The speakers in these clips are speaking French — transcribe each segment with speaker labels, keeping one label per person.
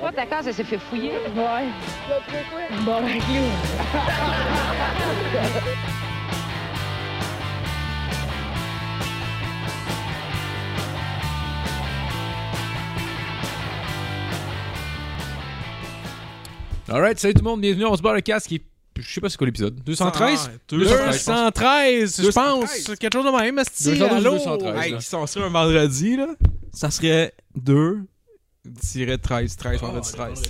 Speaker 1: Toi, ta case, elle s'est fait fouiller.
Speaker 2: Ouais. Bon, avec lui.
Speaker 3: Alright, salut tout le monde, bienvenue, on se bat le casque. Qui... Je sais pas c'est quoi l'épisode. 213
Speaker 4: Ah,
Speaker 3: 213,
Speaker 4: 213, je
Speaker 3: 213.
Speaker 4: pense. Quelque chose de même. esti.
Speaker 3: 212,
Speaker 4: Allô?
Speaker 3: 213,
Speaker 4: Hey,
Speaker 3: là.
Speaker 4: Ils sont sur un vendredi, là. Ça serait 2 tiré 13, 13, vendredi 13.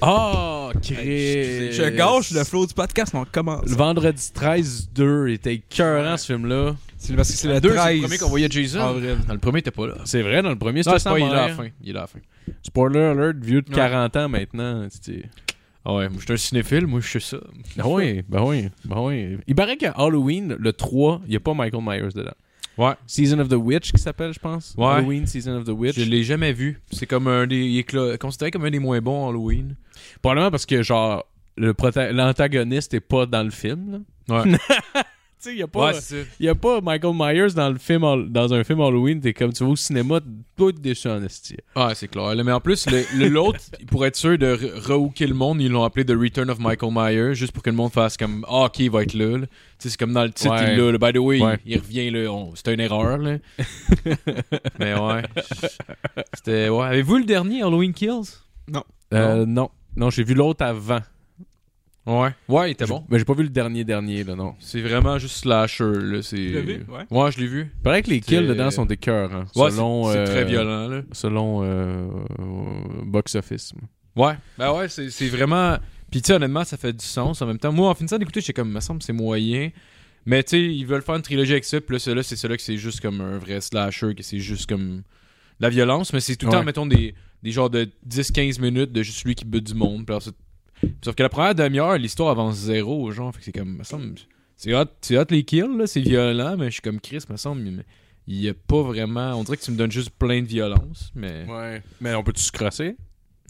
Speaker 3: Ah, Chris.
Speaker 4: Hey, Je je gâche le flow du podcast, mais on commence.
Speaker 3: Le vendredi 13-2 était écœurant ce film-là.
Speaker 4: C'est parce que c'est le
Speaker 3: Deux,
Speaker 4: 13.
Speaker 3: c'est le Ah, premier qu'on voyait Jason.
Speaker 4: avril.
Speaker 3: Dans le premier, t'es pas là. C'est vrai, dans le premier, c'était
Speaker 4: c'était
Speaker 3: pas. Il est là à
Speaker 4: Samuel.
Speaker 3: la fin. Il est là à la fin. Spoiler alert, vieux de
Speaker 4: Ouais.
Speaker 3: 40 ans maintenant. c'était- Ah ouais, moi je suis un cinéphile, moi je suis ça. Ah oui, ben oui, ben oui. Il paraît que Halloween, le 3, il n'y a pas Michael Myers dedans.
Speaker 5: Ouais.
Speaker 3: Season of the Witch qui s'appelle, je pense.
Speaker 5: Ouais.
Speaker 3: Halloween, Season of the Witch.
Speaker 5: Je l'ai jamais vu. C'est comme un des. Il est cla- considéré comme un des moins bons Halloween.
Speaker 3: Probablement parce que, genre, le prota- l'antagoniste est pas dans le film. là.
Speaker 5: Ouais.
Speaker 3: tu sais, il n'y a, pas-
Speaker 5: c'est ça.
Speaker 3: y a pas Michael Myers dans, le film, Hall- dans un film Halloween. T'es comme, tu vas au cinéma, tout déçu en esti.
Speaker 5: Ouais, Ah, c'est clair. Mais en plus, le- le- l'autre, pour être sûr de re- rehooker le monde, ils l'ont appelé The Return of Michael Myers, juste pour que le monde fasse comme Ah, ok, il va être là. là. Tu sais, c'est comme dans le titre,
Speaker 3: Ouais.
Speaker 5: il est là, là. By the way,
Speaker 3: Ouais.
Speaker 5: il, il revient là. On- C'était une erreur, là. Mais ouais. C'était. Ouais. Avez-vous le dernier Halloween Kills
Speaker 3: Euh, non. Non, j'ai vu l'autre avant.
Speaker 5: Ouais. Ouais, il était
Speaker 3: J'ai-
Speaker 5: bon.
Speaker 3: Mais j'ai pas vu le dernier dernier, là, non.
Speaker 5: C'est vraiment juste slasher, là. C'est...
Speaker 4: l'as vu? Ouais.
Speaker 5: Ouais, je l'ai vu.
Speaker 3: Il paraît que les kills
Speaker 5: C'est-
Speaker 3: dedans sont des cœurs, hein,
Speaker 5: Ouais, c'est-
Speaker 3: selon,
Speaker 5: c'est
Speaker 3: euh,
Speaker 5: très violent, là.
Speaker 3: Selon euh, euh, Box Office.
Speaker 5: Ouais, ben ouais, c'est c'est vraiment. Puis tu sais, honnêtement, ça fait du sens en même temps. Moi, en finissant d'écouter, j'étais comme, me semble, que c'est moyen. Mais tu sais, ils veulent faire une trilogie avec ça. Puis là, celui-là, c'est celui-là que c'est juste comme un vrai slasher, que c'est juste comme de la violence. Mais c'est tout le temps,
Speaker 3: Ouais.
Speaker 5: mettons, des, des genres de 10-15 minutes de juste lui qui bute du monde. Puis alors, c'est- Sauf que la première demi-heure, l'histoire avance zéro, genre. Fait que c'est comme, me semble. C'est hot, c'est hot les kills, là. C'est violent, mais je suis comme Chris, me semble. mais Il y a pas vraiment. On dirait que tu me donnes juste plein de violence. Mais.
Speaker 3: Ouais. Mais on peut-tu se crosser?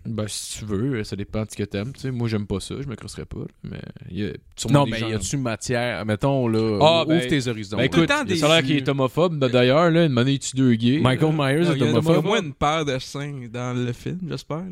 Speaker 5: Ben, si tu veux, ça dépend de ce que t'aimes. Tu sais, moi, j'aime pas ça, je me crosserais pas. Mais il y a sûrement
Speaker 3: Non,
Speaker 5: des
Speaker 3: mais
Speaker 5: gens-
Speaker 3: y a-tu matière? Mettons, là,
Speaker 5: Ah,
Speaker 3: ouvre
Speaker 5: ben-
Speaker 3: tes horizons.
Speaker 5: Ben,
Speaker 3: là.
Speaker 4: Tout le
Speaker 5: écoute,
Speaker 4: temps
Speaker 5: il
Speaker 4: des-
Speaker 5: y a qui est homophobe. ben, D'ailleurs, là, une manière, tu deux gays.
Speaker 3: Michael
Speaker 4: Non,
Speaker 3: Myers
Speaker 4: il y
Speaker 3: est
Speaker 4: a au
Speaker 3: homophobe.
Speaker 4: moins une paire de seins dans le film, j'espère. là.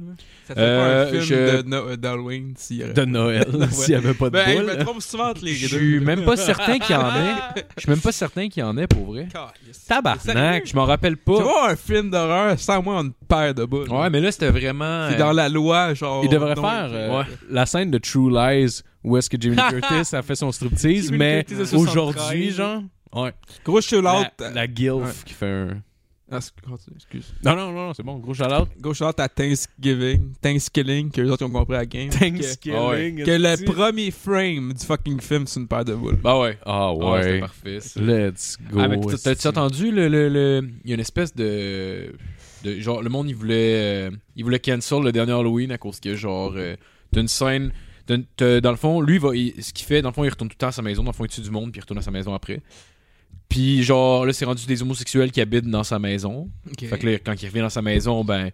Speaker 4: Ça fait
Speaker 5: Euh,
Speaker 4: pas un film
Speaker 5: je-
Speaker 4: de No- euh, d'Halloween s'il y aurait-
Speaker 3: De Noël, s'il y avait pas de
Speaker 4: Ben, hey, je
Speaker 3: boule.
Speaker 4: me trompe souvent entre les
Speaker 5: Je
Speaker 4: deux.
Speaker 5: suis même pas certain qu'il y en ait. Je suis même pas certain qu'il y en ait pour vrai.
Speaker 4: Calisse.
Speaker 5: Tabarnak, je m'en rappelle
Speaker 4: Tu
Speaker 5: pas.
Speaker 4: vois un film d'horreur sans moi une paire de boules.
Speaker 5: Ouais, mais là, c'était vraiment. euh,
Speaker 4: C'est dans la loi, genre.
Speaker 5: Ben,
Speaker 3: Il devrait
Speaker 4: non,
Speaker 3: faire
Speaker 4: ok.
Speaker 3: euh, la scène de True Lies où est-ce que Jimmy Curtis a fait son striptease,
Speaker 4: Jamie
Speaker 3: mais
Speaker 4: Curtis de 73.
Speaker 3: aujourd'hui, genre, ouais,
Speaker 4: Gros shout-out.
Speaker 3: la, la Guilf
Speaker 4: Ouais.
Speaker 3: qui fait un.
Speaker 4: Ah, sc- continue, excuse.
Speaker 3: Non, non, non, non, c'est bon, gros shout-out.
Speaker 4: Gros shout-out à Thanksgiving. Thanksgiving, que les autres ils ont compris la game. Que,
Speaker 3: Thanksgiving.
Speaker 5: Ah ouais.
Speaker 4: que le premier frame du fucking film, c'est une paire de boules.
Speaker 5: Bah ouais.
Speaker 3: Ah
Speaker 5: Ah, c'était
Speaker 3: ouais.
Speaker 5: parfait. ça.
Speaker 3: Let's go.
Speaker 5: Ah, mais t'as- t'as-tu entendu le, le- le- Il y a une espèce de. de- genre, le monde, il voulait. euh, il voulait cancel le dernier Halloween à cause que, genre. euh, t'as une scène. t'as une- t'as- dans le fond, lui, va, il- ce qu'il fait, dans le fond, il retourne tout le temps à sa maison. Dans le fond, il tue du monde, puis il retourne à sa maison après. Puis, genre, là, c'est rendu des homosexuels qui habitent dans sa maison. Fait que là, quand il revient dans sa maison, ben,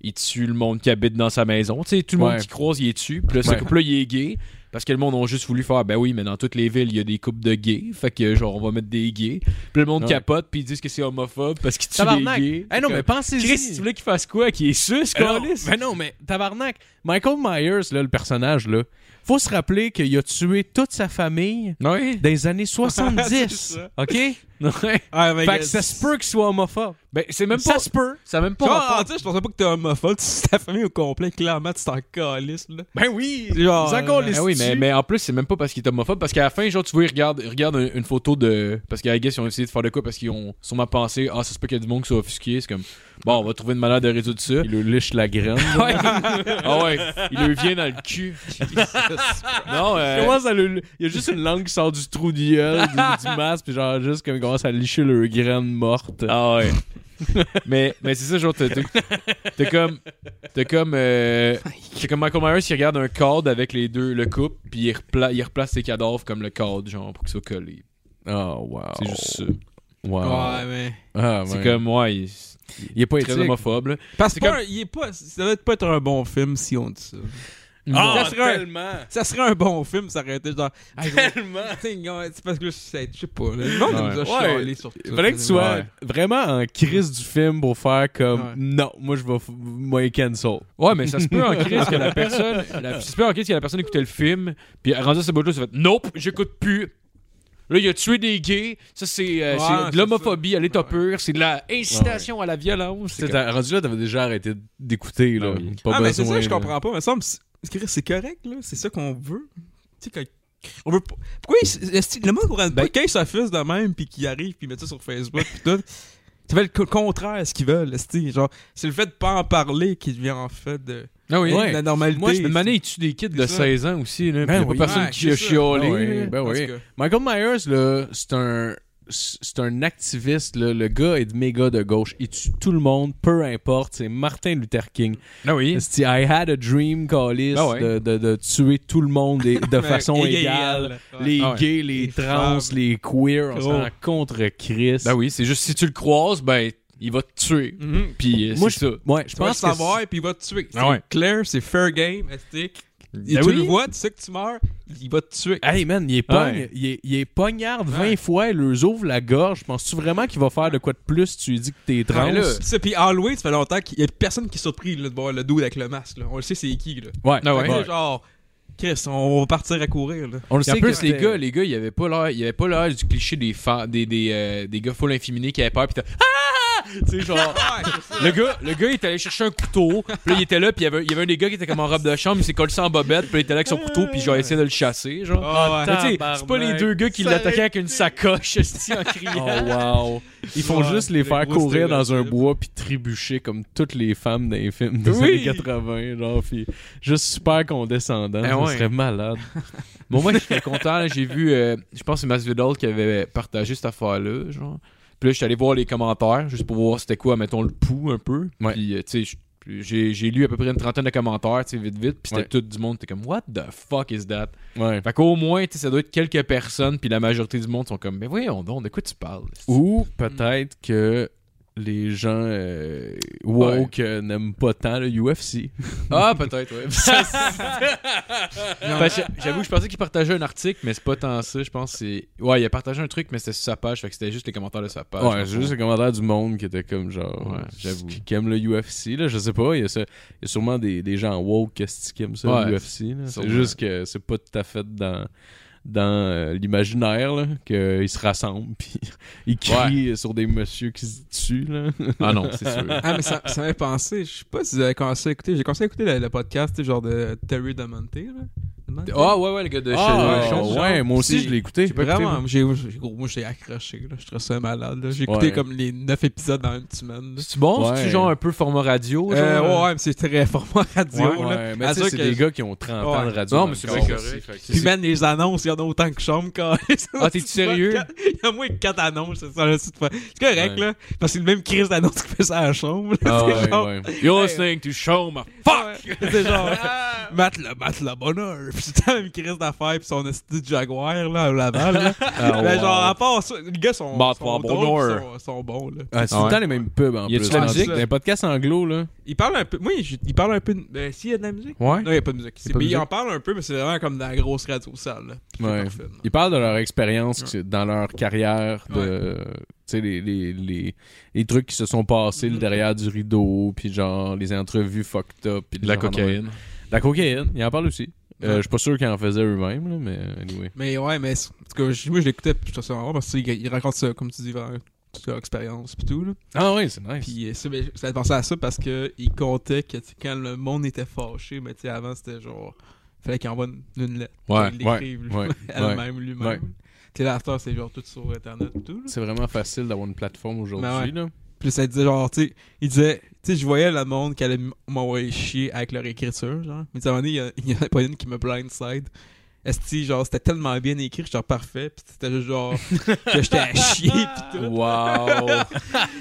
Speaker 5: il tue le monde qui habite dans sa maison. Tu sais, tout le
Speaker 3: Ouais.
Speaker 5: monde qui croise, il est tue. Puis là, ce
Speaker 3: Ouais.
Speaker 5: couple-là, il est gay. Parce que le monde ont juste voulu faire, ben oui, mais dans toutes les villes, il y a des couples de gays. Fait que, genre, on va mettre des gays. Puis le monde
Speaker 3: Ouais.
Speaker 5: capote, puis ils disent que c'est homophobe parce qu'ils tuent
Speaker 3: Tabarnak.
Speaker 5: les gays.
Speaker 3: Eh non, mais
Speaker 5: Chris, tu
Speaker 3: pensez-y.
Speaker 5: voulais qu'il fasse quoi Qu'il est sus,
Speaker 3: Eh non,
Speaker 5: câlisse?
Speaker 3: Mais non, mais tabarnak. Michael Myers, là, le personnage, là, faut se rappeler qu'il a tué toute sa famille
Speaker 5: Ouais.
Speaker 3: dans les années
Speaker 4: C'est
Speaker 3: 70.
Speaker 4: ça.
Speaker 3: OK?
Speaker 5: Ouais.
Speaker 4: Ah, mais
Speaker 3: Fait que ça se peut qu'il soit homophobe.
Speaker 5: Ben, c'est même
Speaker 3: Ça
Speaker 5: pas.
Speaker 3: se peut.
Speaker 5: Ça a même pas.
Speaker 4: Genre,
Speaker 5: rapport.
Speaker 4: en fait, je pensais pas que t'es homophobe. C'est ta famille au complet. Clairement, tu t'en calisses, là.
Speaker 3: Ben oui.
Speaker 4: Genre,
Speaker 3: Ils encore
Speaker 4: euh,
Speaker 3: les
Speaker 5: Ah oui, mais,
Speaker 3: stu-
Speaker 5: mais en plus, c'est même pas parce qu'il est homophobe. Parce qu'à la fin, genre, tu vois, il regarde, il regarde un- une photo de. Parce qu'à guess, ils ont essayé de faire de quoi Parce qu'ils ont sûrement pensé, ah, ça se peut qu'il y a du monde qui soit offusqué. C'est comme, bon, on va trouver une manière de résoudre ça.
Speaker 3: Il lui liche la graine.
Speaker 5: Ouais. ah ouais, il lui vient dans le cul. non, euh,
Speaker 3: Comment ça le... Il y a juste une langue qui sort du trou du gueule, du, du masque, puis genre juste comme il commence à licher leur graine morte.
Speaker 5: Ah ouais. mais mais c'est ça, genre, t'as t'as- t'as comme. T'as comme. euh, t'as comme Michael Myers, il regarde un cadre avec les deux, le couple, puis il, repla- il replace ses cadavres comme le cadre, genre, pour qu'ils soient collés.
Speaker 3: Oh, wow.
Speaker 5: C'est juste ça.
Speaker 3: Wow.
Speaker 4: Ouais, mais.
Speaker 3: Ah,
Speaker 5: C'est
Speaker 3: ouais.
Speaker 5: comme, ouais, il-
Speaker 3: Il est pas
Speaker 5: très
Speaker 3: éthique.
Speaker 5: homophobe, là.
Speaker 4: Parce que
Speaker 5: C'est comme-
Speaker 4: il est pas, ça doit être pas être un bon film si on dit ça.
Speaker 3: Ah,
Speaker 4: Ça serait-
Speaker 3: tellement!
Speaker 4: Ça serait un bon film, ça aurait été genre. Hey, gros,
Speaker 3: Tellement!
Speaker 4: tu sais, gars, C'est parce que là, je je sais pas. là, Le monde
Speaker 5: Ouais.
Speaker 4: nous a
Speaker 3: Ouais.
Speaker 4: chialé sur tout ça.
Speaker 3: Il fallait que tu sois
Speaker 5: Ouais.
Speaker 3: vraiment en crise du film pour faire comme
Speaker 4: Ouais.
Speaker 3: non, moi je vais f- moi cancel.
Speaker 5: Ouais, mais ça se peut en crise que la personne. La, ça se peut en crise que la personne écoutait le film, puis rendu à ce bout-là, ça fait Nope, j'écoute plus. Là, il a tué des gays. Ça, c'est euh,
Speaker 4: Ouais,
Speaker 5: c'est
Speaker 4: c'est
Speaker 5: de l'homophobie à l'état
Speaker 4: Ouais.
Speaker 5: pur. C'est de la incitation à la violence.
Speaker 3: Tu sais,
Speaker 5: C'est
Speaker 3: t'as- rendu là, t'avais déjà arrêté d'écouter là.
Speaker 5: Ah oui.
Speaker 3: Pas
Speaker 4: ah, mais c'est
Speaker 3: besoin,
Speaker 4: ça, je
Speaker 3: là.
Speaker 4: comprends pas. Mais ça me semble, c'est c'est correct, là. C'est ça qu'on veut. Tu sais, quand. On veut pas- Pourquoi ils- le style- le monde comprend
Speaker 3: Ben-
Speaker 4: pas quand ils s'affichent de même puis qu'ils arrivent puis ils mettent ça sur Facebook puis tout. Ça fait le co- contraire à ce qu'ils veulent, le style. Genre, c'est le fait de pas en parler qui devient en fait de,
Speaker 5: Ah oui.
Speaker 3: Ouais.
Speaker 4: de la normalité.
Speaker 5: Moi, je me
Speaker 4: c'est-
Speaker 5: demandais, il tue des kids de
Speaker 4: ça.
Speaker 5: 16 ans aussi. Là,
Speaker 3: Ben
Speaker 5: puis y a
Speaker 3: oui.
Speaker 5: pas personne
Speaker 4: Ouais,
Speaker 5: qui a
Speaker 4: c'est ça.
Speaker 5: chiolé.
Speaker 3: Ah oui.
Speaker 5: là.
Speaker 3: Ben
Speaker 4: En
Speaker 3: oui.
Speaker 4: tout cas.
Speaker 3: Michael Myers, là, c'est un. C'est un activiste, là. le gars est de méga de gauche. Il tue tout le monde, peu importe. C'est Martin Luther King.
Speaker 5: Ah oui.
Speaker 3: C'est I had a dream, Callis,
Speaker 5: Ah ouais.
Speaker 3: de, de- de tuer tout le monde et- de façon égale. Les
Speaker 5: Ah ouais.
Speaker 3: gays, les
Speaker 4: Les
Speaker 3: trans,
Speaker 4: femmes.
Speaker 3: les queers, on
Speaker 4: Gros.
Speaker 3: s'en contre Chris.
Speaker 5: Ben oui, c'est juste si tu le croises, ben, il va te tuer.
Speaker 4: Mhm.
Speaker 5: Puis euh,
Speaker 3: Moi,
Speaker 5: c'est ça.
Speaker 3: Ouais, je
Speaker 4: Tu vas le
Speaker 3: pense que
Speaker 4: savoir puis il va te tuer. C'est
Speaker 5: Ah ouais.
Speaker 4: clair, c'est fair game. est-ce que- Et
Speaker 5: Ben
Speaker 4: tu
Speaker 5: oui. Ah,
Speaker 4: le vois, tu sais que tu meurs, il va te tuer.
Speaker 3: Hey man, il est pogne,
Speaker 5: Ouais.
Speaker 3: il, est, il est poignard 20
Speaker 4: Ouais.
Speaker 3: fois, il leur ouvre la gorge. Penses-tu vraiment qu'il va faire de quoi de plus si tu lui dis que t'es trans?
Speaker 4: Ah,
Speaker 5: Ben là.
Speaker 4: c'est ça, puis Halloween, ça fait longtemps qu'il y a personne qui est surpris là, de voir le dude avec le masque. là. On le sait, c'est qui. Là.
Speaker 3: Ouais,
Speaker 4: Fait
Speaker 5: Ah ouais.
Speaker 4: que là, genre, Chris, on va partir à courir. Là.
Speaker 3: On le
Speaker 5: Et en
Speaker 3: sait
Speaker 5: plus,
Speaker 3: que
Speaker 5: les
Speaker 3: c'était-
Speaker 5: gars, les gars, il y avait pas l'air, il y avait pas l'air du cliché des fa- des des, euh, des gars full infiminés qui avaient peur pis t'as- ah! Tu sais, genre, le gars, le gars, il est allé chercher un couteau, puis là, il était là, puis il y avait, il y avait un des gars qui était comme en robe de chambre, il s'est collé ça en bobette, puis là, il était là avec son couteau, puis genre, il essayait de le chasser, genre.
Speaker 4: Ah, ouais.
Speaker 5: Mais tu sais, c'est pas les deux gars qui
Speaker 3: Ça
Speaker 5: l'attaquaient
Speaker 3: aurait
Speaker 5: avec une sacoche, esti, en criant.
Speaker 3: Oh wow. Ils font
Speaker 4: Ouais,
Speaker 3: juste les
Speaker 4: le
Speaker 3: faire
Speaker 4: gros
Speaker 3: courir dans un
Speaker 4: stéréotype.
Speaker 3: bois puis trébucher comme toutes les femmes dans les films des
Speaker 5: Oui.
Speaker 3: années 80, genre puis juste super condescendant,
Speaker 5: Eh
Speaker 3: ça
Speaker 5: ouais.
Speaker 3: serait malade.
Speaker 5: Bon, moi, j'étais content. là, J'ai vu, euh, je pense que c'est Masvidal qui avait partagé cette affaire-là, genre. Puis là, j'étais allé voir les commentaires, juste pour voir c'était quoi, mettons, le pouls un peu.
Speaker 3: Ouais.
Speaker 5: Puis, euh, tu sais, je- j'ai j'ai lu à peu près une trentaine de commentaires, tu sais, vite, vite. Puis c'était
Speaker 3: Ouais.
Speaker 5: tout du monde, t'es comme, what the fuck is that?
Speaker 3: Ouais.
Speaker 5: Fait qu'au moins, tu sais, ça doit être quelques personnes, puis la majorité du monde sont comme, mais voyons donc, de quoi tu parles?
Speaker 3: Ou peut-être que les gens euh, woke euh, n'aiment pas tant le UFC.
Speaker 5: Ah, peut-être, ouais. Fait que j'a- J'avoue, je pensais qu'il partageait un article, mais c'est pas tant ça, je pense. que c'est Ouais, il a partagé un truc, mais c'était sur sa page, fait que c'était juste les commentaires de sa page.
Speaker 3: Ouais,
Speaker 5: dans
Speaker 3: c'est juste les commentaires du monde qui étaient comme genre.
Speaker 5: Ouais, j'avoue.
Speaker 3: Qui, qui aiment le UFC, là. Je sais pas, il y a, ça- il y a sûrement des, des gens woke esti, qui aiment ça,
Speaker 5: Ouais,
Speaker 3: le UFC. là. C'est
Speaker 5: sûrement.
Speaker 3: juste que c'est pas tout à fait dans, dans euh, l'imaginaire, là, qu'ils se rassemblent, puis ils crient sur des messieurs qui se tuent, là.
Speaker 5: le fond. Ah non, c'est sûr.
Speaker 4: Ah, mais ça ça m'a pensé, je sais pas si vous avez commencé à écouter, j'ai commencé à écouter le, le podcast, tu sais, genre de Terry Damonte. là. Damonte?
Speaker 5: Ah ouais, ouais, le gars de
Speaker 3: Ah,
Speaker 5: chez-
Speaker 4: ouais,
Speaker 5: chez-
Speaker 4: ouais,
Speaker 3: ouais, moi aussi,
Speaker 4: c'est-
Speaker 3: je l'ai écouté.
Speaker 5: pas écouté,
Speaker 4: Vraiment, j'ai, j'ai- gros, moi j'ai accroché, là. je trouve ça malade. là. J'ai écouté
Speaker 3: Ouais.
Speaker 4: comme les 9 épisodes dans une semaine. là.
Speaker 5: C'est bon,
Speaker 3: Ouais.
Speaker 5: c'est genre un peu format radio. genre?
Speaker 4: Euh, ouais, ouais, mais c'est très format radio.
Speaker 3: Ouais,
Speaker 4: là.
Speaker 3: ouais, mais
Speaker 4: À
Speaker 3: tu sais,
Speaker 4: dire
Speaker 3: c'est
Speaker 4: que-
Speaker 3: des gars qui ont 30 ans de
Speaker 4: Ouais.
Speaker 3: radio.
Speaker 5: Non,
Speaker 3: dans
Speaker 5: mais
Speaker 3: le
Speaker 5: c'est
Speaker 3: corps,
Speaker 5: bien
Speaker 3: aussi.
Speaker 5: correct.
Speaker 4: Puis ben, même les annonces, il y en a autant que chambre quand
Speaker 5: Ah, t'es-tu sérieux?
Speaker 4: Il y a moins que 4 annonces, c'est ça, là, c'est pas- c'est correct,
Speaker 3: Ouais.
Speaker 4: là. Parce que c'est le même crise d'annonce qui fait ça à la chambre. là.
Speaker 3: Ah,
Speaker 4: c'est
Speaker 3: ouais,
Speaker 4: genre,
Speaker 3: ouais.
Speaker 5: You're listening to show, my
Speaker 4: Ouais, c'est genre, Matt le, Matt le bonheur. Puis c'est la même crise d'affaires, puis son esti de Jaguar, là, à Laval, là.
Speaker 5: Ah,
Speaker 4: ben, genre, à part ça, les gars sont,
Speaker 5: Matt
Speaker 4: sont,
Speaker 5: le
Speaker 4: drôles,
Speaker 5: bonheur.
Speaker 4: puis sont, sont bons, là.
Speaker 3: Ah, c'est
Speaker 5: Ah
Speaker 3: tout le temps
Speaker 5: ouais.
Speaker 3: les mêmes pubs en
Speaker 5: Y a-tu
Speaker 3: plus.
Speaker 5: de la
Speaker 3: Ah,
Speaker 5: musique?
Speaker 3: Dans les podcasts anglo, là.
Speaker 4: Il parle un peu, moi, je- il parle un peu, de- ben, s'il y a de la musique.
Speaker 5: Ouais.
Speaker 4: Non, il n'y a pas de musique.
Speaker 5: pas de
Speaker 4: mais il
Speaker 5: musique.
Speaker 4: en parle un peu, mais c'est vraiment comme dans la grosse radio sale, là. C'est
Speaker 3: Ouais.
Speaker 4: parfait, là.
Speaker 3: Ils parlent de leur expérience que c'est- dans leur carrière, de tu sais, les, les, les, les trucs qui se sont passés le
Speaker 4: Mhm.
Speaker 3: derrière du rideau, puis genre les entrevues fucked up. Puis
Speaker 5: De la
Speaker 3: genre de-
Speaker 5: cocaïne.
Speaker 3: La cocaïne, ils en parlent aussi. Euh,
Speaker 4: Ouais.
Speaker 3: Je suis pas sûr qu'ils en faisaient eux-mêmes, là, mais anyway.
Speaker 4: Mais ouais, mais c'est- en tout cas, j- moi je l'écoutais, puis je trouvais ça marrant parce qu'il il raconte ça, comme tu dis, vraiment, toute leur expérience, puis tout. Là.
Speaker 3: Ah oui, c'est nice.
Speaker 4: Puis euh, ça, mais ça me pensait à ça parce qu'il comptait que tu sais, quand le monde était fâché, mais tu sais, avant c'était genre, fallait qu'il envoie une, une lettre.
Speaker 5: Ouais,
Speaker 4: Qu'il l'écrive
Speaker 3: ouais,
Speaker 4: lui-
Speaker 3: ouais,
Speaker 4: elle-même,
Speaker 3: ouais.
Speaker 4: lui-même. Tu sais, là, à cette heure, c'est genre tout sur Internet, puis tout. Là.
Speaker 3: C'est vraiment facile d'avoir une plateforme aujourd'hui. là.
Speaker 4: Puis ça disait genre, tu sais, il disait, tu sais, je voyais le monde qui allait m- m'envoyer chier avec leur écriture, genre. Mais tu sais, à un moment donné, il y, a- il y en a pas une qui me blindside. Esti, genre, c'était tellement bien écrit, j'étais parfait, pis c'était juste genre, que j'étais à chier, pis tout.
Speaker 5: Wow!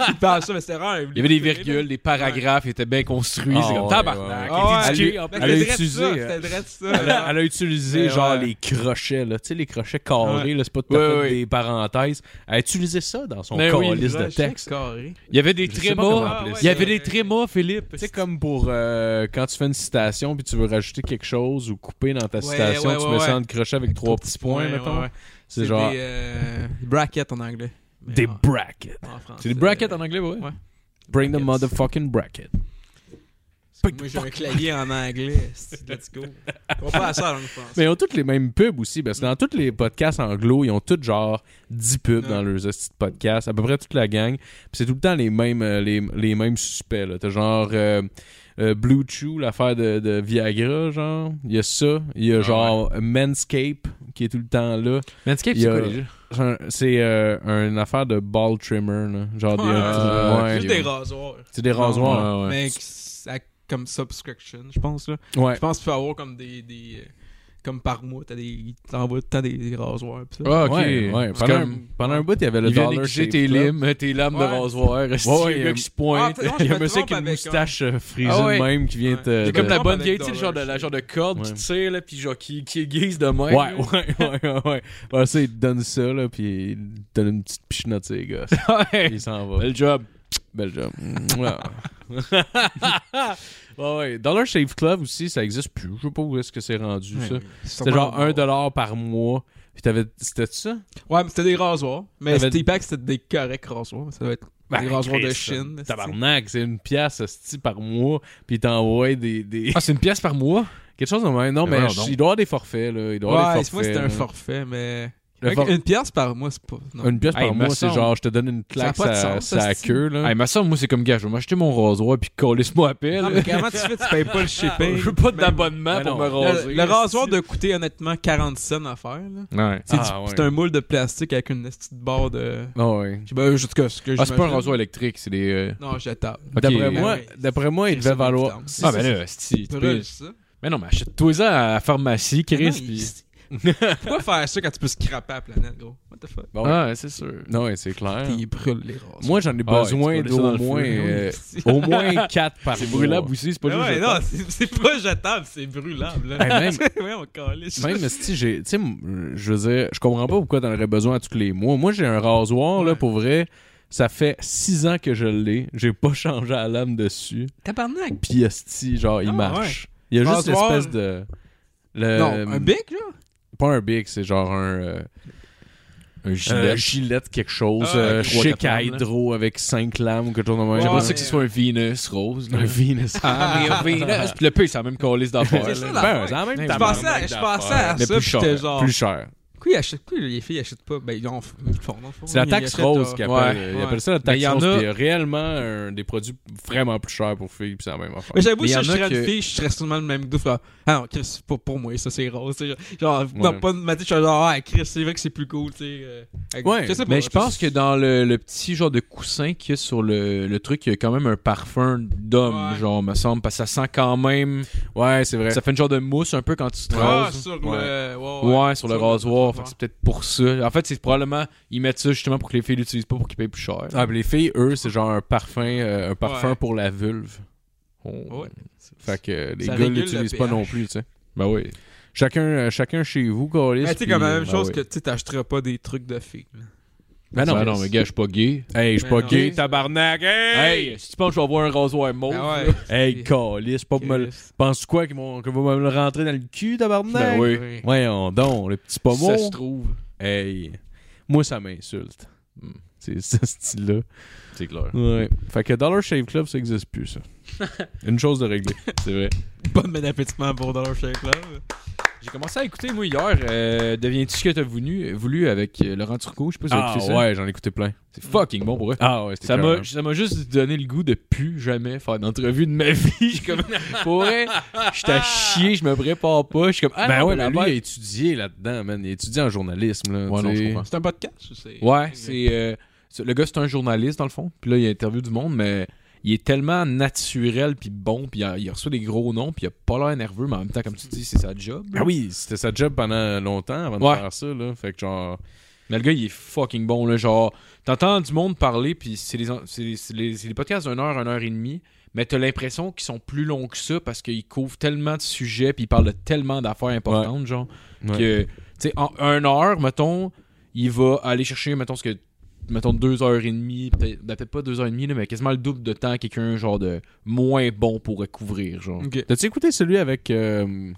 Speaker 4: Il parle ça, mais c'était rare.
Speaker 5: Il y avait des virgules, des paragraphes, ils étaient bien construits.
Speaker 3: Ah
Speaker 5: c'est comme
Speaker 3: ouais,
Speaker 5: tabarnak.
Speaker 3: ouais, ouais.
Speaker 5: éduqué,
Speaker 3: Ah ouais.
Speaker 5: en
Speaker 3: Elle
Speaker 5: plus.
Speaker 3: a
Speaker 4: Elle a
Speaker 3: utilisé,
Speaker 4: ça,
Speaker 3: euh,
Speaker 4: c'était drette
Speaker 3: Elle a,
Speaker 4: ça.
Speaker 3: elle a utilisé
Speaker 4: Mais
Speaker 3: genre
Speaker 4: ouais.
Speaker 3: les crochets, là. Tu sais, les crochets carrés, là, c'est pas tout à
Speaker 5: Ouais,
Speaker 3: fait
Speaker 5: ouais.
Speaker 3: des parenthèses. Elle a utilisé ça dans son
Speaker 5: Mais
Speaker 4: Ben
Speaker 5: oui,
Speaker 3: calice de
Speaker 4: Ouais,
Speaker 3: texte.
Speaker 4: carré.
Speaker 5: Il y avait des
Speaker 3: Je sais pas comment
Speaker 5: trémas.
Speaker 3: appeler ça.
Speaker 5: Il y avait
Speaker 4: Ouais.
Speaker 5: des trémas, Philippe.
Speaker 3: Tu sais, comme pour euh, quand tu fais une citation puis tu veux rajouter quelque chose ou couper dans ta
Speaker 4: Ouais,
Speaker 3: citation,
Speaker 4: ouais,
Speaker 3: tu
Speaker 4: ouais,
Speaker 3: mets
Speaker 4: ouais.
Speaker 3: ça en crochet avec trois petits points,
Speaker 4: Ouais,
Speaker 3: mettons.
Speaker 4: ouais, ouais.
Speaker 3: C'est genre
Speaker 4: des euh, brackets en anglais. Mais
Speaker 3: des
Speaker 4: en-
Speaker 3: brackets.
Speaker 4: en français,
Speaker 5: C'est des brackets en anglais, ouais.
Speaker 4: Ouais.
Speaker 3: Bring the
Speaker 4: brackets.
Speaker 3: motherfucking bracket.
Speaker 4: Parce que Moi, j'ai un clavier en anglais. c'est- Let's go. On va pas à ça en langue française.
Speaker 3: Mais ils ont toutes les mêmes pubs aussi, parce que dans tous les podcasts anglo, ils ont tous genre 10 pubs
Speaker 4: Ouais.
Speaker 3: dans leurs hosties de podcasts, à peu près toute la gang. Puis c'est tout le temps les mêmes, euh, les, les mêmes suspects. là. T'as genre euh, euh, Blue Chew, l'affaire de, de Viagra, genre. Il y a ça. Il y a
Speaker 5: Ah
Speaker 3: genre Manscape, qui est tout le temps là.
Speaker 5: Manscaped,
Speaker 3: Il y
Speaker 5: c'est
Speaker 3: a-
Speaker 5: quoi déjà?
Speaker 3: C'est un- C'est euh, une affaire de ball trimmer, là. Genre des...
Speaker 4: Ouais,
Speaker 5: euh,
Speaker 3: ouais.
Speaker 4: Juste
Speaker 5: ouais.
Speaker 4: des rasoirs.
Speaker 3: C'est des rasoirs.
Speaker 5: Ouais, ouais.
Speaker 4: Mais que- à- comme subscription, je pense. là.
Speaker 3: Ouais.
Speaker 4: Je pense que tu peux avoir comme des. des euh, comme par mois, t'as des, ils t'envoient tout le temps des, des rasoirs. pis ça.
Speaker 5: Ah, ok.
Speaker 3: Ouais, ouais.
Speaker 5: C'est
Speaker 3: Pendant,
Speaker 5: comme-
Speaker 3: un, pendant un bout, il y avait le
Speaker 5: Ils viennent
Speaker 3: dollar
Speaker 5: exiger
Speaker 3: shave
Speaker 5: tes
Speaker 3: club.
Speaker 5: limes, tes lames de
Speaker 4: Ouais.
Speaker 5: rasoir.
Speaker 3: Ouais, ouais,
Speaker 5: Ouais,
Speaker 3: il
Speaker 5: le
Speaker 3: y a-
Speaker 5: gars qui se pointe.
Speaker 4: Ah, non, je
Speaker 3: Il y a un
Speaker 4: me
Speaker 3: monsieur avec
Speaker 4: trompe
Speaker 3: une
Speaker 4: avec
Speaker 3: moustache euh, frisée
Speaker 5: Ah ouais.
Speaker 3: de même qui vient
Speaker 4: Ouais.
Speaker 3: te.
Speaker 5: C'est
Speaker 3: de-
Speaker 5: comme la
Speaker 4: Ouais.
Speaker 5: bonne
Speaker 4: Avec
Speaker 5: vieille, tu sais, le genre de,
Speaker 4: Dollar
Speaker 5: la
Speaker 4: Shave.
Speaker 5: genre de corde qui
Speaker 3: Ouais.
Speaker 5: tire, là, puis genre qui, qui aiguise de main.
Speaker 3: Ouais, ouais, ouais, ouais, ouais. Ouais, ça, il te donne ça, là, puis il te donne une petite pichenotte, les gars. Il s'en va.
Speaker 5: Bel job.
Speaker 3: Bel job. Mouah. ouais, ouais. Dollar Shave Club aussi, ça existe plus. Je sais pas où est-ce que c'est rendu, ça. C'était genre 1$ dollar par mois. Puis t'avais. C'était ça?
Speaker 4: Ouais, mais c'était des rasoirs. Mais
Speaker 3: T'avais-
Speaker 4: c'était pas que c'était des corrects rasoirs. Ça doit être des rasoirs de Chine. c'est-
Speaker 3: Tabarnak, c'est une pièce, esti, par mois. Puis ils t'envoient des. des...
Speaker 5: Ah, c'est une pièce par mois?
Speaker 3: Quelque chose de même. Non,
Speaker 5: Mais
Speaker 3: mais
Speaker 5: voyons
Speaker 3: je-
Speaker 5: donc.
Speaker 3: il doit y avoir des forfaits, là. Il doit y avoir
Speaker 4: Ouais,
Speaker 3: des
Speaker 4: c'est- moi
Speaker 3: forfaits.
Speaker 4: c'était
Speaker 3: là.
Speaker 4: un forfait, mais.
Speaker 3: Le
Speaker 4: Avec
Speaker 3: for-
Speaker 4: Une pièce par mois, c'est pas. non.
Speaker 3: Une pièce
Speaker 5: Hey,
Speaker 3: par
Speaker 5: me
Speaker 3: mois, c'est
Speaker 5: semble-
Speaker 3: genre, je te donne une claque
Speaker 4: pas de
Speaker 3: sa,
Speaker 4: sens,
Speaker 3: sa
Speaker 4: hostie.
Speaker 3: queue, là.
Speaker 5: Ah, ma soeur, moi, c'est comme gars, je vais m'acheter mon rasoir, puis coller-moi à paix.
Speaker 4: Non,
Speaker 5: là.
Speaker 4: mais comment tu fais, tu payes pas le shipping.
Speaker 5: Je veux pas d'abonnement
Speaker 3: Ben
Speaker 5: pour
Speaker 3: non.
Speaker 5: me
Speaker 4: Le,
Speaker 5: raser.
Speaker 4: le rasoir doit coûter honnêtement 40 cents à faire. là.
Speaker 5: Ouais.
Speaker 4: C'est
Speaker 3: Ah,
Speaker 4: du-
Speaker 3: ouais.
Speaker 4: c'est un moule de plastique avec une petite barre de.
Speaker 3: Ah ouais.
Speaker 4: Je sais pas, je- en tout cas, ce que
Speaker 5: Ah, c'est pas un
Speaker 4: j'imagine.
Speaker 5: rasoir électrique, c'est des. euh,
Speaker 4: Non, j'attends.
Speaker 5: Ok.
Speaker 3: D'après
Speaker 5: Ben
Speaker 3: moi,
Speaker 4: oui.
Speaker 3: d'après moi, il
Speaker 4: C'est
Speaker 3: devait
Speaker 4: ça,
Speaker 3: valoir.
Speaker 4: évidemment.
Speaker 3: Si,
Speaker 5: Ah,
Speaker 3: si,
Speaker 5: ben
Speaker 3: si.
Speaker 5: là, si.
Speaker 4: Brûle ça.
Speaker 5: Mais non, mais achète-toi-en à la pharmacie,
Speaker 4: Mais
Speaker 5: Chris.
Speaker 4: non,
Speaker 5: puis-
Speaker 4: il- Pourquoi faire ça quand tu peux scraper à la planète, gros? What the fuck?
Speaker 3: Bon,
Speaker 5: Ah, ouais, c'est sûr.
Speaker 3: Non, ouais, c'est clair.
Speaker 4: Ils brûlent les rasoirs.
Speaker 3: Moi, j'en ai
Speaker 5: Ah ouais,
Speaker 3: besoin
Speaker 5: tu peux
Speaker 3: d'au
Speaker 5: brûler ça dans
Speaker 3: moins
Speaker 5: le feu.
Speaker 3: euh,
Speaker 4: Oui,
Speaker 3: au moins 4 par
Speaker 5: C'est
Speaker 3: mois.
Speaker 5: brûlable aussi, c'est pas
Speaker 4: Mais
Speaker 5: juste.
Speaker 4: ouais,
Speaker 5: jetable.
Speaker 4: non, c'est c'est pas jetable, c'est brûlable. Là.
Speaker 3: Ben, même-
Speaker 4: ouais, on calisse.
Speaker 3: Même si j'ai, tu sais, m- je veux dire, je comprends pas pourquoi t'en aurais besoin à tous les mois. Moi, j'ai un rasoir là
Speaker 4: Ouais.
Speaker 3: pour vrai. Ça fait 6 ans que je l'ai. J'ai pas changé la lame dessus.
Speaker 4: Tabarnak.
Speaker 3: Puis esti, genre, il
Speaker 4: Ah,
Speaker 3: marche. Il y a juste
Speaker 4: Rasoir.
Speaker 3: l'espèce de. le-
Speaker 4: Non,
Speaker 5: Euh,
Speaker 4: un bic, là?
Speaker 3: Pas un big, c'est genre un. euh,
Speaker 5: Un
Speaker 3: Euh,
Speaker 5: gilet.
Speaker 3: gilette quelque chose,
Speaker 4: Ah,
Speaker 3: euh,
Speaker 4: ok.
Speaker 3: chic
Speaker 5: Trois, quatre
Speaker 3: à
Speaker 5: lames, là.
Speaker 3: hydro avec cinq lames ou quelque chose de même.
Speaker 4: Ouais.
Speaker 5: J'aimerais
Speaker 3: J'aimerais
Speaker 5: ça que ce soit un Venus rose. là.
Speaker 3: un Venus.
Speaker 5: Ah, mais un Venus. Puis le P, c'est la même liste d'affaires.
Speaker 4: C'est
Speaker 5: là.
Speaker 4: ça,
Speaker 3: Ben,
Speaker 4: la
Speaker 3: ben,
Speaker 4: fin.
Speaker 3: c'est la même
Speaker 5: Je
Speaker 4: Je
Speaker 3: tabarnak
Speaker 4: pensais à, je
Speaker 3: d'affaires.
Speaker 4: pensais à
Speaker 5: Mais
Speaker 4: ça,
Speaker 5: plus
Speaker 4: puis
Speaker 5: cher,
Speaker 4: j'étais genre...
Speaker 3: Plus cher.
Speaker 4: Pourquoi ils achètent... Pourquoi les filles achètent pas? Ben, ils en font. ils le font, non, ils le font.
Speaker 3: C'est la
Speaker 4: Ils
Speaker 3: taxe
Speaker 4: achètent,
Speaker 3: rose
Speaker 4: euh,
Speaker 3: qu'ils
Speaker 5: ouais,
Speaker 3: appellent. Ils
Speaker 4: ouais.
Speaker 3: appellent ça la
Speaker 5: Mais il
Speaker 3: taxe
Speaker 5: y en
Speaker 3: rose.
Speaker 5: a-
Speaker 3: puis Il y a réellement un- des produits vraiment plus chers pour filles, puis c'est la même affaire.
Speaker 4: Mais j'avoue,
Speaker 5: Mais
Speaker 4: si
Speaker 5: y en
Speaker 4: je
Speaker 5: a
Speaker 4: serais
Speaker 5: que-
Speaker 4: une fille, je serais sûrement le même goût. faire, Ah non, Chris, c'est pas pour moi, ça c'est rose. tu sais, Genre, genre,
Speaker 3: Ouais.
Speaker 4: dans pas de ma tête, je suis genre, ah Chris, c'est vrai que c'est plus cool, tu sais. euh, avec-
Speaker 3: Ouais,
Speaker 4: sais pas,
Speaker 5: Mais je pense que dans le, le petit genre de coussin qu'il y a sur le, le truc, il y a quand même un parfum d'homme,
Speaker 4: Ouais.
Speaker 5: genre, me semble, parce que ça sent quand même.
Speaker 3: Ouais, c'est vrai.
Speaker 5: Ça fait une genre de mousse un peu quand tu te
Speaker 4: Ah,
Speaker 5: rases.
Speaker 4: sur
Speaker 3: Ouais.
Speaker 4: le. Ouais,
Speaker 5: ouais,
Speaker 4: ouais.
Speaker 5: sur le rasoir. Fait que c'est peut-être pour ça. En fait, c'est probablement. Ils mettent ça justement pour que les filles l'utilisent pas pour qu'ils payent plus cher.
Speaker 3: Ah, puis les filles, eux, c'est genre un parfum, euh, un parfum
Speaker 4: Ouais.
Speaker 3: pour la vulve.
Speaker 5: Oh.
Speaker 4: Ouais.
Speaker 3: Fait que euh, les
Speaker 4: Ça
Speaker 3: gars
Speaker 4: régule
Speaker 3: l'utilisent
Speaker 4: le
Speaker 3: pas
Speaker 4: pH.
Speaker 3: non plus, tu sais.
Speaker 5: Ben oui.
Speaker 3: Chacun, euh, chacun chez vous, Carlis.
Speaker 4: Mais Ben, tu sais, comme la même chose que tu sais, t'achèterais pas des trucs de filles. là.
Speaker 3: Ben non,
Speaker 5: Ben non, mais gars, je suis pas gay.
Speaker 3: Hey, je suis pas
Speaker 4: Ben non.
Speaker 3: gay, tabarnak. Hey!
Speaker 5: Hey, si tu penses que je vais avoir un rasoir mauve.
Speaker 4: Ah
Speaker 5: là,
Speaker 4: ouais.
Speaker 3: Oh, Hey, Carlis, pas pour me le- Penses-tu quoi qu'ils vont, que vous me le rentrer dans le cul, tabarnak?
Speaker 5: Ben oui.
Speaker 3: Voyons donc, le petit
Speaker 5: si ça
Speaker 3: pommeau.
Speaker 5: se trouve.
Speaker 3: Hey, moi, ça m'insulte.
Speaker 5: Hmm.
Speaker 3: C'est ce style-là.
Speaker 5: C'est clair.
Speaker 3: Ouais. Fait que Dollar Shave Club, ça existe plus, ça. Une chose de régler.
Speaker 5: C'est vrai.
Speaker 4: Pas de ménappétissement pour Dollar Shave Club.
Speaker 5: J'ai commencé à écouter, moi, hier, euh, Deviens-tu ce que t'as voulu, voulu avec euh, Laurent Turcot. Je sais pas si t'as
Speaker 3: Ah
Speaker 5: écouté ça.
Speaker 3: ouais, j'en ai écouté plein.
Speaker 5: C'est fucking bon pour eux.
Speaker 3: Ah ouais, c'était
Speaker 5: Ça
Speaker 3: écœurant.
Speaker 5: m'a, ça m'a juste donné le goût de plus jamais faire d'entrevue de ma vie. Je suis comme, pour vrai, j'étais à chier, je me prépare pas. Je suis comme, ah,
Speaker 3: Ben
Speaker 5: non,
Speaker 3: ouais, mais
Speaker 5: la
Speaker 3: lui, il
Speaker 5: merde.
Speaker 3: a étudié là-dedans, man. Il a étudié en journalisme, là.
Speaker 5: Ouais, non,
Speaker 3: tu
Speaker 5: je
Speaker 3: sais.
Speaker 5: comprends.
Speaker 4: C'est un podcast ou c'est.
Speaker 5: Ouais, c'est, euh, c'est- le gars, c'est un journaliste dans le fond. Puis là, il interview du monde, mais il est tellement naturel puis bon, puis il, a- il reçoit des gros noms, puis il a pas l'air nerveux, mais en même temps, comme tu dis, c'est sa job. là.
Speaker 3: Ah oui, c'était sa job pendant longtemps avant de
Speaker 5: Ouais.
Speaker 3: faire ça, là. Fait que genre.
Speaker 5: Mais le gars, il est fucking bon, là. Genre, t'entends du monde parler, puis c'est des, en- c'est des- c'est des- c'est des podcasts d'une heure, une heure et demie, mais t'as l'impression qu'ils sont plus longs que ça parce qu'ils couvrent tellement de sujets, puis ils parlent de tellement d'affaires importantes, genre,
Speaker 3: ouais.
Speaker 5: que, tu sais, en une heure, mettons, il va aller chercher, mettons, ce que, mettons, deux heures et demie, peut-être ben, peut-être pas deux heures et demie, là, mais quasiment le double de temps que quelqu'un, genre, de moins bon pourrait couvrir, genre.
Speaker 4: Ok.
Speaker 3: T'as-tu écouté celui avec euh,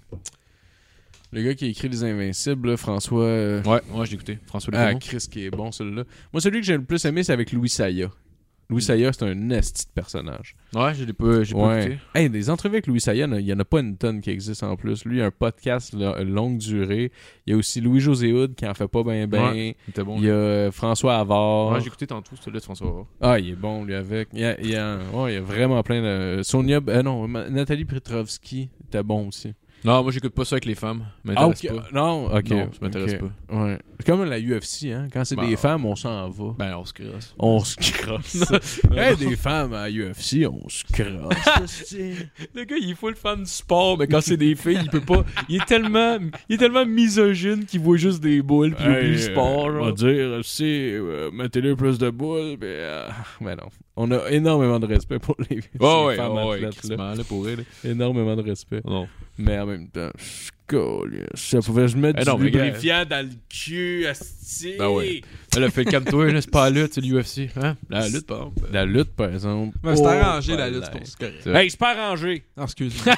Speaker 3: le gars qui a écrit Les Invincibles, là, François. euh,
Speaker 5: Ouais, ouais, je l'ai écouté. François
Speaker 3: Ah,
Speaker 5: Legault.
Speaker 3: Chris qui est bon, celui-là. Moi, celui que j'ai le plus aimé, c'est avec Louis Saya. Louis Saya, c'est un esti de personnage.
Speaker 5: ouais, je l'ai pas, Mm. j'ai pas écouté.
Speaker 3: Ouais. Hey, des entrevues avec Louis Saya, il n'y en a pas une tonne qui existe en plus. Lui, il a un podcast là, longue durée. Il y a aussi Louis-José Hood qui en fait pas ben ben.
Speaker 5: Ouais, il était bon.
Speaker 3: Il y a euh, François Avard.
Speaker 5: Ouais, j'ai écouté tantôt celui-là de François Legault.
Speaker 3: Ah, il est bon, lui, avec. Il y a, il y a- ouais, il y a vraiment plein de. Sonia. euh, non, Ma- Nathalie Petrovski était bon aussi.
Speaker 5: Non, moi j'écoute pas ça avec les femmes. M'intéresse
Speaker 3: Ah, ok.
Speaker 5: pas.
Speaker 3: Non, ok.
Speaker 5: Non, ça m'intéresse
Speaker 3: Ok.
Speaker 5: pas.
Speaker 3: Ouais. C'est comme la UFC, hein. Quand c'est
Speaker 5: Ben,
Speaker 3: des femmes, on s'en va.
Speaker 5: Ben on se crosse.
Speaker 3: On se crosse. hey, des femmes à UFC, on se crosse.
Speaker 5: Le gars, il est full fan du sport, mais quand c'est des filles, il peut pas. Il est tellement, il est tellement misogyne qu'il voit juste des boules puis il oublie le sport.
Speaker 3: on
Speaker 5: genre.
Speaker 3: va dire UFC, euh, mettez-le plus de boules. Mais, euh, ben non. On a énormément de respect pour les, ces
Speaker 5: Ouais, ouais,
Speaker 3: femmes
Speaker 5: ouais, ouais,
Speaker 3: athlètes, là.
Speaker 5: crissement, là, pour elle.
Speaker 3: Énormément de respect.
Speaker 5: Non.
Speaker 3: Mais en même temps, je colle. Ça pouvait je mettre
Speaker 5: Eh
Speaker 3: du
Speaker 5: non, mais gars,
Speaker 3: lubrifiant dans le cul, asti.
Speaker 5: Ben ouais. Elle a fait le calme-toi, là, c'est pas la lutte, c'est l'UFC. Hein? La lutte, par exemple.
Speaker 3: La lutte, par exemple.
Speaker 4: Mais c'est
Speaker 3: Oh,
Speaker 4: arrangé la
Speaker 3: ben
Speaker 4: lutte,
Speaker 3: là.
Speaker 4: c'est pour- c'est correct.
Speaker 5: Hey,
Speaker 3: c'est pas arrangé.
Speaker 4: Non, excuse-moi.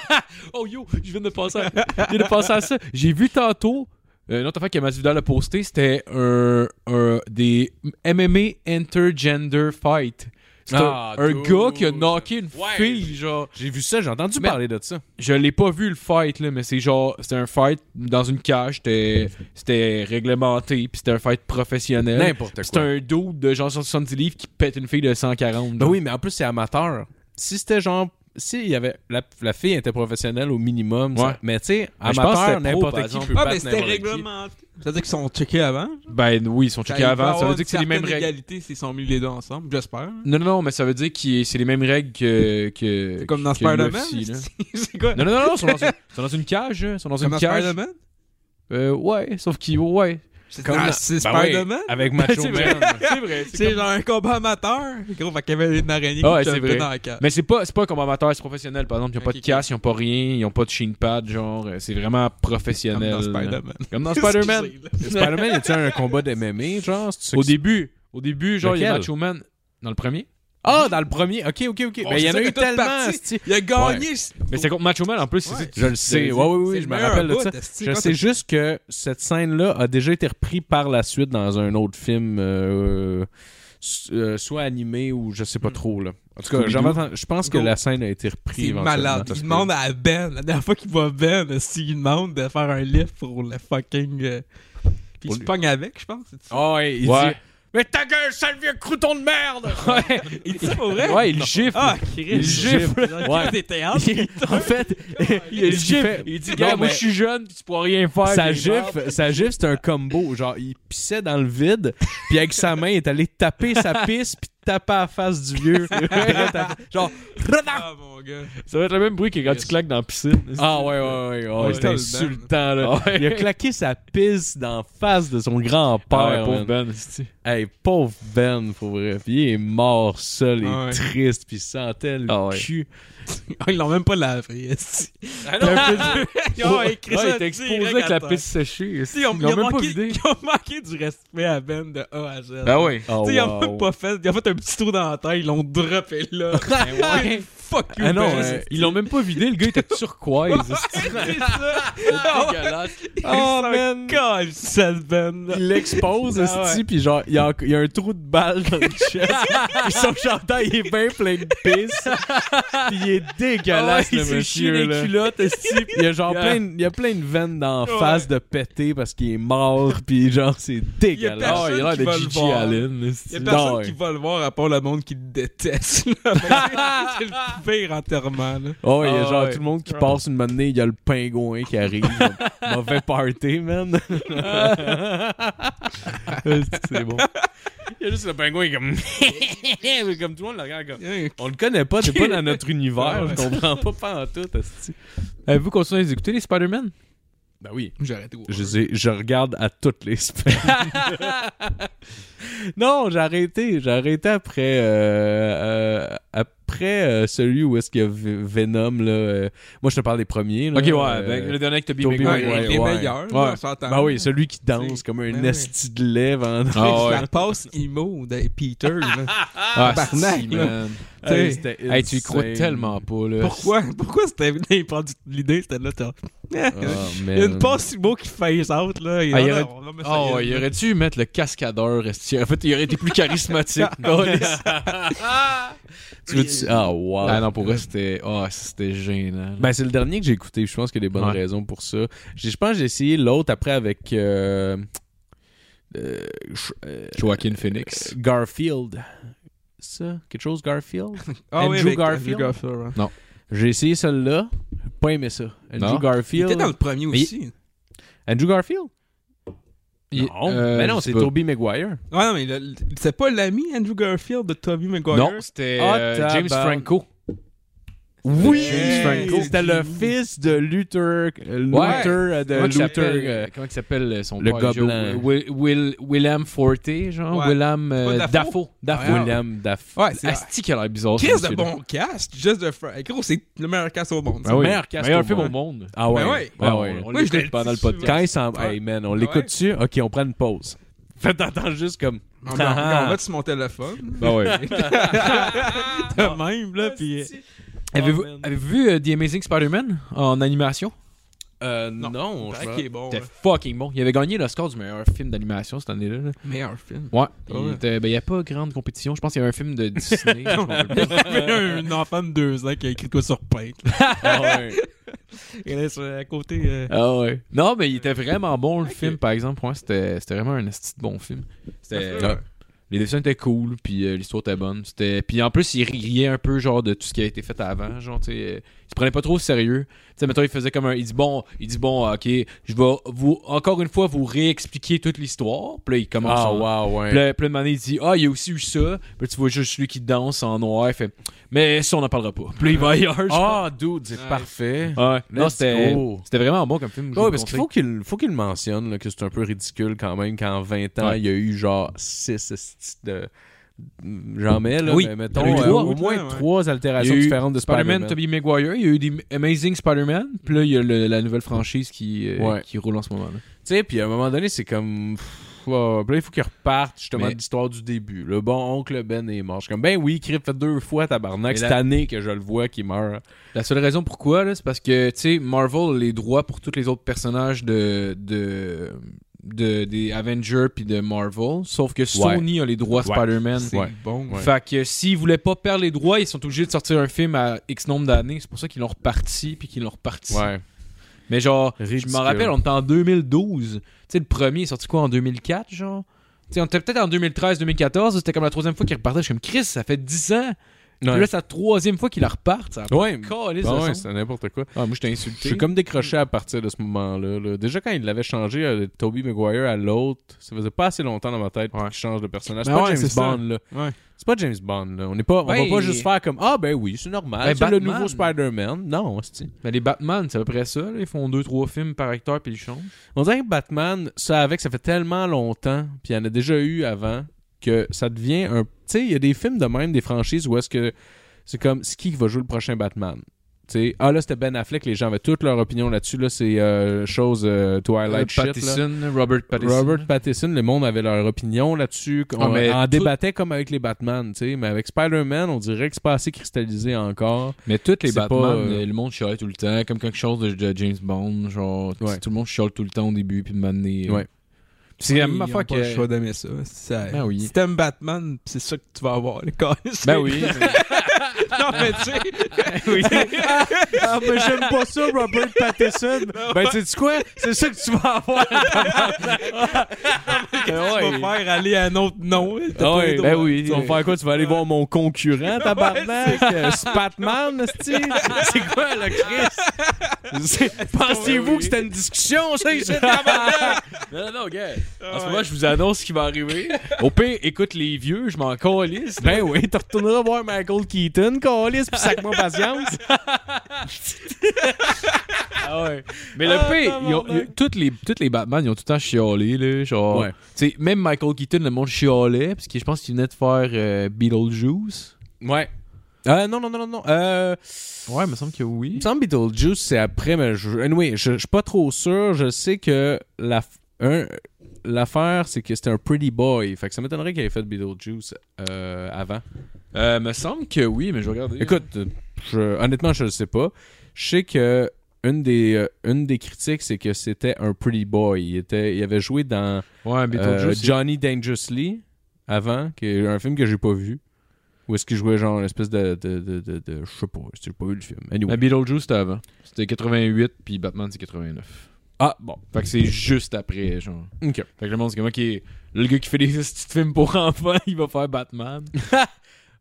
Speaker 5: Oh yo, je viens de penser à, je viens de penser à ça. J'ai vu tantôt, euh, une autre affaire que Mathieu Vidal a posté, c'était un, un- des MMA intergender fight. C'est un-
Speaker 3: Ah,
Speaker 5: un,
Speaker 3: dude.
Speaker 5: gars qui a knocké une
Speaker 3: Ouais.
Speaker 5: fille, genre.
Speaker 3: J'ai vu ça, j'ai entendu
Speaker 5: Mais-
Speaker 3: parler de ça.
Speaker 5: Je l'ai pas vu le fight, là, mais c'est genre, c'était un fight dans une cage, c'était- c'était réglementé, puis c'était un fight professionnel.
Speaker 3: N'importe
Speaker 5: C'était un dude de genre 170 livres qui pète une fille de 140.
Speaker 3: Ben
Speaker 5: genre.
Speaker 3: oui, mais en plus, c'est amateur. Si c'était genre. Si il y avait la, la fille était professionnelle au minimum, ça-
Speaker 5: Ouais.
Speaker 3: mais tu sais,
Speaker 5: Mais je pense que c'était
Speaker 3: amateur,
Speaker 5: pro,
Speaker 3: n'importe
Speaker 5: par
Speaker 3: qui
Speaker 5: exemple.
Speaker 3: peut
Speaker 4: Ah,
Speaker 3: battre
Speaker 4: mais c'était
Speaker 3: n'importe qui.
Speaker 4: réglementé. C'est-à-dire qu'ils sont checkés avant.
Speaker 5: Ben oui, ils sont checkés avant, ça veut dire que c'est les mêmes règles.
Speaker 4: Égalité, s'ils sont mis les deux ensemble, j'espère.
Speaker 5: Non, non, non, mais ça veut dire que c'est les mêmes règles que. que
Speaker 4: C'est comme dans
Speaker 5: que
Speaker 4: Spider-Man.
Speaker 5: l'UFC, là.
Speaker 4: C'est quoi?
Speaker 5: Non, non, non, non, ils sont dans une, ils sont dans une cage. hein, Ils sont dans
Speaker 4: Comme
Speaker 5: une
Speaker 4: dans
Speaker 5: cage.
Speaker 4: Spider-Man?
Speaker 5: Euh, ouais, sauf qu'ils. Ouais.
Speaker 4: C'est
Speaker 3: Comme
Speaker 4: dans-
Speaker 5: Ah,
Speaker 3: dans-
Speaker 4: c'est
Speaker 3: Ben ouais,
Speaker 4: Spider-Man?
Speaker 3: avec Macho
Speaker 5: C'est
Speaker 3: Man.
Speaker 5: vrai,
Speaker 3: c'est vrai.
Speaker 4: C'est genre un combat amateur. Gros, fait qu'il y avait une araignée
Speaker 5: Ah ouais,
Speaker 4: qui
Speaker 5: c'est
Speaker 4: te
Speaker 5: vrai.
Speaker 4: dans la cage.
Speaker 5: Mais c'est pas, c'est pas comme amateur, c'est professionnel. Par exemple, ils
Speaker 4: Ok,
Speaker 5: ont pas de
Speaker 4: ok.
Speaker 5: casse, ils ont pas rien, ils ont pas de shin pad, genre. euh, C'est vraiment
Speaker 4: Comme
Speaker 5: professionnel.
Speaker 4: dans Spider-Man.
Speaker 5: Comme dans Spider-Man.
Speaker 3: Spider-man, y a un combat d'MMA, genre c'est-tu ça
Speaker 5: Au
Speaker 3: qui-
Speaker 5: début, au début, genre, il y a
Speaker 3: Lequel?
Speaker 5: Macho Man. Dans le premier Oh,
Speaker 3: Ah, dans le premier. Ok, ok, ok.
Speaker 4: Bon,
Speaker 3: mais il y en
Speaker 4: c'est
Speaker 3: a
Speaker 4: ça que
Speaker 3: eu
Speaker 4: toute
Speaker 3: tellement.
Speaker 4: partie.
Speaker 3: asti.
Speaker 4: Il a gagné.
Speaker 5: Mais c'est contre Macho Man en plus. c'est-
Speaker 4: Ouais.
Speaker 5: c'est-
Speaker 3: Je le sais. Ouais, oui, oui, je me rappelle de ça. Je sais juste que cette scène-là a déjà été reprise par la suite dans un autre film, euh, s- euh, soit animé ou je sais pas trop. Là. En tout cas,
Speaker 5: Hmm. Scooby-Doo.
Speaker 3: j'avais entendu- je pense que
Speaker 4: Go.
Speaker 3: la scène a été reprise.
Speaker 4: C'est
Speaker 3: éventuellement.
Speaker 4: malade.
Speaker 3: Ça
Speaker 4: Il
Speaker 3: se
Speaker 4: demande
Speaker 3: peut.
Speaker 4: à Ben, la dernière fois qu'il voit Ben, s'il demande de faire un lift pour le fucking. euh, Puis
Speaker 3: Pour
Speaker 4: il se
Speaker 3: lui.
Speaker 4: pogne avec, je pense. c'est ça?
Speaker 3: Ah ouais, il
Speaker 5: Ouais.
Speaker 3: dit Mais ta gueule, sale vieux crouton de merde
Speaker 5: Ouais,
Speaker 4: Il dit ça pour vrai?
Speaker 5: ouais, il gifle.
Speaker 4: Ah, Chris.
Speaker 5: Il gifle.
Speaker 4: Ouais. des théâtres.
Speaker 3: En fait,
Speaker 5: Il
Speaker 3: ce qu'il
Speaker 5: gifle.
Speaker 3: fait-
Speaker 5: Il dit,
Speaker 3: Non,
Speaker 5: gars, moi
Speaker 3: mais-
Speaker 5: je suis jeune, puis tu pourras rien faire.
Speaker 3: sa
Speaker 5: puis-
Speaker 3: gifle, sa gifle, c'est un combo. Genre, il pissait dans le vide, puis avec sa main, il est allé taper sa pisse, puis taper à la face du vieux. Genre,
Speaker 4: Ah, mon gars.
Speaker 5: Ça va être le même bruit que quand
Speaker 4: Yes.
Speaker 5: tu claques dans la piscine.
Speaker 3: Ah ouais, ouais, ouais, ouais,
Speaker 4: Ouais,
Speaker 3: c'était
Speaker 4: c'était le
Speaker 3: insultant là.
Speaker 5: Ah ouais.
Speaker 3: Il a claqué sa pisse dans la face de son grand-père.
Speaker 5: Ah ouais, pauvre
Speaker 3: man.
Speaker 5: Ben, c'est-tu.
Speaker 3: Hey, pauvre Ben, pour vrai. Puis il est mort seul et
Speaker 4: Ah ouais.
Speaker 3: triste, puis il sentait le
Speaker 5: Ah ouais.
Speaker 3: cul.
Speaker 4: Ah, Ils l'ont même pas lavé. esti.
Speaker 5: Ah
Speaker 4: Ils ont écrit
Speaker 5: il
Speaker 4: ça
Speaker 5: était exposé
Speaker 4: direct
Speaker 5: avec
Speaker 4: à
Speaker 5: la
Speaker 4: terre.
Speaker 5: piste séchée.
Speaker 4: Ils ont,
Speaker 5: Ils
Speaker 4: ils
Speaker 5: l'ont
Speaker 4: ont
Speaker 5: même pas
Speaker 4: manqué,
Speaker 5: vidé.
Speaker 4: ils ont manqué du respect à Ben de A à Z.
Speaker 5: Ah ouais.
Speaker 3: Oh,
Speaker 4: Tu sais, ils
Speaker 3: wow.
Speaker 4: ont même pas fait. Ils ont fait un petit trou dans la terre, ils l'ont droppé là.
Speaker 5: Ben ouais.
Speaker 4: Fuck you,
Speaker 5: Ah non,
Speaker 4: Ben.
Speaker 5: euh, ils l'ont même pas vidé, le gars était turquoise. c'est-tu.
Speaker 4: C'est ça.
Speaker 5: Dégueulasse.
Speaker 3: Oh,
Speaker 4: Oh,
Speaker 3: man.
Speaker 4: man. God, cette Ben.
Speaker 3: Il l'expose,
Speaker 4: Ah
Speaker 3: esti,
Speaker 4: ouais.
Speaker 3: puis genre, il y, a, il y a un trou de balle dans le chest. puis son chandail il est bien plein de pisse. puis il est dégueulasse,
Speaker 5: Ah ouais,
Speaker 3: le
Speaker 5: il s'est
Speaker 3: monsieur.
Speaker 5: chié les
Speaker 3: là. Il y a genre
Speaker 5: Yeah.
Speaker 3: plein, de- il y a plein de veines dans la
Speaker 4: Ouais.
Speaker 3: face de pété parce qu'il est mort, puis genre, c'est dégueulasse. Oh,
Speaker 4: personne
Speaker 5: Ah, il a l'air
Speaker 4: qui
Speaker 5: de
Speaker 4: va le
Speaker 5: Gigi
Speaker 4: voir.
Speaker 5: Allen.
Speaker 4: Il y a
Speaker 5: c'est-tu.
Speaker 4: personne
Speaker 3: ouais.
Speaker 4: qui va le voir à part le monde qui le déteste. là. C'est le pire enterrement. Là.
Speaker 3: Oh, il y a
Speaker 5: Ah
Speaker 3: genre
Speaker 5: ouais.
Speaker 3: tout le monde qui passe une bonne année, il y a le pingouin qui arrive. Mauvais party, man.
Speaker 5: C'est bon.
Speaker 3: Il y a juste le pingouin qui est comme. comme tout le monde le regarde comme. On le connaît pas, t'es pas dans notre univers, je comprends pas, pas en tout. asti.
Speaker 5: Avez-vous continué à les écouter, les Spider-Man?
Speaker 3: Ben oui.
Speaker 4: J'ai arrêté. ouais.
Speaker 3: Je, sais- je regarde à toutes les semaines. non, j'ai arrêté. J'ai arrêté après, euh, euh, après euh, celui où est-ce que V- Venom, là, euh, moi je te parle des premiers. Là,
Speaker 5: Ok, ouais,
Speaker 3: euh,
Speaker 5: ben, le dernier avec Tobey
Speaker 3: Tobey
Speaker 5: Maguire.
Speaker 4: Ouais,
Speaker 3: Ouais,
Speaker 4: les
Speaker 3: ouais.
Speaker 4: meilleurs,
Speaker 5: Ouais.
Speaker 4: on s'entend.
Speaker 3: Ben oui, celui qui danse
Speaker 4: C'est-
Speaker 3: comme un
Speaker 4: ben oui.
Speaker 3: esti de lèvres.
Speaker 5: Ah ouais.
Speaker 4: La passe emo de Peter. là.
Speaker 5: Ah,
Speaker 4: Tabarnak,
Speaker 5: si,
Speaker 4: là.
Speaker 5: man. Hey, tu y crois tellement pas, là.
Speaker 4: Pourquoi Pourquoi c'était venu prendre l'idée C'était là, t'as.
Speaker 3: Ah,
Speaker 4: Il y a une passe emo qui face out. là. et
Speaker 5: Ah, il
Speaker 4: on-
Speaker 5: aurait-
Speaker 4: on va mettre ça,
Speaker 5: Oh,
Speaker 4: il y
Speaker 5: il
Speaker 4: a-
Speaker 5: aurait dû mettre le cascadeur. esti. En fait, il aurait été plus charismatique.
Speaker 3: Tu veux Ah, wow.
Speaker 5: Ah non, pour vrai, c'était ah, c'était gênant.
Speaker 3: Ben, c'est le dernier que j'ai écouté. Je pense qu'il y a des bonnes
Speaker 5: Ouais.
Speaker 3: raisons pour ça. J'ai- Je pense que j'ai essayé l'autre après avec euh, euh, Sh- euh,
Speaker 5: Joaquin Phoenix.
Speaker 3: Garfield. Ça Quelque chose, Garfield
Speaker 4: Ah oui,
Speaker 3: Andrew
Speaker 4: avec
Speaker 3: Garfield.
Speaker 4: Garfield, hein. ouais.
Speaker 3: J'ai essayé celle-là. Pas aimé ça. Andrew
Speaker 5: Non.
Speaker 4: Il
Speaker 3: Garfield.
Speaker 4: était dans le premier
Speaker 3: Mais-
Speaker 4: aussi.
Speaker 3: Andrew Garfield
Speaker 5: Il-
Speaker 3: Non.
Speaker 5: euh,
Speaker 3: mais
Speaker 5: je
Speaker 3: non,
Speaker 5: sais
Speaker 3: c'est
Speaker 5: pas.
Speaker 3: Tobey Maguire.
Speaker 4: Ouais, Ah, non, mais le- le- c'est pas l'ami Andrew Garfield de Tommy McGuire.
Speaker 5: Non, c'était
Speaker 3: Ah,
Speaker 5: euh,
Speaker 3: tabarnak.
Speaker 5: James Franco.
Speaker 3: Oui
Speaker 4: James Franco.
Speaker 3: C'était le fils de Luther. euh, Luther
Speaker 5: Ouais.
Speaker 3: euh, de
Speaker 5: Comment il
Speaker 3: Luther.
Speaker 5: s'appelle,
Speaker 3: euh,
Speaker 5: comment il s'appelle euh, son
Speaker 3: le
Speaker 5: père,
Speaker 3: gobelin.
Speaker 5: Joe? Will, Will- Willem Forte, genre.
Speaker 4: Ouais.
Speaker 5: Willem euh,
Speaker 4: C'est pas Dafoe?
Speaker 5: Dafoe. Dafoe.
Speaker 4: Ouais.
Speaker 3: William Dafoe.
Speaker 4: Ouais, c'est
Speaker 5: Asti qui a l'air bizarre. ce
Speaker 4: Chris de
Speaker 5: monsieur-là.
Speaker 4: bon cast, juste de Frank. Gros, c'est le meilleur cast au monde.
Speaker 5: Ben oui.
Speaker 3: Meilleur cast
Speaker 5: Meilleur
Speaker 3: au
Speaker 5: film au
Speaker 3: monde.
Speaker 5: monde.
Speaker 3: Ah ouais.
Speaker 4: Ben ouais.
Speaker 3: Ah
Speaker 5: Ouais,
Speaker 3: ouais.
Speaker 5: on- on
Speaker 4: Moi, je
Speaker 5: l'écoute
Speaker 4: l'ai
Speaker 5: pendant
Speaker 4: dit
Speaker 5: le podcast.
Speaker 4: souvent.
Speaker 3: Quand il s'en...
Speaker 4: Ouais.
Speaker 3: Hey man, on
Speaker 4: Ouais.
Speaker 3: l'écoute-tu? Ok, on prend une pause. Faites attention juste comme...
Speaker 4: Ah, ben, regarde, on va sur mon téléphone.
Speaker 5: Ben ouais.
Speaker 4: De même, là, pis.
Speaker 5: Avez-vous
Speaker 3: man.
Speaker 5: avez vu euh, The Amazing Spider-Man en animation?
Speaker 3: Euh, non, je
Speaker 4: Ok, bon.
Speaker 5: C'était
Speaker 4: ouais.
Speaker 5: fucking bon. Il avait gagné le score du meilleur film d'animation cette année-là. là.
Speaker 4: Meilleur film.
Speaker 5: Ouais. Il
Speaker 4: Ouais.
Speaker 5: était- ben, il n'y a pas grande compétition. Je pense qu'il y avait un film de Disney. je m'en rappelle pas.
Speaker 4: Il y avait un enfant de deux ans qui a écrit quoi sur Paint.
Speaker 3: Ah ouais.
Speaker 4: Il est sur- à côté. euh,
Speaker 5: ah ouais. Non, mais il
Speaker 3: Euh,
Speaker 5: était vraiment bon, le
Speaker 4: Ok.
Speaker 5: film, par exemple. Pour moi, c'était c'était vraiment un esti de bon film. C'était- euh,
Speaker 4: Ouais.
Speaker 5: Les dessins étaient cool, puis euh, l'histoire était bonne. C'était- Puis en plus, il riait un peu genre de tout ce qui a été fait avant. Genre, tu sais, euh, il se prenait pas trop au sérieux. Tu sais, mettons, il faisait comme un. Il dit bon, il dit bon, ok, je vais vous encore une fois vous réexpliquer toute l'histoire. Puis là, il commence.
Speaker 3: Ah
Speaker 5: en-
Speaker 3: wow, ouais.
Speaker 5: Puis là, puis là, un moment donné, il dit Ah, il y a aussi eu ça. Puis là, tu vois juste celui qui danse en noir. Il fait Mais ça, on n'en parlera pas. Puis là, il va ailleurs. genre.
Speaker 3: Ah, dude, c'est
Speaker 4: Ouais.
Speaker 3: parfait.
Speaker 5: Ouais. Non,
Speaker 3: let's
Speaker 5: c'était
Speaker 3: go.
Speaker 5: c'était vraiment bon comme film. je vous
Speaker 3: Ouais,
Speaker 5: le
Speaker 3: parce qu'il
Speaker 5: conseille.
Speaker 3: faut qu'il faut qu'il mentionne là, que c'est un peu ridicule quand même qu'en 20 ans,
Speaker 5: Ouais.
Speaker 3: il y a eu genre 6 de. J'en mets, là,
Speaker 5: Oui.
Speaker 3: mais mettons
Speaker 5: Il y en a eu
Speaker 3: euh,
Speaker 5: trois,
Speaker 3: au
Speaker 4: ouais,
Speaker 3: moins
Speaker 4: ouais.
Speaker 3: trois
Speaker 5: Il y
Speaker 3: altérations
Speaker 5: a eu
Speaker 3: différentes de Spider-Man.
Speaker 5: Spider-Man, Tobey Maguire, il y a eu des Amazing Spider-Man, puis là il y a le- la nouvelle franchise qui, euh,
Speaker 3: Ouais.
Speaker 5: qui roule en ce moment. là.
Speaker 3: Tu sais, puis à un moment donné, c'est comme. pff, ouais, puis là, il faut qu'il reparte justement
Speaker 5: Mais-
Speaker 3: de l'histoire du début. Le bon oncle Ben est mort. Je suis comme, ben oui, Crip fait deux fois tabarnak.
Speaker 5: Mais
Speaker 3: Cette
Speaker 5: la-
Speaker 3: année que je le vois qui meurt.
Speaker 5: La seule raison pourquoi, là, c'est parce que tu sais, Marvel a les droits pour tous les autres personnages de, de, de- des Avengers puis de Marvel, sauf que Sony a les droits
Speaker 3: Ouais.
Speaker 5: Spider-Man.
Speaker 4: C'est
Speaker 3: Ouais.
Speaker 4: bon.
Speaker 3: Ouais.
Speaker 5: Fait que s'ils voulaient pas perdre les droits, ils sont obligés de sortir un film à X nombre d'années. C'est pour ça qu'ils l'ont reparti puis qu'ils l'ont reparti.
Speaker 3: Ouais.
Speaker 5: Mais genre,
Speaker 3: Ridicule.
Speaker 5: je me rappelle, on était en 2012. Tu sais, le premier est sorti quoi en 2004, genre Tu sais, on était peut-être en 2013-2014. C'était comme la troisième fois qu'il repartait. Je suis comme Chris, ça fait 10 ans. Puis là, c'est la troisième fois qu'il la reparte. Ça a
Speaker 3: Ouais.
Speaker 5: calé,
Speaker 3: Ah
Speaker 5: ça,
Speaker 3: ouais,
Speaker 5: son.
Speaker 3: c'est n'importe quoi.
Speaker 5: Ah, moi, je t'ai
Speaker 3: Je
Speaker 5: insulté.
Speaker 3: suis comme décroché à partir de ce moment-là. là. Déjà, quand il l'avait changé euh, de Toby Maguire à l'autre, ça faisait pas assez longtemps dans ma tête pour
Speaker 5: Ouais.
Speaker 3: qu'il change de personnage. C'est
Speaker 4: Ben
Speaker 3: pas
Speaker 4: ouais,
Speaker 3: James
Speaker 4: c'est ça.
Speaker 3: Bond, là.
Speaker 4: Ouais.
Speaker 3: C'est pas James Bond, là. On, n'est pas, on
Speaker 5: Ben,
Speaker 3: va pas
Speaker 5: il-
Speaker 3: juste faire comme Ah, ben oui, c'est normal.
Speaker 5: Ben,
Speaker 3: c'est le
Speaker 5: Batman.
Speaker 3: nouveau Spider-Man. Non, c'est.
Speaker 5: Mais ben, les Batman, c'est à peu près ça. là. Ils font deux, trois films par acteur puis ils changent.
Speaker 3: On dirait que Batman, ça avec, ça fait tellement longtemps, puis il y en a déjà eu avant, que ça devient un. Tu sais, il y a des films de même, des franchises où est-ce que c'est comme c'est qui qui va jouer le prochain Batman Tu sais, ah là c'était Ben Affleck, les gens avaient toute leur opinion là-dessus, là c'est euh, chose euh,
Speaker 5: Euh,
Speaker 3: Twilight shit. là.
Speaker 5: Pattinson, Robert Pattinson.
Speaker 3: Robert Pattinson, le monde avait leur opinion là-dessus. On
Speaker 5: Ah, mais
Speaker 3: en
Speaker 5: tout-
Speaker 3: débattait comme avec les Batman, tu sais. Mais avec Spider-Man, on dirait que c'est pas assez cristallisé encore.
Speaker 5: Mais toutes les
Speaker 3: C'est
Speaker 5: Batman,
Speaker 3: pas, euh,
Speaker 5: euh, le monde chiale tout le temps, comme quelque chose de, de James Bond, genre tu-
Speaker 3: Ouais.
Speaker 5: tout le monde chiale tout le temps au début puis de m'amener.
Speaker 3: Ouais.
Speaker 5: C'est la même
Speaker 4: Ils ont
Speaker 5: affaire
Speaker 4: pas
Speaker 5: que
Speaker 4: le choix d'aimer ça. Ça-
Speaker 5: Ben oui.
Speaker 4: Si t'aimes Batman, c'est ça que tu vas avoir. le cas.
Speaker 5: Ben oui. mais-
Speaker 4: Non, mais tu sais,
Speaker 3: Ah, mais j'aime pas ça, Robert Pattinson. ben, tu sais quoi? C'est ça que tu vas avoir.
Speaker 4: tu vas faire aller à un autre nom. hein, t'as
Speaker 3: Ah
Speaker 4: pas
Speaker 3: ouais,
Speaker 4: le droit.
Speaker 5: ben oui.
Speaker 3: Tu vas faire quoi? Tu vas aller voir mon concurrent, tabarnak? euh, Spatman, esti? C'est quoi, le Chris? C'est- Pensiez-vous que c'était une discussion, ça, ici, tabarnak?
Speaker 5: Non, non, non, gars. En
Speaker 4: Ah
Speaker 5: ce
Speaker 4: ouais.
Speaker 5: moment, je vous annonce ce qui va arriver. Au pire, écoute les vieux, je m'en calisse.
Speaker 3: Ben oui, tu retourneras voir Michael Keaton, Callis, pis sac-moi patience.
Speaker 5: Ah ouais. Mais le
Speaker 3: Ah,
Speaker 5: pire,
Speaker 3: tabarnak.
Speaker 5: ils ont- ils ont- toutes, les, toutes les Batman, ils ont tout le temps chialé, là. Genre,
Speaker 3: Ouais.
Speaker 5: tu sais, même Michael Keaton, le monde chialait, parce que je pense qu'il venait de faire euh, Beetlejuice.
Speaker 3: Ouais. Euh, non, non, non, non, non. Euh,
Speaker 5: Ouais, il me semble que
Speaker 3: il
Speaker 5: oui.
Speaker 3: me semble Beetlejuice, c'est après, mais je, anyway, je, je suis pas trop sûr. Je sais que la, f- un- l'affaire, c'est que c'était un pretty boy. Fait que ça m'étonnerait qu'il ait fait Beetlejuice euh, avant.
Speaker 5: Euh, me semble que oui, mais je vais regarder.
Speaker 3: Écoute, euh, je- honnêtement, je le sais pas. Je sais que une des, euh, une des critiques, c'est que c'était un pretty boy. Il, était, il avait joué dans
Speaker 5: ouais,
Speaker 3: euh,
Speaker 5: Beetlejuice.
Speaker 3: Johnny Dangerously avant, qui est un film que j'ai pas vu. Où est-ce qu'il jouait genre une espèce de. de, de, de- de- je sais pas, j'ai pas vu le film. Anyway.
Speaker 5: Mais Beetlejuice, c'était avant. C'était 88, puis Batman, c'est 89.
Speaker 3: Ah, bon.
Speaker 5: Fait que c'est juste après, genre.
Speaker 3: Ok.
Speaker 5: Fait que le monde, c'est comme, OK, le gars qui fait des petits films pour enfants, il va faire Batman.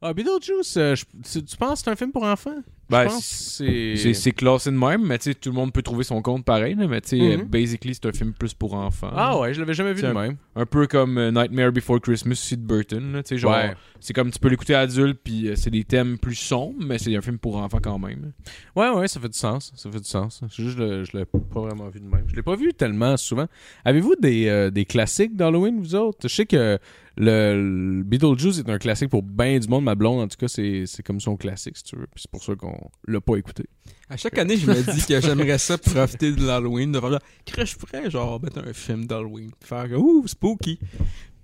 Speaker 3: Ah, Beetlejuice, euh, je- tu, tu penses que c'est un film pour enfants?
Speaker 5: Ben,
Speaker 3: je pense que
Speaker 5: C'est,
Speaker 3: c'est...
Speaker 5: c'est classé de même, mais tu sais, tout le monde peut trouver son compte pareil, là, mais tu sais,
Speaker 3: Mhm.
Speaker 5: euh, basically, c'est un film plus pour enfants.
Speaker 3: Ah ouais, je l'avais jamais vu
Speaker 5: C'est
Speaker 3: de
Speaker 5: un-
Speaker 3: même.
Speaker 5: Un peu comme euh, Nightmare Before Christmas aussi de Burton, là, tu sais, genre,
Speaker 3: Ouais.
Speaker 5: c'est comme tu peux l'écouter adulte, puis euh, c'est des thèmes plus sombres, mais c'est un film pour enfants quand même.
Speaker 3: Ouais, ouais, ça fait du sens. Ça fait du sens. C'est juste que je l'ai pas vraiment vu de même. Je l'ai pas vu tellement souvent. Avez-vous des, euh, des classiques d'Halloween, vous autres? Je sais que le, le Beetlejuice est un classique pour bien du monde. Ma blonde, en tout cas, c'est, c'est comme son classique, si tu veux. Puis c'est pour ça qu'on l'a pas écouté.
Speaker 4: À chaque année, je me dis que j'aimerais ça profiter de l'Halloween, de faire Crèche, je pourrais genre mettre un film d'Halloween, puis faire ouh, spooky.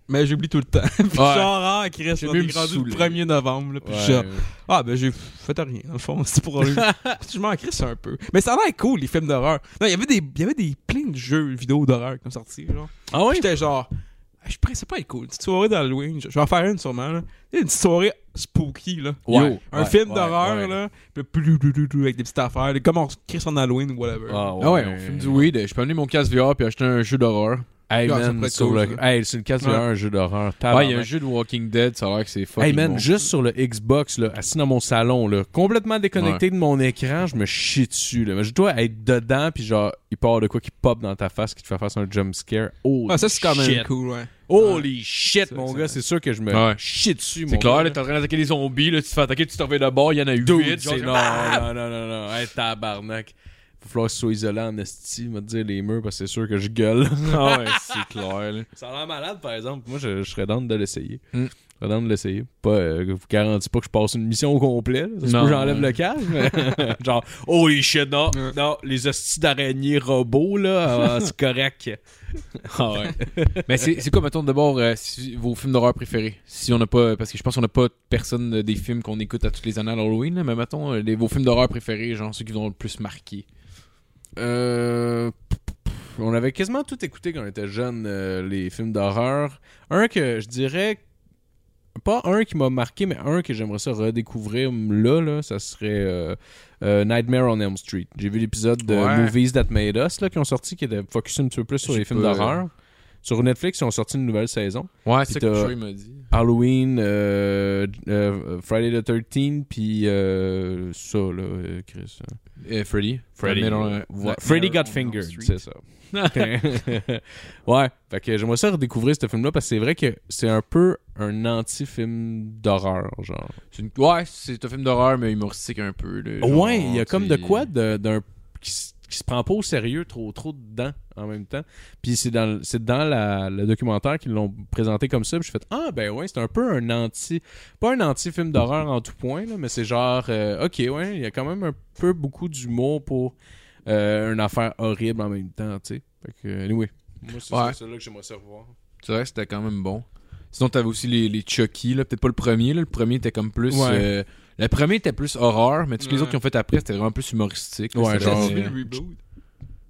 Speaker 4: Mais j'oublie tout le temps. Puis genre, ah, Chris,
Speaker 5: J'ai
Speaker 4: on
Speaker 5: mieux
Speaker 4: est
Speaker 5: me
Speaker 4: rendu
Speaker 5: saouler.
Speaker 4: le 1er novembre, là, puis
Speaker 3: Ouais.
Speaker 4: genre, ah, ben j'ai fait rien, dans le fond, c'est pour Halloween. je m'en crisse un peu. Mais ça a l'air cool, les films d'horreur. Non, il y avait des, il y avait des plein de jeux vidéo d'horreur qui sont sortis, genre.
Speaker 3: Ah
Speaker 4: Puis
Speaker 3: ouais?
Speaker 4: J'étais genre, Ah, je pensais pas être cool. Une petite soirée d'Halloween, je je vais en faire une sûrement, là. Tu sais, Une petite soirée spooky, là.
Speaker 3: Ouais,
Speaker 5: Yo,
Speaker 4: Un
Speaker 3: ouais,
Speaker 4: film
Speaker 3: ouais,
Speaker 4: d'horreur,
Speaker 3: ouais.
Speaker 4: là. Puis plus, plus, plus, plus, avec des petites affaires. là, Comme on crée son Halloween ou whatever.
Speaker 3: Ah ouais,
Speaker 5: Ah ouais, on filme du weed, je peux amener mon casque VR puis acheter un jeu d'horreur.
Speaker 3: Hey,
Speaker 4: Ah, ça
Speaker 3: man,
Speaker 4: pourrait être
Speaker 3: sur
Speaker 4: cool,
Speaker 3: le...
Speaker 4: ça.
Speaker 3: hey, sur le casque, il y a
Speaker 4: Ouais.
Speaker 3: un jeu d'horreur.
Speaker 5: Ouais, il y a
Speaker 3: Tabarnak.
Speaker 5: un jeu de Walking Dead, ça a l'air que c'est fucking
Speaker 3: Ah, Hey man,
Speaker 5: bon.
Speaker 3: juste sur le Xbox, là, assis dans mon salon, là, complètement déconnecté de mon écran, je me chie dessus. Là. Mais je dois être dedans, puis genre, il part de quoi qui pop dans ta face, qui te fait face à un jump scare. Holy
Speaker 4: Ah, ça, c'est quand même
Speaker 3: shit.
Speaker 4: cool, ouais.
Speaker 3: Holy shit,
Speaker 4: Ça,
Speaker 3: mon
Speaker 4: ça-
Speaker 3: gars, c'est sûr que je me
Speaker 5: Ouais.
Speaker 3: chie dessus,
Speaker 5: C'est
Speaker 3: mon
Speaker 5: clair,
Speaker 3: gars.
Speaker 5: là, t'es en train d'attaquer des zombies, là, tu te fais attaquer, tu te reviens de bord, il y en a eu
Speaker 3: Dude, Ah,
Speaker 5: huit, genre,
Speaker 3: c'est- non,
Speaker 5: Ah!
Speaker 3: non, non, non, non, hey, tabarnak. Faut falloir que ce soit isolé en esti, me dire les murs, parce que c'est sûr que je gueule.
Speaker 5: Ah ouais, c'est clair. là.
Speaker 3: ça a l'air malade, par exemple. Moi, je, je serais dans de l'essayer.
Speaker 5: Mm.
Speaker 3: Je serais dans de l'essayer. Pas, euh, je vous garantis pas que je passe une mission au complet. là. Ça se
Speaker 5: Non.
Speaker 3: peut que j'enlève le casque. mais- Genre, holy shit, non,
Speaker 5: Mm.
Speaker 4: Ouais.
Speaker 3: non, les hosties d'araignées robots, là, ah, c'est correct.
Speaker 5: Ah ouais. Mais c'est c'est quoi, mettons, d'abord, euh, si- vos films d'horreur préférés Si on n'a pas. Parce que je pense qu'on n'a pas personne euh, des films qu'on écoute à toutes les années à Halloween, là, mais mettons, euh, les- vos films d'horreur préférés, genre ceux qui vous ont le plus marqué.
Speaker 3: Euh, on avait quasiment tout écouté quand on était jeune, euh, les films d'horreur. Un que je dirais, pas un qui m'a marqué, mais un que j'aimerais ça redécouvrir là, là ça serait euh, euh, Nightmare on Elm Street. J'ai vu l'épisode de
Speaker 5: Ouais.
Speaker 3: Movies That Made Us là, qui ont sorti, qui était focusé un petit peu plus sur
Speaker 5: J'ai
Speaker 3: les films
Speaker 5: pas-
Speaker 3: d'horreur. Sur Netflix, ils ont sorti une nouvelle saison.
Speaker 5: Ouais,
Speaker 3: Puis
Speaker 5: c'est ça que
Speaker 3: t'as-
Speaker 5: Troy m'a dit.
Speaker 3: Halloween, euh, euh, Friday the 13 puis euh, ça, là, euh, Chris. euh,
Speaker 5: Euh, Freddy.
Speaker 3: Nightmare-
Speaker 5: Nightmare-
Speaker 3: Ouais,
Speaker 5: Nightmare
Speaker 3: Freddy
Speaker 5: on
Speaker 3: got
Speaker 5: Ben, Elm
Speaker 3: fingered,
Speaker 5: Street.
Speaker 3: c'est ça. ouais, fait que j'aimerais ça redécouvrir ce film-là parce que c'est vrai que c'est un peu un anti-film d'horreur, genre.
Speaker 5: C'est une- Ouais, c'est un film d'horreur, mais humoristique un peu. là, genre,
Speaker 3: ouais, il y a comme de
Speaker 5: tu-
Speaker 3: quoi de- d'un qui, s- qui se prend pas au sérieux trop trop dedans en même temps. Puis c'est dans le- c'est dans la- le documentaire qu'ils l'ont présenté comme ça, puis je fait ah ben ouais, c'est un peu un anti pas un anti film d'horreur en tout point là, mais c'est genre euh, OK, ouais, il y a quand même un peu beaucoup d'humour pour euh, une affaire horrible en même temps, tu sais. Fait que anyway, moi c'est
Speaker 5: Ouais.
Speaker 3: là que j'aimerais savoir.
Speaker 5: Tu vois, c'était quand même bon. Sinon, t'avais aussi les, les Chucky, là. Peut-être pas le premier, là. Le premier était comme plus.
Speaker 3: Ouais.
Speaker 5: euh, le premier était plus horreur, mais tous les
Speaker 4: Ouais.
Speaker 3: euh,
Speaker 5: autres qui ont fait après, c'était vraiment plus humoristique. là.
Speaker 3: Ouais,
Speaker 5: C'était
Speaker 3: genre-
Speaker 5: genre-
Speaker 4: J'ai vu le reboot.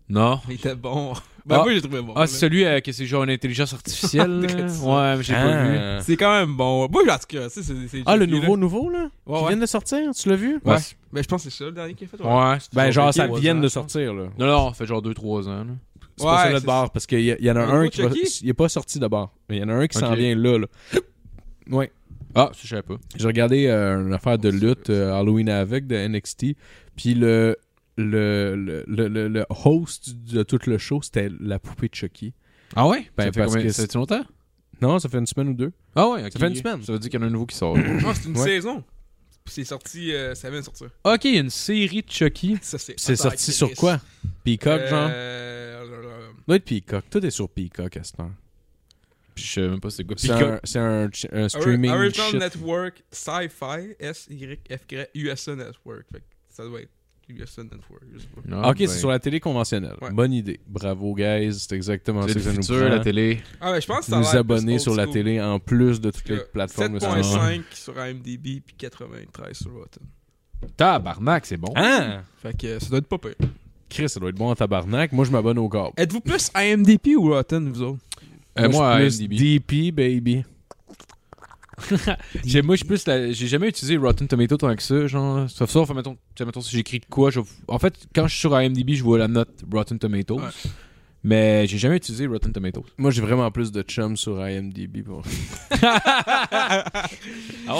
Speaker 5: Non.
Speaker 4: Il était bon. Ben,
Speaker 5: Ah.
Speaker 4: moi, j'ai trouvé bon.
Speaker 5: Ah,
Speaker 4: là.
Speaker 5: c'est celui euh, que c'est genre une intelligence artificielle. là?
Speaker 4: Dirait ça.
Speaker 5: ouais, mais j'ai pas vu.
Speaker 3: Ah.
Speaker 4: C'est quand même bon. Moi, en tout cas, tu sais, c'est. c'est-
Speaker 3: Ah, le
Speaker 4: j'ai-
Speaker 3: nouveau, nouveau, là?
Speaker 4: Ouais,
Speaker 3: Qui
Speaker 4: ouais.
Speaker 3: vient de sortir, tu l'as vu?
Speaker 5: Ouais.
Speaker 4: Ben, je pense que c'est ça le dernier qui a fait. ouais.
Speaker 5: Ouais. c'est
Speaker 3: Ben,
Speaker 5: toujours
Speaker 3: genre,
Speaker 5: compliqué,
Speaker 3: ça
Speaker 5: ouais,
Speaker 3: vient de
Speaker 5: hein.
Speaker 3: sortir, là.
Speaker 5: Non, non, ça fait genre 2-3 ans. là.
Speaker 3: C'est pas ça
Speaker 4: Ouais,
Speaker 3: notre
Speaker 4: c'est
Speaker 3: bar, parce qu'il y, y en a
Speaker 4: Un
Speaker 3: un
Speaker 4: nouveau
Speaker 3: qui va-
Speaker 4: Chucky?
Speaker 3: il est pas sorti de bar. Il y en a un qui s'en
Speaker 5: Ok.
Speaker 3: vient là, là. Ouais.
Speaker 5: Ah, ça, je savais pas.
Speaker 3: J'ai regardé euh, une affaire de lutte euh, Halloween avec de NXT, puis le le, le, le, le- le host du- de tout le show, c'était la poupée de Chucky.
Speaker 5: Ah ouais?
Speaker 3: Ben,
Speaker 5: ça fait
Speaker 3: parce
Speaker 5: combien-
Speaker 3: que
Speaker 5: ça fait longtemps?
Speaker 3: Non, ça fait une semaine ou deux.
Speaker 5: Ah ouais, ok.
Speaker 3: Ça fait une semaine.
Speaker 5: Ça veut dire qu'il y en a un nouveau qui sort.
Speaker 4: Ah, c'est une
Speaker 3: Ouais.
Speaker 4: saison. C'est sorti. euh, ça vient de sortir.
Speaker 5: ok, il y a une série de Chucky.
Speaker 4: Ça, c'est.
Speaker 3: C'est
Speaker 4: Attends,
Speaker 3: sorti
Speaker 4: Chris.
Speaker 3: sur quoi Peacock, genre
Speaker 4: Euh, euh,
Speaker 3: Doit être Peacock. Tout est sur Peacock à cette heure.
Speaker 5: Puis je sais même pas c'est quoi.
Speaker 3: C'est
Speaker 5: Peacock.
Speaker 3: un, c'est un ch- un
Speaker 4: Ori-
Speaker 3: streaming
Speaker 4: Original
Speaker 3: shit.
Speaker 4: Network Sci-Fi S-Y-F-USA Network. Fait que ça doit être USA Network. Je sais pas.
Speaker 5: Non,
Speaker 3: Ah, ok,
Speaker 5: ben,
Speaker 3: c'est sur la télé conventionnelle.
Speaker 4: Ouais.
Speaker 3: Bonne idée. Bravo, guys. C'est exactement ça
Speaker 5: C'est
Speaker 3: que
Speaker 5: le
Speaker 3: ça nous
Speaker 5: futur,
Speaker 3: prend.
Speaker 5: la télé.
Speaker 4: Ah, ben, je pense que ça a
Speaker 3: Nous
Speaker 4: l'air
Speaker 3: abonner
Speaker 4: plus
Speaker 3: sur
Speaker 4: old
Speaker 3: la
Speaker 4: school.
Speaker 3: télé en plus de toutes les
Speaker 4: Euh,
Speaker 3: plateformes. de streaming.
Speaker 4: 7.5 sur IMDb puis 93 sur Rotten.
Speaker 5: Tabarnak, c'est bon.
Speaker 3: Hein
Speaker 4: Fait que euh, ça doit être pas pire.
Speaker 3: Chris, ça doit être bon en tabarnak. Moi, je m'abonne au corps.
Speaker 4: Êtes-vous plus IMDb ou Rotten, vous autres
Speaker 5: Euh, moi,
Speaker 3: je
Speaker 5: à
Speaker 3: suis plus DP,
Speaker 5: IMDb.
Speaker 3: baby.
Speaker 5: J'ai- moi, je suis plus la- J'ai jamais utilisé Rotten Tomato tant que ça, genre. Sauf ça, enfin, mettons, tu sais, mettons, si j'écris de quoi, je- En fait, quand je suis sur IMDb, je vois la note Rotten Tomatoes.
Speaker 4: Ouais.
Speaker 5: Mais j'ai jamais utilisé Rotten Tomatoes.
Speaker 3: Moi, j'ai vraiment plus de chums sur IMDb. Pour...
Speaker 5: Ah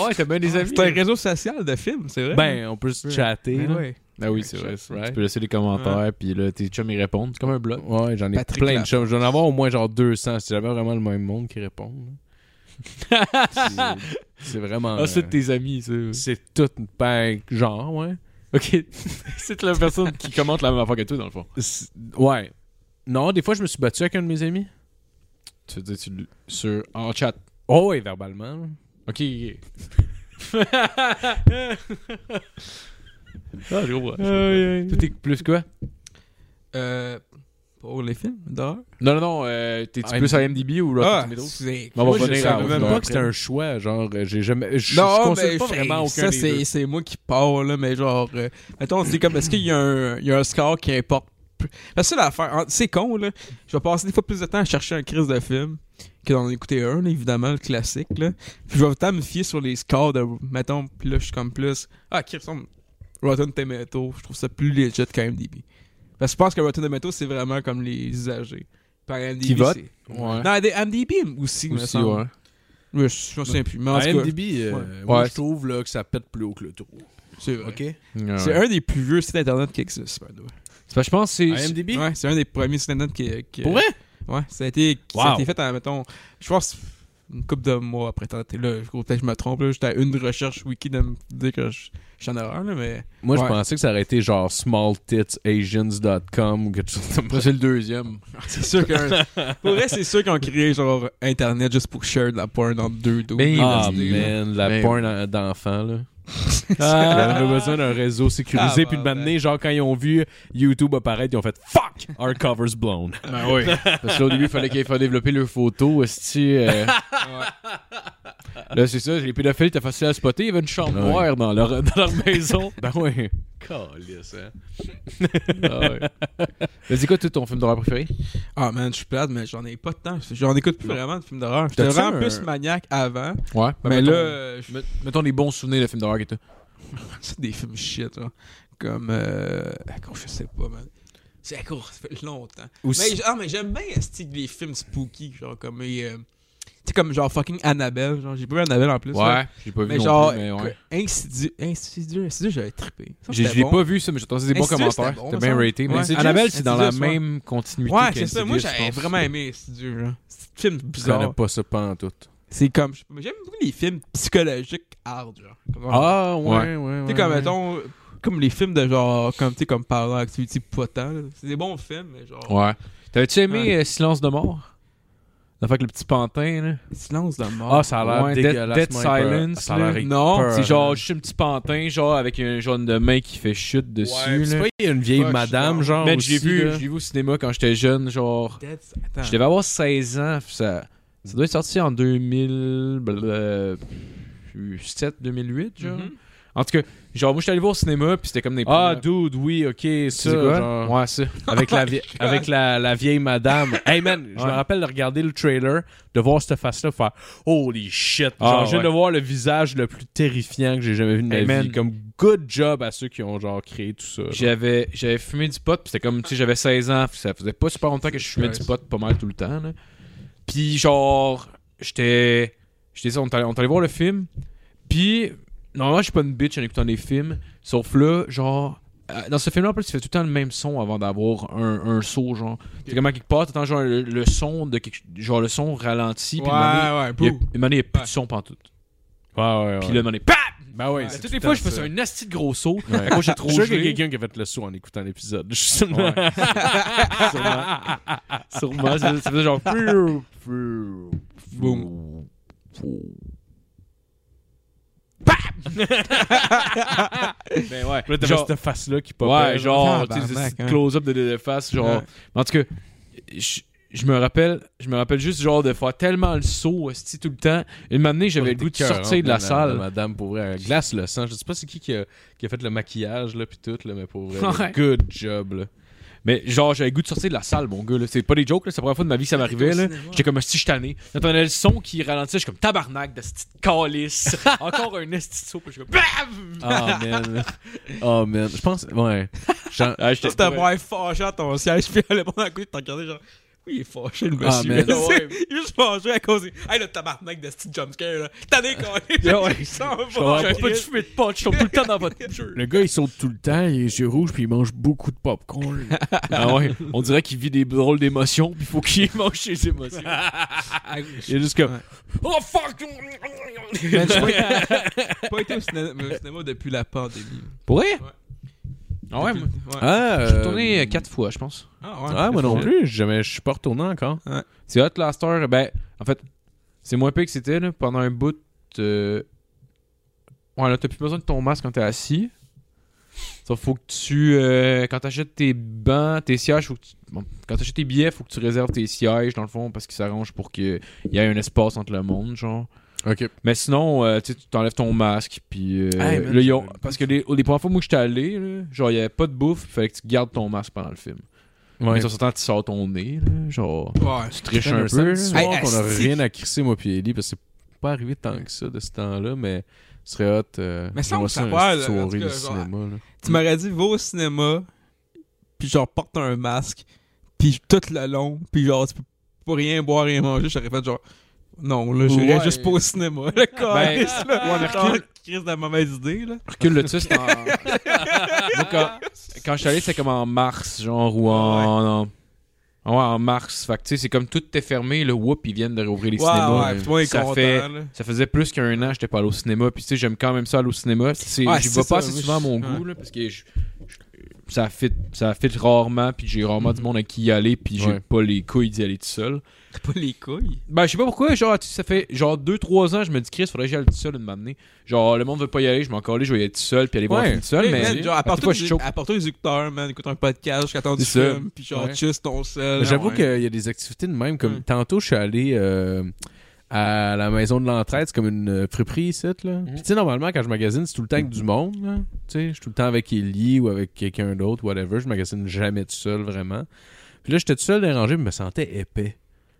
Speaker 5: ouais, t'as bien des avis.
Speaker 4: C'est un réseau social de films, c'est vrai
Speaker 3: Ben, hein? on peut se chatter. là.
Speaker 4: ouais.
Speaker 5: Ah oui, c'est vrai.
Speaker 3: Right.
Speaker 5: Tu peux laisser des commentaires, puis là, tes chums, ils répondent. C'est comme un blog.
Speaker 3: Ouais, j'en ai
Speaker 4: Patrick
Speaker 3: plein de
Speaker 4: Lapointe.
Speaker 3: chums. Je vais en avoir au moins genre 200 si j'avais vraiment le même monde qui répond. là. c'est c'est vraiment.
Speaker 5: Ah, c'est de
Speaker 3: euh,
Speaker 5: tes amis, ça.
Speaker 3: c'est tout ben, genre, ouais.
Speaker 5: Ok. c'est la personne qui commente la même affaire que toi, dans le fond.
Speaker 3: C'est- Ouais. Non, des fois, je me suis battu avec un de mes amis.
Speaker 5: Tu veux dire, tu le- sur. En chat.
Speaker 3: Oh, ouais, verbalement. là.
Speaker 5: Ok, ok. ah, je comprends. Tout est plus quoi
Speaker 4: Euh, pour les films d'horreur
Speaker 5: Non, non, non. Euh, T'es-tu
Speaker 3: IMDb?
Speaker 5: plus à IMDb ou Rotten
Speaker 4: Ah,
Speaker 5: Tomatoes
Speaker 4: c'est.
Speaker 5: On va
Speaker 3: Moi, je
Speaker 5: revenir à
Speaker 3: savais même
Speaker 5: Rotten
Speaker 3: pas
Speaker 5: après.
Speaker 3: que c'était un choix. Genre, euh, j'ai jamais. Je, je
Speaker 4: Non,
Speaker 3: consulte
Speaker 4: mais
Speaker 3: pas vraiment aucun
Speaker 4: ça,
Speaker 3: des deux.
Speaker 4: c'est, c'est moi qui parle, là, mais genre, euh, mettons, c'est comme, est-ce qu'il y a, un, il y a un score qui importe? plus? La seule affaire, en- c'est con, là, je vais passer des fois plus de temps à chercher un crise de film que d'en écouter un, là, évidemment, le classique, là. Puis je vais autant me fier sur les scores de, mettons, puis là, je suis comme plus, ah, qui ressemble Rotten Tomato, je trouve ça plus legit qu'IMDb. Parce que je pense que Rotten Tomato, c'est vraiment comme les usagers. Par IMDb,
Speaker 5: Qui votent?
Speaker 4: c'est-
Speaker 5: Ouais.
Speaker 4: Non, des- IMDb aussi, me
Speaker 5: Aussi,
Speaker 4: semble.
Speaker 5: ouais.
Speaker 4: Mais je je me souviens plus. Mais en tout cas,
Speaker 3: IMDb, euh,
Speaker 4: Ouais.
Speaker 3: moi,
Speaker 5: Ouais.
Speaker 3: je trouve là, que ça pète plus haut que le tour.
Speaker 4: c'est vrai.
Speaker 3: Ah
Speaker 5: Ouais.
Speaker 4: C'est un des plus vieux sites internet qui existe, by the way.
Speaker 5: C'est parce que je pense que c'est.
Speaker 3: IMDb?
Speaker 4: Ouais, c'est un des premiers sites internet qui. qui euh,
Speaker 3: Pour vrai?
Speaker 4: Ouais, ça a été, ça
Speaker 3: Wow.
Speaker 4: a été fait, à, mettons, je pense, une couple de mois après. T'as été là, je- peut-être que je me trompe, là, j'étais à une recherche wiki de me dire que je, je suis en erreur, là, mais.
Speaker 3: Moi, je
Speaker 4: Ouais.
Speaker 3: pensais que ça aurait été genre smalltitsasians.com ou quelque chose comme
Speaker 5: Ça, c'est le deuxième.
Speaker 4: C'est sûr qu'un. pour vrai, c'est sûr qu'ils ont créé, genre, Internet juste pour share de la porn entre deux dos.
Speaker 5: Ben,
Speaker 3: Ah,
Speaker 5: Idées,
Speaker 3: man, la
Speaker 5: Mais-
Speaker 3: porn en- d'enfant, là.
Speaker 5: Ah.
Speaker 3: On avait besoin d'un réseau sécurisé,
Speaker 4: Ah,
Speaker 3: puis de
Speaker 4: bah,
Speaker 3: m'amener, genre, quand ils ont vu YouTube apparaître, ils ont fait « Fuck! Our cover's blown!
Speaker 5: Ben oui. Parce que là, au début, il fallait qu'il fasse développer leurs photos. Esti, euh, Là, c'est ça, les pédophiles, t'as facile à spotter. Il y avait une chambre
Speaker 3: Ouais.
Speaker 5: noire dans leur, dans leur maison. »
Speaker 3: Ben ouais. Calisse, hein.
Speaker 5: ah, ouais. Mais c'est quoi tout ton film d'horreur préféré?
Speaker 4: Ah, man, je suis plate, mais j'en ai pas de temps. J'en écoute plus vraiment de films d'horreur. J'étais
Speaker 3: T'as-tu
Speaker 4: vraiment
Speaker 3: un- Ben,
Speaker 4: plus maniaque avant,
Speaker 5: Ouais.
Speaker 4: mais là, euh, je-
Speaker 5: Met- Mettons des bons souvenirs de films d'horreur que t'as.
Speaker 4: C'est des films shit, là. Comme. Euh... Gros, je sais pas, man. C'est gros, ça fait longtemps. Mais,
Speaker 3: Aussi,
Speaker 4: j- ah, mais j'aime bien esti, les films spooky, genre comme. les, euh, Tu sais, comme genre fucking Annabelle. Genre, j'ai pas vu Annabelle en plus. là.
Speaker 5: Ouais, j'ai pas vu
Speaker 4: Mais
Speaker 5: non
Speaker 4: genre,
Speaker 5: plus, mais ouais.
Speaker 4: que- Insidieux, Insidieux, Insidieux, j'avais trippé. Ça,
Speaker 5: J'ai-
Speaker 4: c'était
Speaker 5: Je l'ai
Speaker 4: bon.
Speaker 5: pas vu ça, mais j'ai entendu des bons
Speaker 4: Insidious,
Speaker 5: commentaires.
Speaker 4: c'était bon,
Speaker 5: C'était
Speaker 4: me
Speaker 5: bien
Speaker 4: semble.
Speaker 5: raté.
Speaker 4: Ouais.
Speaker 5: mais Annabelle, c'est dans la
Speaker 4: Insidious, ouais.
Speaker 5: même continuité.
Speaker 4: Ouais, c'est ça. Moi,
Speaker 5: qu'Insidious, je
Speaker 4: j'avais
Speaker 5: pense.
Speaker 4: vraiment aimé Insidieux, genre. C'est un film
Speaker 3: je connais
Speaker 4: bizarre.
Speaker 3: pas ça pas en tout.
Speaker 4: C'est comme. je sais pas, mais J'aime beaucoup les films psychologiques hard, genre. Comme-
Speaker 3: Ah,
Speaker 5: Ouais.
Speaker 3: ouais, ouais, ouais.
Speaker 4: Tu sais, comme,
Speaker 3: ouais.
Speaker 4: mettons, comme les films de genre, comme, tu sais, comme Parlant Activity Potent. là. C'est des bons films, mais genre.
Speaker 5: Ouais. T'avais-tu aimé
Speaker 4: Ouais.
Speaker 5: euh, Silence de mort? L'affaire avec le petit pantin, là.
Speaker 4: Silence de mort.
Speaker 3: Ah, ça a l'air
Speaker 5: Ouais, Dead-
Speaker 3: dégueulasse.
Speaker 5: Dead
Speaker 3: moi, il peut-
Speaker 5: Silence,
Speaker 3: Ça a l'air
Speaker 5: là.
Speaker 3: il
Speaker 4: Non,
Speaker 3: peur,
Speaker 5: C'est
Speaker 3: hein.
Speaker 5: genre juste un petit pantin, genre avec un jaune de main qui fait chute dessus.
Speaker 3: Ouais, c'est
Speaker 5: là.
Speaker 3: pas il y a une vieille
Speaker 4: Fuck,
Speaker 3: madame,
Speaker 4: je suis
Speaker 3: genre.
Speaker 5: Man, j'ai
Speaker 3: aussi,
Speaker 5: vu,
Speaker 3: là.
Speaker 5: j'ai vu au cinéma quand j'étais jeune, genre.
Speaker 4: Dead Attends.
Speaker 5: Ah, Je devais avoir 16 ans. puis Ça, ça doit être sorti en 2007, 2008, genre.
Speaker 4: Mhm.
Speaker 5: En tout cas, genre, moi, je suis allé voir au cinéma, puis c'était comme des.
Speaker 3: Mm-hmm. Ah,
Speaker 5: premières-
Speaker 3: dude, oui, ok,
Speaker 5: Tu sais
Speaker 3: ça.
Speaker 5: quoi?
Speaker 3: genre-
Speaker 5: Ouais, ça.
Speaker 3: avec la, vie-
Speaker 4: God.
Speaker 3: avec la, la vieille madame. Hey man, je
Speaker 5: Ouais.
Speaker 3: me rappelle de regarder le trailer, de voir cette face-là, faire Holy shit!
Speaker 5: Ah,
Speaker 3: genre, je viens
Speaker 5: ouais.
Speaker 3: de voir le visage le plus terrifiant que j'ai jamais vu de ma
Speaker 5: Hey,
Speaker 3: vie.
Speaker 5: man.
Speaker 3: Comme good job à ceux qui ont genre créé tout ça. genre.
Speaker 5: J'avais, j'avais fumé du pot, puis c'était comme, tu sais, j'avais 16 ans, puis ça faisait pas super longtemps que je fumais du pot pas mal tout le temps. là. Puis genre, j'étais. J'étais ça, on est allé- on est allé voir le film, puis normalement, je suis pas une bitch en écoutant des films, sauf là, genre. euh, Dans ce film-là, en plus, tu fais tout le temps le même son avant d'avoir un, un saut, genre. C'est comme à quelque part, t'entends genre le, le son de quelque- genre le son ralenti, puis
Speaker 4: Ouais,
Speaker 5: une année,
Speaker 4: ouais,
Speaker 5: il y a,
Speaker 4: bouh.
Speaker 5: une année, il y a plus
Speaker 4: Ouais.
Speaker 5: de son pantoute.
Speaker 3: Ouais, ouais, ouais.
Speaker 5: Puis là, une année, paf!
Speaker 3: ben ouais,
Speaker 4: Ouais,
Speaker 3: c'est
Speaker 5: Toutes
Speaker 3: tout
Speaker 5: les
Speaker 3: le
Speaker 5: fois,
Speaker 3: temps
Speaker 5: je faisais
Speaker 3: ça.
Speaker 5: un asti de gros saut.
Speaker 3: Ouais.
Speaker 5: Moi, j'ai
Speaker 3: Je
Speaker 5: trop
Speaker 3: suis sûr qu'il y a
Speaker 5: gelé.
Speaker 3: quelqu'un qui a fait le saut en écoutant l'épisode. justement.
Speaker 5: Sûrement. Sûrement. Ça faisait- ça faisait genre.
Speaker 4: Boum.
Speaker 5: ben ouais.
Speaker 3: Là, t'avais
Speaker 5: Genre,
Speaker 3: cette face-là qui popait.
Speaker 5: ouais, genre, tu
Speaker 4: Tabarnak,
Speaker 5: sais, c'est
Speaker 4: hein.
Speaker 5: close-up de, de- de face. Genre.
Speaker 4: Ouais.
Speaker 5: Mais En tout cas, je, je me rappelle. Je me rappelle juste genre de faire tellement le saut hostie, tout le temps. Une année, j'avais le goût de sortir de la salle.
Speaker 3: hein, madame, pour vrai, elle glace le sang. Je sais pas c'est qui qui a, qui a fait le maquillage, là, puis tout, là, mais pour vrai,
Speaker 5: Ouais.
Speaker 3: good job, là.
Speaker 5: Mais genre, j'avais le goût de sortir de la salle, mon gars. là. C'est pas des jokes, là. c'est la première fois de ma vie que ça m'arrivait.
Speaker 4: Au
Speaker 5: là.
Speaker 4: cinéma.
Speaker 5: J'étais comme un petit tanné. J'entendais le son qui ralentissait. J'étais comme tabarnak de ce petit calice. Encore un esti de saut. Puis je suis comme. BAM!
Speaker 3: Oh man. Oh man. Je pense. Ouais. J'en-
Speaker 5: Ah,
Speaker 4: Tu t'as voir fâché à ton siège, puis elle répond à côté, t'as regardé genre. Oui, il est fâché le
Speaker 3: Ah,
Speaker 4: monsieur.
Speaker 3: man.
Speaker 4: là, ouais. il est juste fâché à cause. des- Hey, le tabarnak de ce petit jumpscare, là. T'as des
Speaker 5: Yeah, ouais.
Speaker 4: conneries. Je sens pas.
Speaker 5: J'arrête pas de fumer de pot, je tombe tout le temps dans votre jeu.
Speaker 3: Le gars, il saute tout le temps, il a les yeux rouges, puis il mange beaucoup de popcorn.
Speaker 5: Ah ouais, on dirait qu'il vit des drôles d'émotions, puis il faut qu'il mange ses émotions.
Speaker 3: Il est juste comme.
Speaker 5: Oh fuck!
Speaker 4: Man, j'ai pas, j'ai pas été au cinéma, au cinéma depuis la pandémie.
Speaker 5: Pour vrai? Ah ouais, moi.
Speaker 4: Depuis- ouais.
Speaker 3: Ah,
Speaker 5: Je suis
Speaker 3: euh,
Speaker 5: retourné euh, quatre fois, je pense.
Speaker 4: Ah, ouais.
Speaker 3: Ah, moi non plus. Jamais, je suis pas retourné encore.
Speaker 5: C'est Hot Laster, ben, en fait, c'est moins pire que c'était, là, pendant un bout. euh, Ouais, là, t'as plus besoin de ton masque quand t'es assis. Sauf faut que tu. euh, quand t'achètes tes bancs, tes sièges, faut que tu- bon, quand t'achètes tes billets, faut que tu réserves tes sièges, dans le fond, parce qu'ils s'arrangent pour qu'il y ait un espace entre le monde, genre.
Speaker 3: Ok.
Speaker 5: Mais sinon, euh, tu sais, tu t'enlèves ton masque, puis euh,
Speaker 3: Hey, man,
Speaker 5: là, ils ont-
Speaker 3: j'avais le
Speaker 5: parce que les, les premières fois où j'étais allé, là, genre, il y avait pas de bouffe, il fallait que tu gardes ton masque pendant le film.
Speaker 3: Ouais.
Speaker 5: Mais sur temps, tu sors ton nez, là, genre,
Speaker 4: Ouais.
Speaker 5: tu triches
Speaker 3: Putain,
Speaker 5: un
Speaker 3: un samedi
Speaker 5: peu. là.
Speaker 3: soir
Speaker 4: Hey,
Speaker 3: qu'on a
Speaker 4: asti.
Speaker 3: rien à crisser, moi, puis Ellie, parce que c'est pas arrivé tant que ça de ce temps-là, mais ce serait hot. euh,
Speaker 4: Mais ça, on
Speaker 3: j'aimerais
Speaker 4: le savoir,
Speaker 3: une
Speaker 4: là, en
Speaker 3: soirée
Speaker 4: tout
Speaker 3: de
Speaker 4: cas, genre,
Speaker 3: cinéma. là.
Speaker 4: Tu m'aurais dit, va au cinéma, puis genre, porte un masque, puis tout le long, puis genre, tu peux pas rien boire, rien manger. J'aurais fait genre, non, là, j'irais
Speaker 5: Ouais. Ben,
Speaker 4: juste pas au cinéma. Le câlisse, là.
Speaker 5: ouais, mais
Speaker 4: Genre,
Speaker 5: recule.
Speaker 4: crise de la mauvaise idée, là.
Speaker 5: Recule le dessus, c'est en- Moi, quand, quand je suis allé, c'était comme en mars, genre, ou en. en- Ouais, en mars. Fait que, tu sais, c'est comme tout est fermé, le whoop, ils viennent de rouvrir les
Speaker 4: ouais,
Speaker 5: cinémas.
Speaker 4: ouais, puis toi, il est
Speaker 5: ça
Speaker 4: content,
Speaker 5: fait-
Speaker 4: là.
Speaker 5: Ça faisait plus qu'un an que j'étais pas allé au cinéma. Puis tu sais, j'aime quand même ça aller au cinéma. C'est-
Speaker 4: Ouais,
Speaker 5: J'y
Speaker 4: c'est
Speaker 5: vais
Speaker 4: ça,
Speaker 5: pas assez
Speaker 4: oui,
Speaker 5: souvent à
Speaker 4: je-
Speaker 5: mon goût, là, parce que je- je- ça, fit, ça fit rarement. Puis j'ai rarement du monde à qui y aller. Puis j'ai
Speaker 3: Ouais.
Speaker 5: pas les couilles d'y aller tout seul.
Speaker 4: T'as pas les couilles.
Speaker 5: Ben, je sais pas pourquoi. Genre, tu sais, ça fait genre 2-3 ans, je me dis, Chris, faudrait que j'y aille tout seul une matinée. Genre, le monde veut pas y aller, je m'en calais, je vais y aller tout seul. Puis aller voir un
Speaker 3: Ouais.
Speaker 5: film tout seul.
Speaker 4: Hey,
Speaker 5: mais
Speaker 4: man, genre,
Speaker 5: à
Speaker 4: apporte
Speaker 5: partir je suis chaud.
Speaker 4: apporte les écouteurs, man, écoute un podcast jusqu'à temps du
Speaker 5: C'est ça.
Speaker 4: film, puis genre,
Speaker 3: Ouais.
Speaker 4: juste ton sel.
Speaker 3: J'avoue
Speaker 4: Ouais.
Speaker 3: qu'il y a des activités de même. Comme
Speaker 4: Ouais.
Speaker 3: tantôt, je suis allé euh, à la maison de l'entraide. C'est comme une euh, friperie ici. Là. Puis, tu sais, normalement, quand je magasine, c'est tout le temps avec du monde. là. Tu sais, je suis tout le temps avec Ellie ou avec quelqu'un d'autre, whatever. Je magasine jamais tout seul, vraiment. Puis là, j'étais tout seul dérangé, je me sentais épais.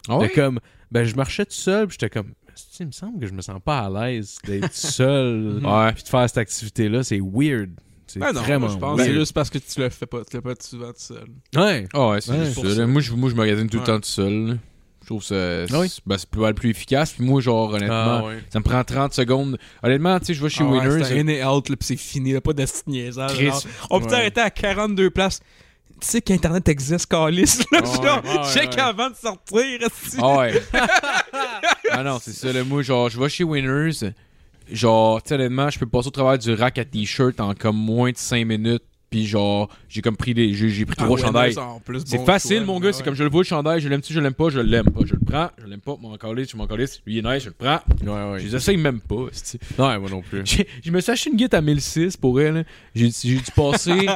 Speaker 5: Ah ouais?
Speaker 3: J'étais comme, ben, je marchais tout seul, puis j'étais comme, Asti, il me semble que je me sens pas à l'aise d'être seul.
Speaker 5: Ouais.
Speaker 3: Puis de faire cette activité-là, c'est weird. C'est
Speaker 4: Ben non,
Speaker 3: vraiment
Speaker 4: moi, je pense que
Speaker 3: weird.
Speaker 4: c'est juste parce que tu le fais pas, tu le fais pas souvent tout seul.
Speaker 3: Ouais.
Speaker 5: Ah ouais, c'est
Speaker 3: Ouais.
Speaker 5: juste
Speaker 4: Pour
Speaker 5: ça,
Speaker 4: ça.
Speaker 5: là. Moi, je, moi, je magasine tout le
Speaker 4: Ouais.
Speaker 5: temps tout seul. là. Je trouve ça c'est
Speaker 3: Ah oui.
Speaker 5: ben, c'est plus, mal plus efficace. Puis moi, genre, honnêtement,
Speaker 3: ouais.
Speaker 5: ça me prend 30 secondes. Honnêtement, tu sais, je vais chez
Speaker 4: Ah ouais,
Speaker 5: Winners.
Speaker 4: c'est un in et out, là, pis c'est fini, là, pas de petit niaisage.
Speaker 5: Chris.
Speaker 4: genre. On peut
Speaker 3: Ouais.
Speaker 4: t'arrêter à 42 places. Tu sais qu'Internet existe, Calis. là,
Speaker 5: Ouais,
Speaker 4: genre,
Speaker 5: ouais,
Speaker 4: check
Speaker 5: ouais.
Speaker 4: avant de sortir. esti.
Speaker 5: Ah ouais. ah non, c'est ça, le moi, genre, je vais chez Winners. Genre, tu sais, honnêtement, je peux passer au travers du rack à t-shirt en comme moins de 5 minutes. Puis genre, j'ai comme pris des. J'ai j'ai pris
Speaker 4: Ah,
Speaker 5: trois chandails. C'est facile, mon gars. C'est comme je le vois, le chandail, je l'aime-tu, je l'aime pas, je l'aime pas. Je le prends, je l'aime pas, mon calisse, je m'en calisse. Lui, il est nice, je le prends.
Speaker 3: Ouais, ouais.
Speaker 5: Je les essaye même pas. c'est-tu.
Speaker 3: Non, moi non plus.
Speaker 5: J'ai- Je me suis acheté une guette à 1006 pour elle. hein. J'ai j'ai dû passer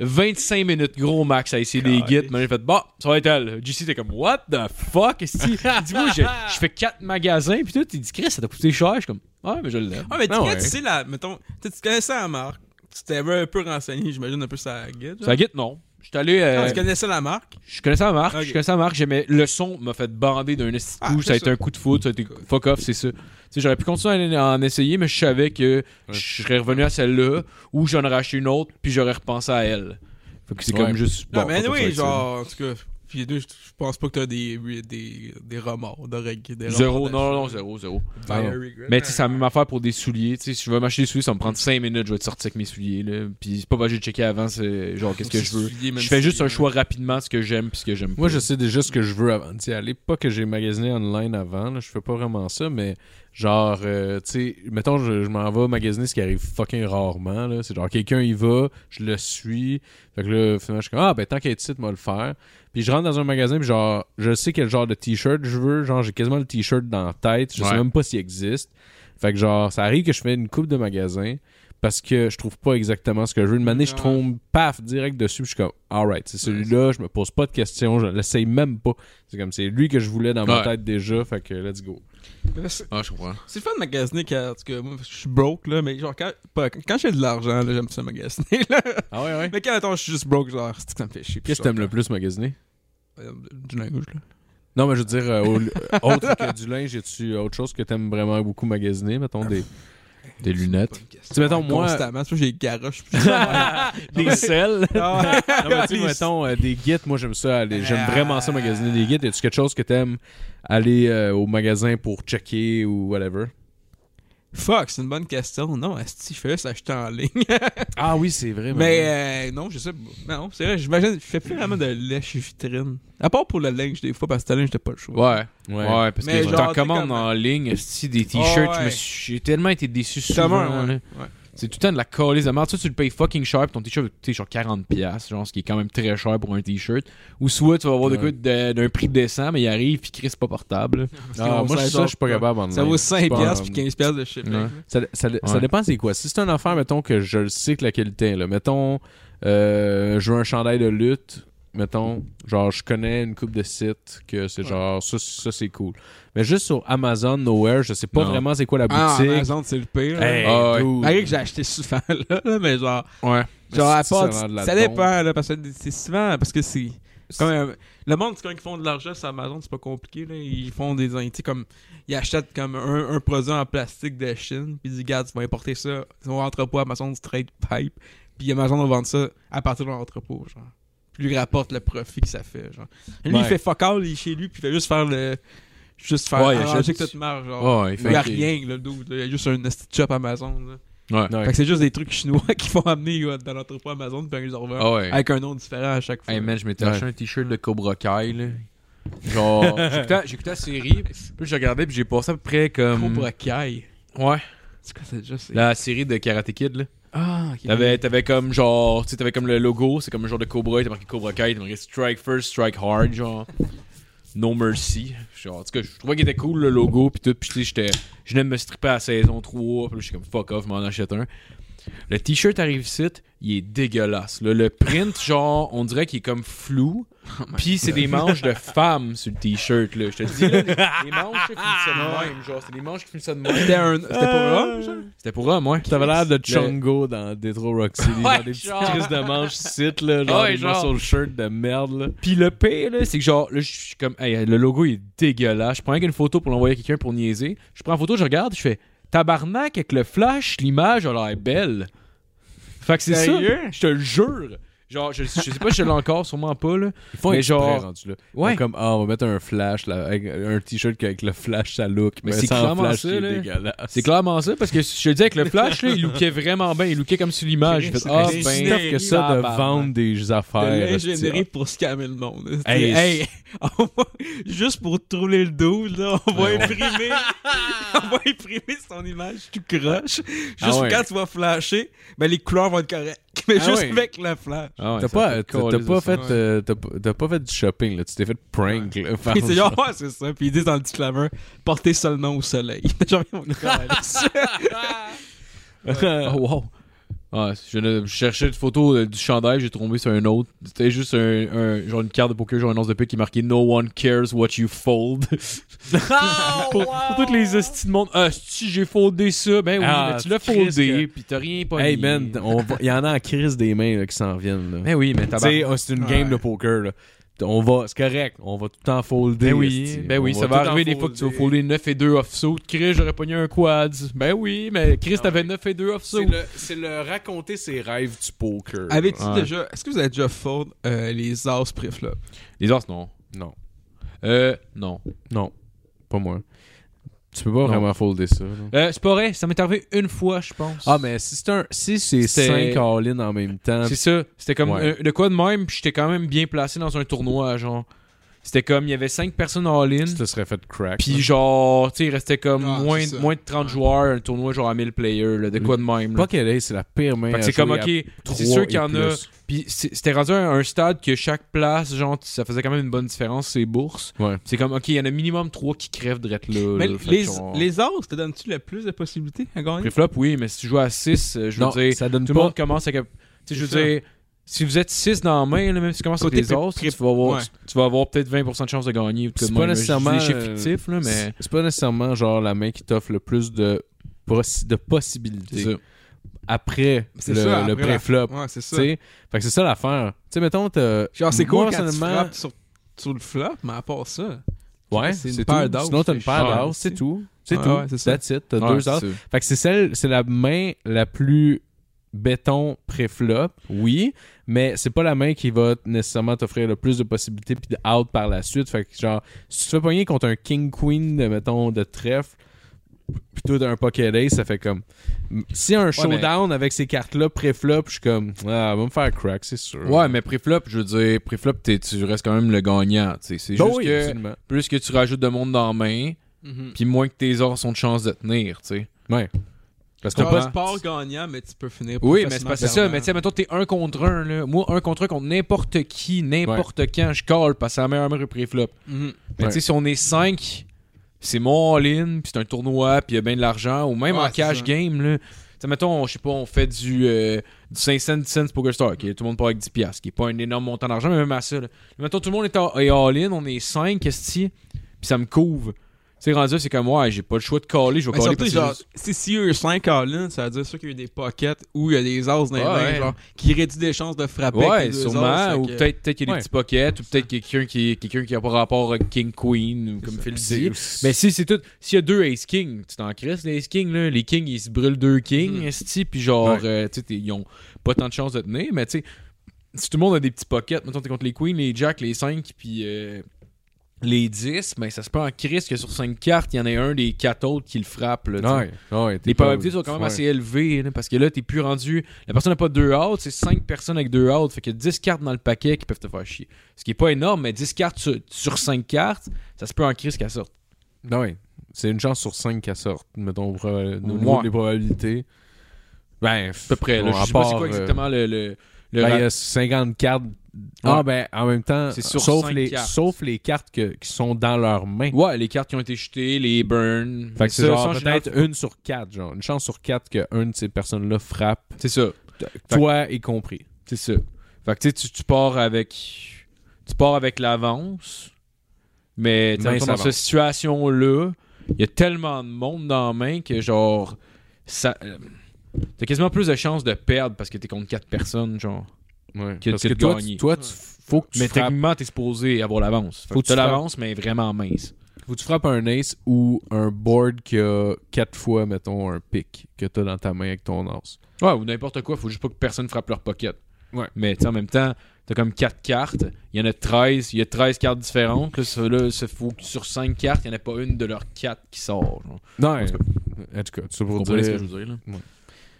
Speaker 5: 25 minutes, gros max, à essayer des guides. Mais j'ai fait, bah, ça va être elle. JC était comme, what the fuck? est-ce que- Dis-moi, je, je fais 4 magasins, puis tout. Il dit, Chris, ça t'a coûté cher. Je suis comme, ouais, mais je l'aime.
Speaker 4: Ah, mais tu
Speaker 3: Ah
Speaker 4: connais-
Speaker 3: ouais.
Speaker 4: tu sais, la, mettons, tu sais, tu connaissais la marque. Tu t'avais un peu renseigné, j'imagine, un peu sa guide.
Speaker 5: Ça guide, non. J'étais allé. euh,
Speaker 4: Ah, Tu connaissais la marque.
Speaker 5: je connaissais la marque,
Speaker 4: Ok.
Speaker 5: je connaissais la marque, j'aimais. Le son m'a fait bander d'un esti de
Speaker 4: Ah,
Speaker 5: coup,
Speaker 4: c'est
Speaker 5: ça a été
Speaker 4: ça.
Speaker 5: un coup de foot, ça a été fuck off, c'est ça. Tu sais, j'aurais pu continuer à en- en essayer, mais je savais que je serais revenu à celle-là, ou j'en aurais acheté une autre, puis j'aurais repensé à elle. Fait que c'est
Speaker 3: Ouais.
Speaker 5: comme juste.
Speaker 4: Non,
Speaker 5: bon,
Speaker 4: mais
Speaker 5: pas comme ça
Speaker 4: oui,
Speaker 5: avec ça.
Speaker 4: genre, en tout cas, puis les deux, je je pense pas que t'as des, des, des remords, de regret. des
Speaker 5: Zéro,
Speaker 4: remords
Speaker 5: non, non, non,
Speaker 4: d'achat.
Speaker 5: zéro, zéro.
Speaker 4: Dire
Speaker 5: Ah non.
Speaker 4: regret.
Speaker 5: Mais tu sais, c'est la même affaire pour des souliers. Tu sais, si je veux m'acheter des souliers, ça va me prendre 5 minutes, je vais te sortir avec mes souliers, là. Puis c'est pas obligé de checker avant, c'est genre qu'est-ce que je veux.
Speaker 4: Soulier, même
Speaker 5: Je fais
Speaker 4: si-
Speaker 5: juste un choix rapidement, ce que j'aime, puis ce que j'aime pas.
Speaker 3: Moi, je sais déjà ce que je veux avant d'y aller. Pas que j'ai magasiné online avant, là, je fais pas vraiment ça, mais genre, euh, tu sais, mettons, je, je m'en vais magasiner ce qui arrive fucking rarement. là. C'est genre, quelqu'un y va, je le suis. Fait que là, finalement, je suis comme, ah, ben, tant qu'il est ici, moi le faire. Puis je rentre dans un magasin, puis genre, je sais quel genre de t-shirt je veux. Genre, j'ai quasiment le t-shirt dans la tête. Je sais
Speaker 5: Ouais.
Speaker 3: même pas s'il existe. Fait que genre, ça arrive que je fais une coupe de magasin parce que je trouve pas exactement ce que je veux. Une manée, je
Speaker 4: Ouais.
Speaker 3: trompe, paf, direct dessus, puis je suis comme, alright, c'est celui-là, je me pose pas de questions, je l'essaye même pas. C'est comme, c'est lui que je voulais dans ma
Speaker 5: Ouais.
Speaker 3: tête déjà, fait que let's go.
Speaker 4: Mais c'est-
Speaker 5: Ah, je comprends.
Speaker 4: C'est le fun de magasiner quand, en tout cas, moi, je suis broke, là, mais genre, quand, pas- quand j'ai de l'argent, là, j'aime ça magasiner, là.
Speaker 3: Ah ouais, ouais.
Speaker 4: Mais quand, attends, je suis juste broke, genre, c'est que ça me fait chier. puis
Speaker 3: Qu'est-ce que
Speaker 4: je
Speaker 3: t'aimes le plus magasiner?
Speaker 4: sors, euh, Du linge, là.
Speaker 3: Non, mais je veux dire, euh, au- autre que du linge, y-tu autre chose que t'aimes vraiment beaucoup magasiner? Mettons des.
Speaker 5: Des lunettes.
Speaker 3: Tu sais, mettons, moi.
Speaker 4: Constamment, tu vois, j'ai des garoches. puis-
Speaker 5: Des selles.
Speaker 4: Ah, ouais.
Speaker 3: Non, mais tu sais, mettons, euh, des guides, moi j'aime ça, aller- j'aime vraiment ça magasiner des guides. Y-tu quelque chose que t'aimes aller euh, au magasin pour checker ou whatever?
Speaker 4: Fuck, c'est une bonne question. Non, Asti, je fais juste acheter en ligne.
Speaker 3: Ah oui, c'est vrai.
Speaker 4: Mais euh, non, je sais pas. Non, c'est vrai, j'imagine, je fais plus vraiment de lèche vitrine. À part pour le linge, des fois, parce que le linge, j'étais pas le choix.
Speaker 5: Ouais.
Speaker 3: Ouais.
Speaker 5: Ouais, parce
Speaker 4: Mais
Speaker 5: que
Speaker 4: genre,
Speaker 5: t'en
Speaker 4: t'es
Speaker 5: commandes
Speaker 4: comme-
Speaker 5: en ligne, si des t-shirts,
Speaker 4: Oh,
Speaker 5: je me
Speaker 4: ouais.
Speaker 5: suis- j'ai tellement été déçu souvent.
Speaker 4: Justement,
Speaker 5: là.
Speaker 4: ouais. ouais.
Speaker 5: C'est tout le temps de la colise de merde. Soit tu le payes fucking cher, puis ton t-shirt va te coûter genre 40$, piastres, genre, ce qui est quand même très cher pour un t-shirt. Ou soit tu vas avoir de quoi
Speaker 3: Ouais.
Speaker 5: de- d'un prix décent, mais il arrive, puis Chris, pas portable.
Speaker 3: Ah, moi, ça, je suis pas capable en
Speaker 4: Ça vaut 5$
Speaker 3: pièces
Speaker 4: puis 15$ piastres de shipping.
Speaker 5: Ouais.
Speaker 3: Ça, ça- ça
Speaker 5: Ouais.
Speaker 3: dépend c'est quoi. Si c'est une affaire, mettons, que je le sais que la qualité est là. Mettons, euh, je veux un chandail de lutte. Mettons, genre, je connais une coupe de sites que c'est
Speaker 4: Ouais.
Speaker 3: genre, ça, ça c'est cool. Mais juste sur Amazon, Nowhere, je sais pas
Speaker 5: Non.
Speaker 3: vraiment c'est quoi la
Speaker 4: Ah,
Speaker 3: boutique.
Speaker 4: Amazon, c'est le pire.
Speaker 3: Hey,
Speaker 4: là.
Speaker 5: Ah, ouais.
Speaker 3: dude.
Speaker 4: Malgré que j'ai acheté souvent, là, là, mais genre,
Speaker 5: Ouais.
Speaker 4: genre à
Speaker 3: ça a
Speaker 4: part,
Speaker 3: l'air de la
Speaker 4: ça
Speaker 3: dompe.
Speaker 4: dépend, là, parce que c'est souvent, parce que c'est, comme, euh, le monde, quand ils font de l'argent sur Amazon, c'est pas compliqué, là, ils font des, tu sais, comme, ils achètent comme un, un produit en plastique de Chine, puis ils disent, regarde, tu vas importer ça, ils vont entrepôt Amazon Straight Pipe, puis Amazon va vendre ça à partir de leur entrepôt, genre. Puis lui rapporte le profit que ça fait, genre. Lui, il
Speaker 3: Ouais.
Speaker 4: fait fuck all, il est chez lui, puis il fait juste faire le, juste faire,
Speaker 5: Ouais, il
Speaker 4: arranger
Speaker 5: achète-
Speaker 4: que toute marge, genre.
Speaker 5: Ah Ouais, il
Speaker 4: Il
Speaker 5: fait
Speaker 4: n'y a
Speaker 5: que-
Speaker 4: rien, là, le dude. là. Il y a juste un esti de shop Amazon. Là.
Speaker 5: Ouais.
Speaker 3: Ouais.
Speaker 4: Fait que c'est juste des trucs chinois qui font amener euh, dans l'entrepôt Amazon puis ils en revendent.
Speaker 5: Ah ouais.
Speaker 4: Avec un nom différent à chaque fois.
Speaker 5: Hey man, je m'étais
Speaker 3: Ouais.
Speaker 5: acheté un t-shirt de Cobra Kai, là. Genre, j'écoutais- j'écoutais la série, puis j'ai regardé, puis j'ai passé à peu près comme.
Speaker 4: Cobra Kai.
Speaker 5: Ouais.
Speaker 4: C'est quoi, c'est juste.
Speaker 5: hum. La série de Karate Kid, là.
Speaker 4: Ah, ok.
Speaker 5: T'avais, t'avais comme genre, tu sais, t'avais comme le logo, c'est comme un genre de cobra, t'as marqué Cobra Kai, t'as marqué Strike First, Strike Hard, genre. No Mercy. Genre, en tout cas, je trouvais qu'il était cool le logo, pis tout, pis tu sais, j'étais, je venais de me stripper à la saison 3, pis là, j'étais comme fuck off, m'en achète un. Le t-shirt arrive ici, il est dégueulasse. là. le print, genre, on dirait qu'il est comme flou, pis c'est des manches de femmes sur le t-shirt, là. Je te dis, là, les, les manches, là, finissaient
Speaker 3: Ah.
Speaker 5: de même, genre, c'est des manches qui finissaient de même. Ah.
Speaker 4: C'était un. C'était pas homme, genre?
Speaker 5: C'était pour eux, moi.
Speaker 3: T'avais l'air de
Speaker 5: Le-
Speaker 3: Chungo dans Detro Roxy,
Speaker 5: Ouais,
Speaker 3: des petites
Speaker 5: genre.
Speaker 3: crises de manche site, là, genre
Speaker 5: Ouais,
Speaker 3: des
Speaker 5: genre.
Speaker 3: muscle shirt de merde, là.
Speaker 5: Pis le pire, là, c'est que genre, là, je suis comme, hey, le logo il est dégueulasse. Je prends une photo pour l'envoyer à quelqu'un pour niaiser. Je prends la photo, je regarde, je fais tabarnak avec le flash, l'image, elle a l'air belle. Fait que c'est ça.
Speaker 4: Sérieux?
Speaker 5: Je te le jure. Genre, je, je sais pas si je l'ai encore, sûrement pas, là.
Speaker 3: Ils font
Speaker 5: Mais
Speaker 3: exprès,
Speaker 5: genre-
Speaker 3: rendu là. Ils
Speaker 5: Ouais.
Speaker 3: font Comme, ah, on va mettre un flash, là, avec un t-shirt avec le flash, ça look.
Speaker 5: Mais
Speaker 3: Mais,
Speaker 5: c'est
Speaker 3: sans
Speaker 5: clairement
Speaker 3: flash,
Speaker 5: ça,
Speaker 3: c'est
Speaker 5: là.
Speaker 3: dégueulasse.
Speaker 5: C'est clairement ça, parce que je te dis avec le flash, là, il lookait vraiment bien. Il lookait comme sur l'image. J'ai fait, ah,
Speaker 4: C'est
Speaker 5: ben,
Speaker 4: stuff
Speaker 3: que ça de
Speaker 5: tabarnak.
Speaker 3: vendre des affaires. Ah,
Speaker 4: L'ingénierie
Speaker 5: ah.
Speaker 4: pour scammer le monde.
Speaker 3: Hey,
Speaker 4: Hey, on va- juste pour trouler le dos, là, on va
Speaker 3: Ouais, on-
Speaker 4: imprimer. on va imprimer son image, tu croches. Juste
Speaker 5: Ah ouais.
Speaker 4: quand tu vas flasher, ben les couleurs vont être correctes. Mais
Speaker 5: Ah
Speaker 4: juste
Speaker 5: ouais.
Speaker 4: avec la flash.
Speaker 5: Ah ouais,
Speaker 3: T'as
Speaker 5: ça
Speaker 3: pas,
Speaker 5: fait
Speaker 3: t'as- t'as
Speaker 5: coller,
Speaker 3: pas
Speaker 5: ça,
Speaker 3: fait,
Speaker 5: ça.
Speaker 3: euh, t'as pas- t'as pas fait du shopping, là. Tu t'es fait prank, là.
Speaker 5: Ah,
Speaker 3: par
Speaker 4: Puis c'est genre,
Speaker 3: genre.
Speaker 4: ouais, c'est ça. Puis ils disent dans le disclaimer, portez seulement au soleil. Genre, ils vont le faire.
Speaker 5: Oh, wow. Ah, je, ne- je cherchais une photo euh, du chandail, j'ai tombé sur un autre. C'était juste un, un- genre une carte de poker, genre un once de pique qui marquait No one cares what you fold. pour, pour toutes les hosties de monde. Ah, si j'ai foldé ça, ben oui,
Speaker 3: Ah,
Speaker 5: mais tu l'as
Speaker 3: Christ
Speaker 5: foldé, puis t'as rien pas
Speaker 3: Hey, man, on va- il y en a en crise des mains, là, qui s'en viennent, là.
Speaker 5: Ben oui, mais
Speaker 3: Tu
Speaker 5: tabarnak.
Speaker 3: sais, oh, c'est une game de poker, là. On va, c'est correct, on va tout le temps folder.
Speaker 5: Ben oui,
Speaker 3: esti.
Speaker 5: ben oui,
Speaker 3: On
Speaker 5: ça
Speaker 3: tout
Speaker 5: va
Speaker 3: le temps
Speaker 5: arriver des fois que tu vas
Speaker 3: folder.
Speaker 5: folder 9 et 2 offsuit. Chris, j'aurais pogné un quads. Ben oui, mais Chris, t'avais 9 et 2
Speaker 3: C'est
Speaker 5: offsuit.
Speaker 3: le, c'est le raconter ses rêves du poker.
Speaker 4: Avez-tu
Speaker 5: Ouais.
Speaker 4: déjà. Est-ce que vous avez déjà fold euh, les as préflop?
Speaker 5: Les os, non.
Speaker 3: Non,
Speaker 5: Euh, non.
Speaker 3: non, pas moi. Tu peux pas vraiment folder ça. là.
Speaker 5: Euh, c'est pas vrai, ça m'est arrivé une fois, je pense.
Speaker 3: Ah, mais si c'est un, si c'est
Speaker 5: C'était-
Speaker 3: cinq all-in en même temps,
Speaker 5: C'est ça. C'était comme
Speaker 3: Euh, Ouais.
Speaker 5: euh, de quoi de même, puis j'étais quand même bien placé dans un tournoi, genre. C'était comme, il y avait 5 personnes en ligne,
Speaker 3: tu te serais fait crack.
Speaker 5: puis genre, tu sais, il restait comme
Speaker 4: Ah,
Speaker 5: moins,
Speaker 4: c'est ça.
Speaker 5: moins de 30 joueurs, un tournoi genre à 1000 players, là, de quoi de même.
Speaker 3: là.
Speaker 5: là.
Speaker 3: Mm. pas qu'elle est, c'est la pire main.
Speaker 5: Fait que
Speaker 3: à
Speaker 5: c'est comme,
Speaker 3: jouer
Speaker 5: ok,
Speaker 3: à
Speaker 5: c'est
Speaker 3: trois
Speaker 5: sûr qu'il y
Speaker 3: et
Speaker 5: en a.
Speaker 3: plus.
Speaker 5: Puis c'est- c'était rendu à un stade que chaque place, genre, ça faisait quand même une bonne différence, ces bourses.
Speaker 3: Ouais.
Speaker 5: C'est comme, ok, il y en a minimum 3 qui crèvent d'être là.
Speaker 4: Mais
Speaker 5: là. Fait que
Speaker 4: les,
Speaker 5: genre-
Speaker 4: les as, te donnes-tu le plus de possibilités à gagner?
Speaker 5: Préflop, oui, mais si tu joues à 6, je veux
Speaker 3: Non,
Speaker 5: dire.
Speaker 3: ça donne
Speaker 5: Tout
Speaker 3: pas.
Speaker 5: le monde commence avec. Tu sais, je veux
Speaker 4: C'est ça.
Speaker 5: dire, si vous êtes 6 dans la main, là, même si tu commences avec
Speaker 4: Côté
Speaker 5: des os, tu
Speaker 4: pré-
Speaker 5: vas avoir,
Speaker 4: ouais.
Speaker 5: tu vas avoir peut-être 20% de chance de gagner. ou de
Speaker 3: C'est
Speaker 5: même.
Speaker 3: pas
Speaker 5: Je dis
Speaker 3: nécessairement,
Speaker 5: des chiffres
Speaker 3: euh,
Speaker 5: fictifs, là, mais.
Speaker 3: C'est- C'est pas nécessairement genre la main qui t'offre le plus de, possi- de
Speaker 5: C'est
Speaker 3: possibilités
Speaker 5: ça.
Speaker 3: après
Speaker 4: C'est
Speaker 3: le,
Speaker 4: ça,
Speaker 3: le
Speaker 4: après la-
Speaker 3: pré-flop.
Speaker 4: Ouais, c'est ça.
Speaker 3: Tu sais, fait que c'est ça l'affaire. Tu sais, mettons, t'as.
Speaker 4: Genre, c'est
Speaker 3: Moi,
Speaker 4: cool quand tu
Speaker 3: personnellement-
Speaker 4: frappes sur, sur le flop, mais à part ça.
Speaker 3: Ouais, c'est
Speaker 4: C'est
Speaker 3: tout.
Speaker 4: une paire d'as,
Speaker 3: Sinon, t'as une
Speaker 4: c'est
Speaker 3: paire
Speaker 4: cher,
Speaker 3: d'as, c'est
Speaker 4: tu sais.
Speaker 3: tout. C'est
Speaker 4: Ouais,
Speaker 3: tout.
Speaker 4: ouais, c'est ça.
Speaker 3: That's it. T'as
Speaker 5: Ouais,
Speaker 3: deux
Speaker 5: c'est
Speaker 3: as.
Speaker 5: ça.
Speaker 3: Fait que c'est celle, c'est la main la plus béton pré-flop, oui, mais c'est pas la main qui va t- nécessairement t'offrir le plus de possibilités puis de out par la suite. Fait que genre, si tu te fais pogner contre un king-queen, de, mettons, de trèfle, plutôt d'un pocket ace, ça fait comme... Si un showdown avec ces cartes-là pré-flop, je suis comme, ah, va me faire crack, c'est sûr.
Speaker 5: Ouais, mais préflop, je veux dire, préflop, t'es- tu restes quand même le gagnant. tu sais. C'est
Speaker 3: Ben
Speaker 5: juste
Speaker 3: oui,
Speaker 5: que
Speaker 3: absolument.
Speaker 5: plus que tu rajoutes de monde dans la main,
Speaker 4: Mm-hmm.
Speaker 5: puis moins que tes ors sont de chance de tenir, tu sais.
Speaker 3: Ouais. Parce
Speaker 4: Tu
Speaker 3: qu'on
Speaker 4: pas
Speaker 3: pas...
Speaker 4: sport gagnant, mais tu peux finir
Speaker 5: Oui,
Speaker 4: plus
Speaker 5: mais c'est
Speaker 4: facilement
Speaker 5: pas c'est ça.
Speaker 4: perdant.
Speaker 5: Mais tu sais, mettons, t'es un contre un, là. Moi, un contre un contre n'importe qui, n'importe quand, je call parce que c'est la meilleure main au préflop.
Speaker 4: Mhm.
Speaker 5: Mais
Speaker 3: Ouais.
Speaker 5: tu sais, si on est 5, c'est mon all-in, puis c'est un tournoi, puis il y a bien de l'argent, ou même
Speaker 4: Ouais,
Speaker 5: en
Speaker 4: c'est
Speaker 5: cash
Speaker 4: ça.
Speaker 5: game, là. Tu sais, mettons, on- je sais pas, on fait du, euh, du 5 cents, 10 cents Poker Star, qui tout le monde part avec 10 piastres, qui est pas un énorme montant d'argent, mais même à ça, là. Mettons, tout le monde est, en- est all-in, on est 5, qu'est-ce que puis ça me couvre. Tu sais, rendu, là, c'est comme, ouais, j'ai pas le choix de caller, je vais
Speaker 4: Mais surtout,
Speaker 5: caller parce que
Speaker 4: genre,
Speaker 5: juste-
Speaker 4: si s'il y a eu 5 all-in, ça veut dire sûr qu'il y a eu des pockets ou il y a des as dans les
Speaker 5: Ouais,
Speaker 4: mains,
Speaker 5: ouais.
Speaker 4: genre, qui réduit les chances de frapper. avec
Speaker 5: Ouais,
Speaker 4: les deux
Speaker 5: sûrement,
Speaker 4: as, fait
Speaker 5: ou
Speaker 4: que-
Speaker 5: peut-être peut qu'il y a
Speaker 3: Ouais.
Speaker 5: des petits pockets, ou peut-être quelqu'un qui, quelqu'un qui a pas rapport à King Queen, ou comme Phil dit. Mais Ben, si c'est tout, s'il y a deux Ace King, tu t'en crisses les Ace King là, les Kings ils se brûlent deux Kings,
Speaker 4: Mhm.
Speaker 5: esti, puis genre
Speaker 3: Hmm. Ouais.
Speaker 5: euh, tu sais t'es- ils ont pas tant de chances de tenir, mais tu sais si tout le monde a des petits pockets, mettons t'es contre les Queens, les Jacks, les 5 puis euh, les 10, ben ça se peut en crise que sur 5 cartes, il y en a un des 4 autres qui le frappe là, tu sais.
Speaker 3: Ouais, ouais, t'es
Speaker 5: Les
Speaker 3: pas-
Speaker 5: probabilités sont quand même
Speaker 3: ouais.
Speaker 5: assez élevées là, parce que là t'es plus rendu, la personne n'a pas deux outs, c'est 5 personnes avec deux outs, fait qu'il y a 10 cartes dans le paquet qui peuvent te faire chier. Ce qui est pas énorme, mais 10 cartes sur, 5 cartes, ça se peut en crise qu'elles sortent.
Speaker 3: Non, ouais. Ben C'est une chance sur 5 qu'elle sorte, mettons, pour, euh, au
Speaker 5: Ouais.
Speaker 3: niveau des probabilités. Ben,
Speaker 5: À peu près. Là,
Speaker 3: bon, à
Speaker 5: je sais pas c'est
Speaker 3: part,
Speaker 5: quoi
Speaker 3: euh,
Speaker 5: exactement le. le, le
Speaker 3: ben,
Speaker 5: ra-
Speaker 3: il y a 50 cartes. Ah, ben, en même temps,
Speaker 5: C'est sur
Speaker 3: sauf,
Speaker 5: cinq
Speaker 3: les,
Speaker 5: cartes.
Speaker 3: sauf les cartes que- qui sont dans leurs mains.
Speaker 5: Ouais, les cartes qui ont été jetées, les burns.
Speaker 3: Fait que c'est genre
Speaker 5: général-
Speaker 3: peut-être une sur quatre, genre. Une chance sur quatre qu'une de ces personnes-là frappe,
Speaker 5: C'est ça. que-
Speaker 3: toi y compris.
Speaker 5: C'est ça. Fait que tu sais, tu- tu pars avec. Tu pars avec l'avance. Mais tu sais,
Speaker 3: Mince
Speaker 5: mettons, dans
Speaker 3: avance.
Speaker 5: cette situation-là, il y a tellement de monde dans la main que genre. Ça. euh, T'as quasiment plus de chances de perdre parce que t'es contre 4 personnes, genre.
Speaker 3: Ouais.
Speaker 5: Que-
Speaker 3: Parce
Speaker 5: que
Speaker 3: que
Speaker 5: de
Speaker 3: toi,
Speaker 5: gagner.
Speaker 3: tu, toi tu, faut que tu
Speaker 5: mais
Speaker 3: frappes
Speaker 5: techniquement, t'es supposé avoir l'avance. Fait
Speaker 3: Faut
Speaker 5: que
Speaker 3: que
Speaker 5: t'as
Speaker 3: tu frappes.
Speaker 5: l'avance, mais vraiment mince.
Speaker 3: Faut que tu frappes un ace ou un board qui a quatre fois, mettons, un pic que t'as dans ta main avec ton as.
Speaker 5: Ouais, ou n'importe quoi, faut juste pas que personne frappe leur pocket.
Speaker 3: Ouais.
Speaker 5: Mais tu sais, en même temps, t'as comme 4 cartes. Il y en a 13. Il y a 13 cartes différentes. Là, ça, là, ça faut que sur 5 cartes, il n'y en a pas une de leurs 4 qui sort. genre.
Speaker 3: Non,
Speaker 5: En tout
Speaker 3: en tout cas, c'est
Speaker 5: Vous
Speaker 3: pour
Speaker 5: comprenez
Speaker 3: dire.
Speaker 5: ce que je veux dire? là?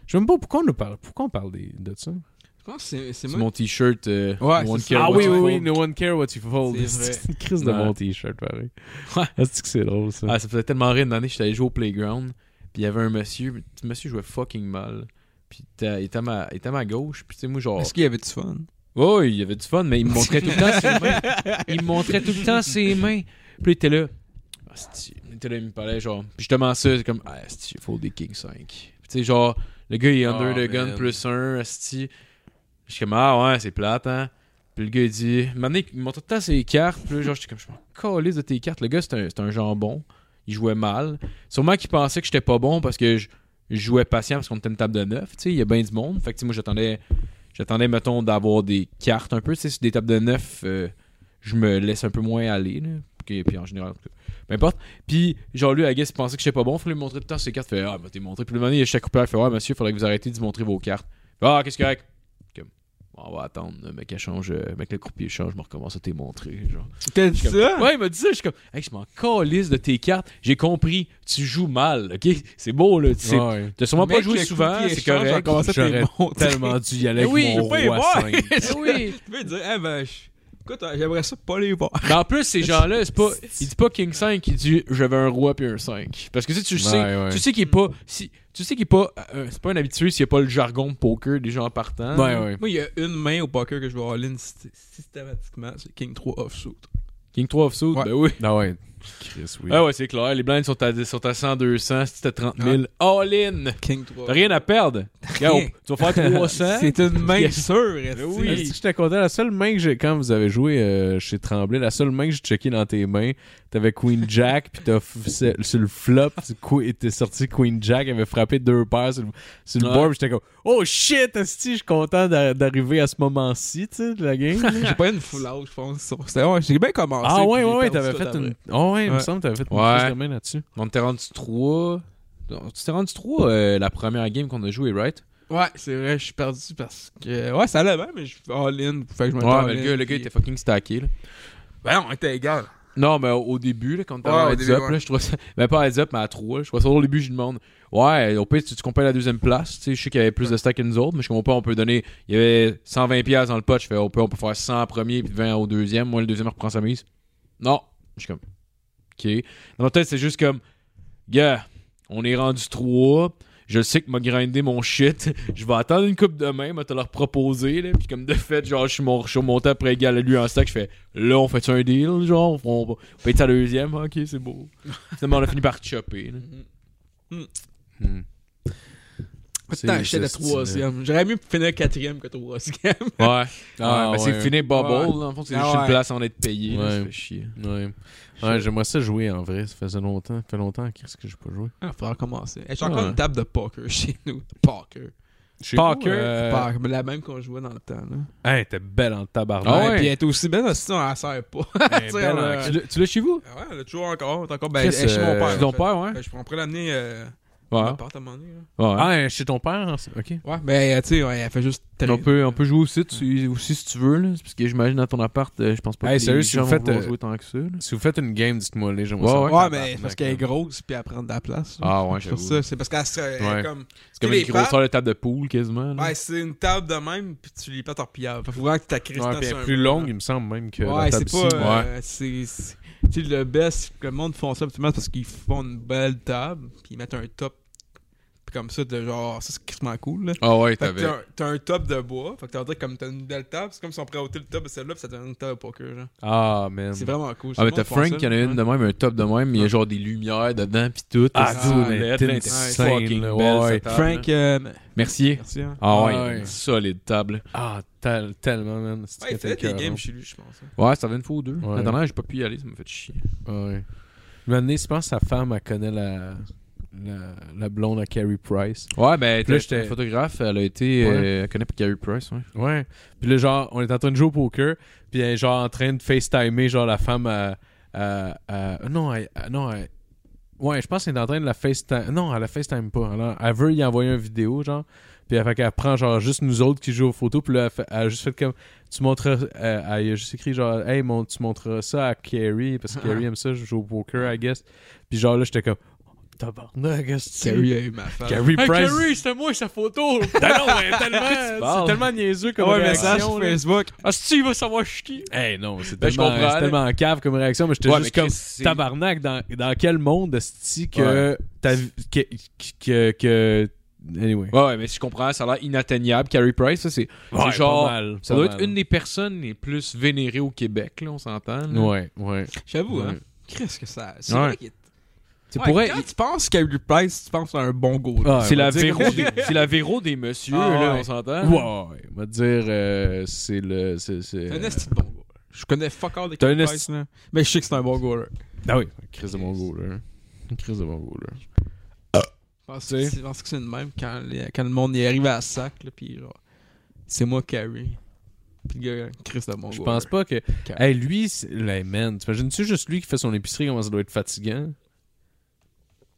Speaker 3: Je sais même pas pourquoi on nous parle, pourquoi on parle des- de ça.
Speaker 4: Je pense que c'est- c'est
Speaker 5: C'est
Speaker 4: moi.
Speaker 5: mon t-shirt. euh,
Speaker 4: Ouais,
Speaker 5: One
Speaker 4: c'est
Speaker 5: Care,
Speaker 4: ça.
Speaker 5: What
Speaker 4: Ah oui,
Speaker 5: You
Speaker 4: oui,
Speaker 5: Fold.
Speaker 3: no one care what you fold.
Speaker 4: C'est vrai.
Speaker 3: C'est une crise de
Speaker 5: Ouais.
Speaker 3: mon t-shirt, pareil.
Speaker 5: Ouais.
Speaker 3: Est-ce que c'est drôle, ça?
Speaker 5: Ah, ça me faisait tellement rire une année, j'étais allé jouer au playground, puis il y avait un monsieur, puis le monsieur jouait fucking mal. Puis t'as- il était à ma, il était à ma gauche, puis tu sais, moi genre.
Speaker 4: Est-ce qu'il y avait du fun?
Speaker 5: Oh, il y avait du fun, mais il me montrait tout le temps ses mains. Il me montrait tout le temps ses mains. Puis là, il était là. Ah, c'est-tu. il était là, il me parlait genre. Puis justement, ça, c'est comme. Ah, c'est-tu, il faut des King 5. Puis tu sais, genre, le gars, il est under
Speaker 4: Ah,
Speaker 5: the gun
Speaker 4: man.
Speaker 5: plus 1, Je suis comme, ah ouais, c'est plate, hein. Puis le gars, il dit. Maintenant, il me montre tout le temps ses cartes. Puis là, genre, j'étais comme, je m'en calisse de tes cartes. Le gars, c'est un, c'est un jambon. Il jouait mal. Sûrement qu'il pensait que j'étais pas bon parce que je, je jouais patient parce qu'on était une table de 9. Tu sais, il y a bien du monde. Fait que tu sais, moi, j'attendais. J'attendais, mettons, d'avoir des cartes un peu. Tu sais, sur des tables de neuf, euh, je me laisse un peu moins aller. Là, puis, puis en général, en tout cas, peu importe. Puis, genre, lui, I guess, il pensait que j'étais pas bon. Faut lui montrer tout le temps ses cartes. Fait, ah, bah, t'es montré. Puis, le moment, donné, il y a chaque coupeur. Il fait, ouais, monsieur, faudrait que vous arrêtiez de montrer vos cartes. Fait, ah, qu'est-ce qu'il y a? Comme, Bon, on va attendre. Le mec, elle change. euh, le mec, le croupier change. Je me recommence à t'es montré. Genre.
Speaker 4: C'était ça?
Speaker 5: Ouais, il m'a dit ça. Je suis comme, hey, je m'en calisse de tes cartes. J'ai compris. Tu joues mal. OK? C'est beau, là. Tu sais,
Speaker 3: Ouais.
Speaker 5: T'as sûrement
Speaker 4: Mec,
Speaker 5: pas joué
Speaker 4: le
Speaker 5: souvent.
Speaker 4: croupier
Speaker 5: C'est
Speaker 4: échange,
Speaker 5: correct.
Speaker 4: encore- Comment ça, t'es
Speaker 3: J'aurais
Speaker 4: bon, t'sais?
Speaker 3: tellement dû y aller avec
Speaker 5: Mais Eh oui,
Speaker 3: mon
Speaker 4: faut pas y
Speaker 3: roi
Speaker 4: voir.
Speaker 3: 5.
Speaker 5: Eh oui!
Speaker 4: Tu peux dire, eh ben, je- écoute, hein, j'aimerais ça pas les voir.
Speaker 5: Mais en plus, ces gens-là, c'est pas. Il dit pas King 5, il dit j'avais un roi puis un 5. Parce que tu sais, tu le sais,
Speaker 3: Ouais, ouais.
Speaker 5: tu sais qu'il est pas. Si, tu sais qu'il est pas. euh, c'est pas un habitué s'il n'y a pas le jargon de poker des gens en partant.
Speaker 3: Ouais, ouais.
Speaker 4: Moi, il y a une main au poker que je vais all in systématiquement, c'est King 3 offshoot.
Speaker 5: King 3 of Sud,
Speaker 4: Ouais.
Speaker 5: ben oui.
Speaker 3: Ah ouais. Chris, oui.
Speaker 5: Ah ouais, c'est clair. Les blindes sont à, sont à 100, 200, si t'as 30 000. All in!
Speaker 4: King 3.
Speaker 5: T'as rien à perdre. Yo,
Speaker 4: rien.
Speaker 5: tu vas faire 300.
Speaker 4: C'est une main
Speaker 5: Yes.
Speaker 4: sûre,
Speaker 5: Ben
Speaker 4: est-ce
Speaker 5: oui.
Speaker 4: que-
Speaker 3: Est-ce que je t'ai content, la seule main que j'ai, quand vous avez joué euh, chez Tremblay, la seule main que j'ai checkée dans tes mains, t'avais Queen Jack, puis t'as f- se- sur le flop, c'est que- t'es sorti Queen Jack, elle avait frappé deux paires sur le, sur le
Speaker 5: Ouais.
Speaker 3: board, puis j'étais comme, oh shit, esti, je suis content d'a- d'arriver à ce moment-ci, tu sais, de la game.
Speaker 4: J'ai pas eu une full out, je pense. C'était- ouais, j'ai bien commencé.
Speaker 3: ah
Speaker 4: puis
Speaker 3: ouais,
Speaker 4: j'ai
Speaker 3: ouais, ouais,
Speaker 4: perdu
Speaker 3: t'avais
Speaker 4: tout
Speaker 3: fait
Speaker 4: après.
Speaker 3: une. Oh ouais, il me
Speaker 4: Ouais.
Speaker 3: semble, que t'avais fait une
Speaker 5: Ouais.
Speaker 3: prise de main là-dessus.
Speaker 5: On t'est rendu 3. On t'est rendu 3 euh, la première game qu'on a joué, right?
Speaker 4: Ouais, c'est vrai, je suis perdu parce que. Ouais, ça allait bien, mais je suis all-in. Fait que je me
Speaker 5: Ouais, mais le gars, le gars était fucking stacké, là.
Speaker 4: Ben non, on était égal.
Speaker 5: Non, mais au- au début, là, quand t'avais
Speaker 4: Ouais,
Speaker 5: un
Speaker 4: au
Speaker 5: heads
Speaker 4: début,
Speaker 5: up,
Speaker 4: ouais.
Speaker 5: là, je trouvais ça. Ben pas un heads up, mais à 3. Je trouvais ça drôle, au début, je lui demande Ouais, au pire, tu, tu compères la deuxième place. Tu sais, je sais qu'il y avait plus de stack que nous autres, mais je comprends pas, on peut donner. Il y avait 120$ dans le pot. Je fais on peut, on peut faire 100 en premier, puis 20 au deuxième. Moi, le deuxième reprend sa mise. Non. Je suis comme Ok. Dans ma tête, c'est juste comme Gars, on est rendu 3. Je sais que m'a grindé mon shit. Je vais attendre une coupe demain, mais te leur proposer. Là. Puis comme de fait, genre, je suis mon- je suis remonté après égal à lui en stack. Je fais là, on fait un deal, genre, on, on paye sa deuxième. Ah, Ok, c'est beau. Finalement, on a fini par chopper. là.
Speaker 4: Putain, j'étais la troisième. J'aurais mieux finir quatrième que troisième.
Speaker 5: Ouais.
Speaker 3: Ah,
Speaker 5: ouais, ben,
Speaker 3: ouais.
Speaker 5: c'est fini bubble,
Speaker 4: Ouais.
Speaker 5: là, en fond, c'est
Speaker 4: Ah
Speaker 5: juste une
Speaker 4: ouais.
Speaker 5: place en être payé. là,
Speaker 3: Ouais.
Speaker 5: ça fait chier.
Speaker 3: Ouais. Ouais, j'aimerais ça jouer en
Speaker 5: Eh,
Speaker 3: vrai, ça faisait longtemps, ça fait longtemps, qu'est-ce que j'ai pas joué.
Speaker 4: Ah, faudra recommencer. J'ai encore
Speaker 5: Ouais.
Speaker 4: une table de poker chez nous. Poker.
Speaker 5: Parker.
Speaker 4: Euh...
Speaker 5: euh,
Speaker 4: mais la même qu'on jouait dans le temps. Là.
Speaker 3: Hey, t'es belle en tabarnak.
Speaker 5: Ah ouais?
Speaker 4: Puis elle était aussi belle, sinon elle sert pas.
Speaker 3: Hey,
Speaker 4: Tu sais,
Speaker 3: belle en-
Speaker 4: euh,
Speaker 5: tu l'as- tu l'as chez vous?
Speaker 4: Ah Ouais, elle a toujours encore. t'as encore. Ben, elle
Speaker 3: Chris,
Speaker 4: est chez mon
Speaker 3: euh,
Speaker 4: père.
Speaker 5: Chez
Speaker 4: en
Speaker 5: ton
Speaker 4: fait.
Speaker 5: père, ouais.
Speaker 4: Ben, je pourrais l'amener euh, à
Speaker 5: Ouais.
Speaker 4: mon père à un moment donné. là.
Speaker 5: ouais.
Speaker 3: Ah, chez ton père, hein, c'est- ok.
Speaker 4: Ouais, ben, euh, tu sais, ouais, elle fait juste très.
Speaker 5: eh, on, peut, on peut jouer aussi, tu- aussi si tu veux. Là. C'est Parce que j'imagine dans ton appart, euh, je pense pas
Speaker 3: Hey,
Speaker 5: que
Speaker 3: sérieux,
Speaker 5: les
Speaker 3: si
Speaker 5: gens
Speaker 3: vous
Speaker 5: vont
Speaker 3: faites,
Speaker 5: vouloir
Speaker 3: euh,
Speaker 5: jouer tant que ça. là.
Speaker 3: Si vous faites une game, dites-moi les j'aimerais
Speaker 5: Ouais,
Speaker 3: ça.
Speaker 5: ouais.
Speaker 4: Ah Ouais, mais c'est parce qu'elle est grosse, puis elle prend de la place. là.
Speaker 5: Ah ouais,
Speaker 4: C'est pour
Speaker 5: j'avoue.
Speaker 4: ça, c'est parce qu'elle se- elle est
Speaker 3: Ouais.
Speaker 4: comme.
Speaker 5: C'est comme
Speaker 4: Tu sais,
Speaker 5: une
Speaker 4: les
Speaker 5: grosseur de table de poule quasiment. là.
Speaker 4: Ouais, c'est une table de même, puis tu les pètes en pillard. Faut vraiment que tu
Speaker 3: Ouais,
Speaker 4: cristal
Speaker 3: puis elle
Speaker 4: sur
Speaker 3: est
Speaker 4: un
Speaker 3: plus
Speaker 4: mur,
Speaker 3: longue,
Speaker 4: là.
Speaker 3: il me semble même que la
Speaker 4: Ouais,
Speaker 3: table
Speaker 4: c'est
Speaker 3: ici.
Speaker 4: pas. euh, c'est- c'est- Tu sais, le best, que le monde font ça absolument parce qu'ils font une belle table, puis ils mettent un top. Puis comme ça, de genre, ça c'est quasiment cool, là.
Speaker 5: Ah ouais,
Speaker 4: Fait que
Speaker 5: t'avais.
Speaker 4: t'as un- t'as un top de bois, fait que t'as dire comme t'as une belle table, c'est comme si on pourrait ôter le top de celle-là, puis ça donne une table de poker, genre.
Speaker 3: Ah, man.
Speaker 4: C'est vraiment cool.
Speaker 5: Ah, mais t'as Frank qui en a une de même, un top de même, mais il y a genre des lumières dedans, pis tout.
Speaker 3: Ah,
Speaker 5: C'est
Speaker 4: dude,
Speaker 5: solide,
Speaker 3: mais
Speaker 5: là,
Speaker 3: t'es
Speaker 5: t'es
Speaker 3: insane,
Speaker 5: fucking
Speaker 3: là,
Speaker 5: belle,
Speaker 3: ouais.
Speaker 5: cette table, là.
Speaker 4: Frank, euh,
Speaker 5: Merci.
Speaker 4: merci. hein.
Speaker 5: Ah ouais,
Speaker 3: Ah ouais.
Speaker 5: une solide table.
Speaker 3: Ah, tel- tellement, man. C'est
Speaker 4: Ouais, il
Speaker 3: que
Speaker 4: fait
Speaker 3: t'es
Speaker 4: des
Speaker 3: cœur,
Speaker 4: games
Speaker 3: hein.
Speaker 4: chez lui, je pense. hein.
Speaker 5: Ouais, ça fait une fois ou deux.
Speaker 3: Ouais.
Speaker 5: La dernière, j'ai pas pu y aller, ça me fait chier.
Speaker 3: Ah, Ouais. Une année, je pense que sa femme, elle connaît la, la, la blonde à Carrie Price.
Speaker 5: Ouais, ben,
Speaker 3: Puis là,
Speaker 5: là,
Speaker 3: j'étais-
Speaker 5: j'étais photographe, elle a été.
Speaker 3: Ouais.
Speaker 5: euh, elle connaît pas Carrie Price, ouais.
Speaker 3: Ouais. Puis là, genre, on est en train de jouer au poker, puis elle est genre en train de FaceTimer, genre, la femme à... à- à- non, elle- à- non, elle- Ouais, je pense qu'elle est en train de la FaceTime... Non, elle la FaceTime pas. Elle, a- elle veut y envoyer une vidéo, genre. Puis elle, fait qu'elle prend genre juste nous autres qui jouons aux photos. Puis là, elle, fait- elle a juste fait comme. Tu montreras. euh, elle a juste écrit genre. Hey, mon, tu montreras ça à Carrie. Parce que Carrie aime ça, je joue au poker, I guess. Puis genre là, j'étais comme. Oh, Tabarnak, qu'est-ce que tu-
Speaker 4: Carrie a eu ma femme.
Speaker 3: Carrie
Speaker 5: Ah,
Speaker 3: Price.
Speaker 5: c'était moi, sa photo!
Speaker 3: Ben non, mais tellement. C'est
Speaker 5: parles.
Speaker 3: tellement niaiseux comme
Speaker 4: Ah ouais,
Speaker 3: réaction.
Speaker 4: message sur
Speaker 3: là.
Speaker 4: Facebook.
Speaker 5: Ah, si, il va savoir chier!
Speaker 3: Hey non, c'est
Speaker 5: Ben, je
Speaker 3: tellement,
Speaker 5: comprends,
Speaker 3: c'est
Speaker 5: là.
Speaker 3: tellement cave comme réaction, mais j'étais
Speaker 5: Ouais, mais
Speaker 3: juste comme
Speaker 5: Chris, c'est-
Speaker 3: tabarnak dans, dans quel monde est-ce que t'as vu- que, que, que- anyway.
Speaker 5: Ouais, ouais, mais si je comprends, ça a l'air inatteignable. Carrie Price, ça, c'est c'est
Speaker 3: Ouais,
Speaker 5: genre.
Speaker 3: pas mal,
Speaker 5: ça
Speaker 3: pas
Speaker 5: doit
Speaker 3: mal.
Speaker 5: être une des personnes les plus vénérées au Québec, là, on s'entend. là.
Speaker 3: Ouais, ouais.
Speaker 4: J'avoue, hein.
Speaker 3: Ouais.
Speaker 4: Qu'est-ce que ça. C'est
Speaker 5: Ouais.
Speaker 4: vrai qu'il est-
Speaker 5: C'est
Speaker 4: Ouais,
Speaker 5: pour elle-
Speaker 4: Quand tu penses Carrie Price, tu penses à un bon go.
Speaker 3: Ah,
Speaker 5: C'est
Speaker 3: on va
Speaker 5: la,
Speaker 3: dire-
Speaker 5: véro des, c'est la véro des messieurs,
Speaker 4: Ah,
Speaker 5: là,
Speaker 4: ouais.
Speaker 5: on s'entend.
Speaker 3: Ouais, ouais, on va dire euh, c'est le c'est c'est
Speaker 4: C'est un esti de bon go. Je connais fuck all de
Speaker 3: Euh, T'as
Speaker 4: Carrie
Speaker 3: un
Speaker 4: Price, là. Mais je sais que c'est un bon go. là.
Speaker 3: Ah oui, une crise de mon goût là. Une crise de mon goût là.
Speaker 4: Je pense
Speaker 3: Tu
Speaker 4: que
Speaker 3: sais.
Speaker 4: je pense que c'est le même quand, les- quand le monde y arrive à sac, là, pis genre. C'est moi, Carrie. Pis le gars, Chris de bon
Speaker 3: Je
Speaker 4: go,
Speaker 3: pense
Speaker 4: là.
Speaker 3: pas que
Speaker 4: Car-
Speaker 3: Hey, lui, c'est- là, man, t'imagines-tu juste lui qui fait son épicerie comment ça doit être fatigant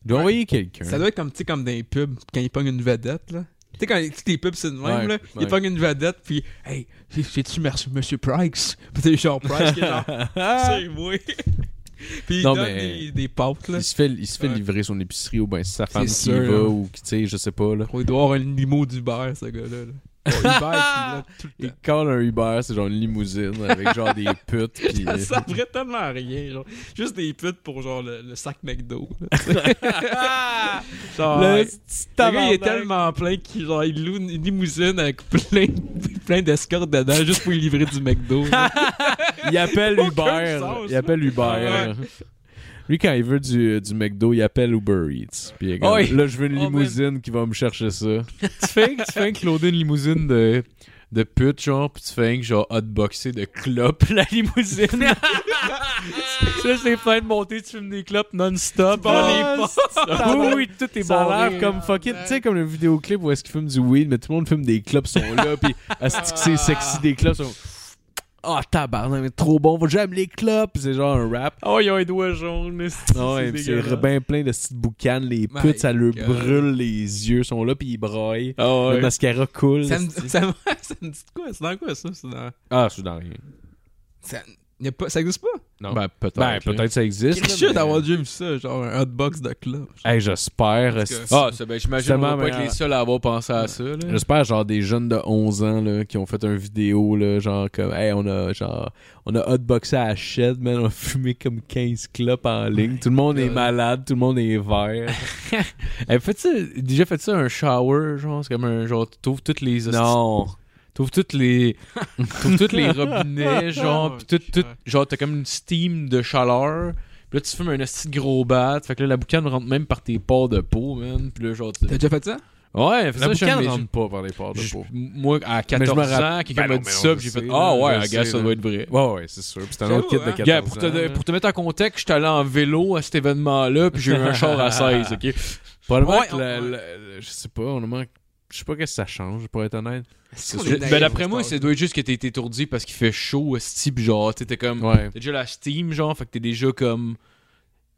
Speaker 3: Il doit envoyer quelqu'un.
Speaker 4: Ça doit être comme, tu sais, comme dans les pubs, quand ils pognent une vedette, là. Tu sais, quand toutes les pubs, c'est de même,
Speaker 3: Ouais,
Speaker 4: là. Ils
Speaker 3: ouais.
Speaker 4: pognent une vedette, puis hey, c'est- c'est-tu merci, Monsieur Price? Puis t'es genre Price qui est genre, c'est moi. puis ils
Speaker 3: Non,
Speaker 4: donnent
Speaker 3: mais-
Speaker 4: des, des pâtes, là.
Speaker 3: Il se fait, il se fait
Speaker 4: Ouais.
Speaker 3: livrer son épicerie ou ben c'est sa femme qui
Speaker 4: sûr,
Speaker 3: y va
Speaker 4: hein.
Speaker 3: ou qui, tu sais, je sais pas là.
Speaker 4: Il doit avoir un limo d'Uber, ce gars-là. Là. Bon, Uber, là, tout le
Speaker 3: Il
Speaker 4: temps.
Speaker 3: colle un Uber, c'est genre une limousine avec genre des putes pis...
Speaker 4: Ça servirait tellement à rien, genre. Juste des putes pour genre le, le sac McDo. là, tu sais. genre, ouais. Le gars, il est tellement plein qu'il genre, il loue une limousine avec plein, plein d'escortes dedans juste pour lui livrer du McDo. là.
Speaker 3: Il appelle
Speaker 4: Aucun
Speaker 3: Uber.
Speaker 4: sens.
Speaker 3: Il appelle Uber.
Speaker 4: Ouais.
Speaker 3: Lui, quand il veut du, du McDo, il appelle Uber Eats. Puis il est comme,
Speaker 5: Oh, il-
Speaker 3: là, je veux une
Speaker 5: Oh, man.
Speaker 3: limousine qui va me chercher ça.
Speaker 5: tu fais tu fais clauder une limousine de de pute genre puis tu fais que genre hotboxer de clopes la limousine ça c'est plein de monter tu fumes des clopes non stop
Speaker 3: Ah,
Speaker 5: oui oui tout est
Speaker 3: Ça a
Speaker 5: barré
Speaker 3: l'air comme fucking. Tu sais, comme le vidéoclip où est-ce qu'ils fument du weed, mais tout le monde fume des clubs, sont là, pis est-ce que c'est sexy des clubs? Sont... Ah, tabarnak, mais trop bon, va- j'aime les clubs! Pis c'est genre un rap.
Speaker 5: oh ils ont les doigts jaunes c'est
Speaker 3: Ah ouais, pis c'est
Speaker 5: dégueulasse.
Speaker 3: bien plein de petites boucanes, les
Speaker 4: My
Speaker 3: putes, ça leur
Speaker 4: God.
Speaker 3: brûle les yeux, sont là, pis ils braillent.
Speaker 5: ah
Speaker 3: Le
Speaker 5: ouais
Speaker 3: mascara coule.
Speaker 4: ça, me, ça, me, ça me dit de quoi? C'est dans quoi ça? C'est dans...
Speaker 3: Ah, je suis dans rien.
Speaker 4: ça, y a pas, ça existe pas?
Speaker 3: Non.
Speaker 5: ben peut-être
Speaker 3: Ben,
Speaker 5: là.
Speaker 3: peut-être ça
Speaker 4: C'est
Speaker 3: existe.
Speaker 4: sûr
Speaker 3: là, mais-
Speaker 4: d'avoir déjà vu ça, genre un hotbox de club.
Speaker 3: Hey, j'espère.
Speaker 4: Parce que-
Speaker 3: esti.
Speaker 5: ah ça ben j'imagine on
Speaker 3: Justement,
Speaker 5: va pas
Speaker 3: mais,
Speaker 5: être les
Speaker 3: euh,
Speaker 5: seuls à avoir pensé à ça là
Speaker 3: Ah, J'espère genre des jeunes de 11 ans là, qui ont fait un vidéo là, genre comme hey on a genre on a hotboxé à la shed man on a fumé comme 15 clopes en ligne tout le monde est
Speaker 4: God.
Speaker 3: malade tout le monde est vert
Speaker 5: Eh, fais-tu déjà fait ça un shower genre c'est comme un genre tu t'ouvres toutes les
Speaker 3: non
Speaker 5: T'ouvres toutes les t'ouvres toutes les robinets genre
Speaker 4: Oh,
Speaker 5: pis tout, tout
Speaker 4: ouais.
Speaker 5: genre t'as comme une steam de chaleur pis là tu fumes un esti de gros bat fait que là la boucane rentre même par tes pores de peau man pis là genre tu-
Speaker 4: T'as déjà fait ça?
Speaker 5: ouais fais
Speaker 3: la
Speaker 5: ça chez un
Speaker 3: boucane
Speaker 5: de mes-
Speaker 3: rentre pas par les portes de
Speaker 5: je-
Speaker 3: peau
Speaker 5: moi à
Speaker 3: me
Speaker 5: 14 ans
Speaker 3: rappelle-
Speaker 5: quelqu'un
Speaker 3: Ben
Speaker 5: m'a
Speaker 3: non,
Speaker 5: dit
Speaker 3: mais on
Speaker 5: ça
Speaker 3: le
Speaker 5: pis j'ai
Speaker 3: sait,
Speaker 5: fait
Speaker 3: là,
Speaker 5: ah
Speaker 3: je
Speaker 5: ouais
Speaker 3: le
Speaker 5: gars
Speaker 3: sais,
Speaker 5: ça
Speaker 3: là.
Speaker 5: doit être vrai
Speaker 3: ouais ouais c'est sûr Puis c'est un autre kit de
Speaker 4: J'avoue,
Speaker 3: 14
Speaker 4: hein.
Speaker 5: Gars, pour, te,
Speaker 3: ans, là.
Speaker 5: pour te mettre en contexte, j'étais allé en vélo à cet événement-là, puis j'ai eu un char à 16, ok?
Speaker 3: probablement
Speaker 4: Ouais,
Speaker 3: que
Speaker 4: on-
Speaker 3: la- la-
Speaker 4: ouais.
Speaker 3: la- je sais pas on manque je sais pas qu'est-ce que ça change pour être honnête
Speaker 4: C'est
Speaker 5: Je- ben d'après moi, ça doit être juste que t'es étourdi parce qu'il fait chaud, esti, pis genre, t'étais comme...
Speaker 3: ouais
Speaker 5: T'as déjà la steam, genre, fait que t'es déjà comme.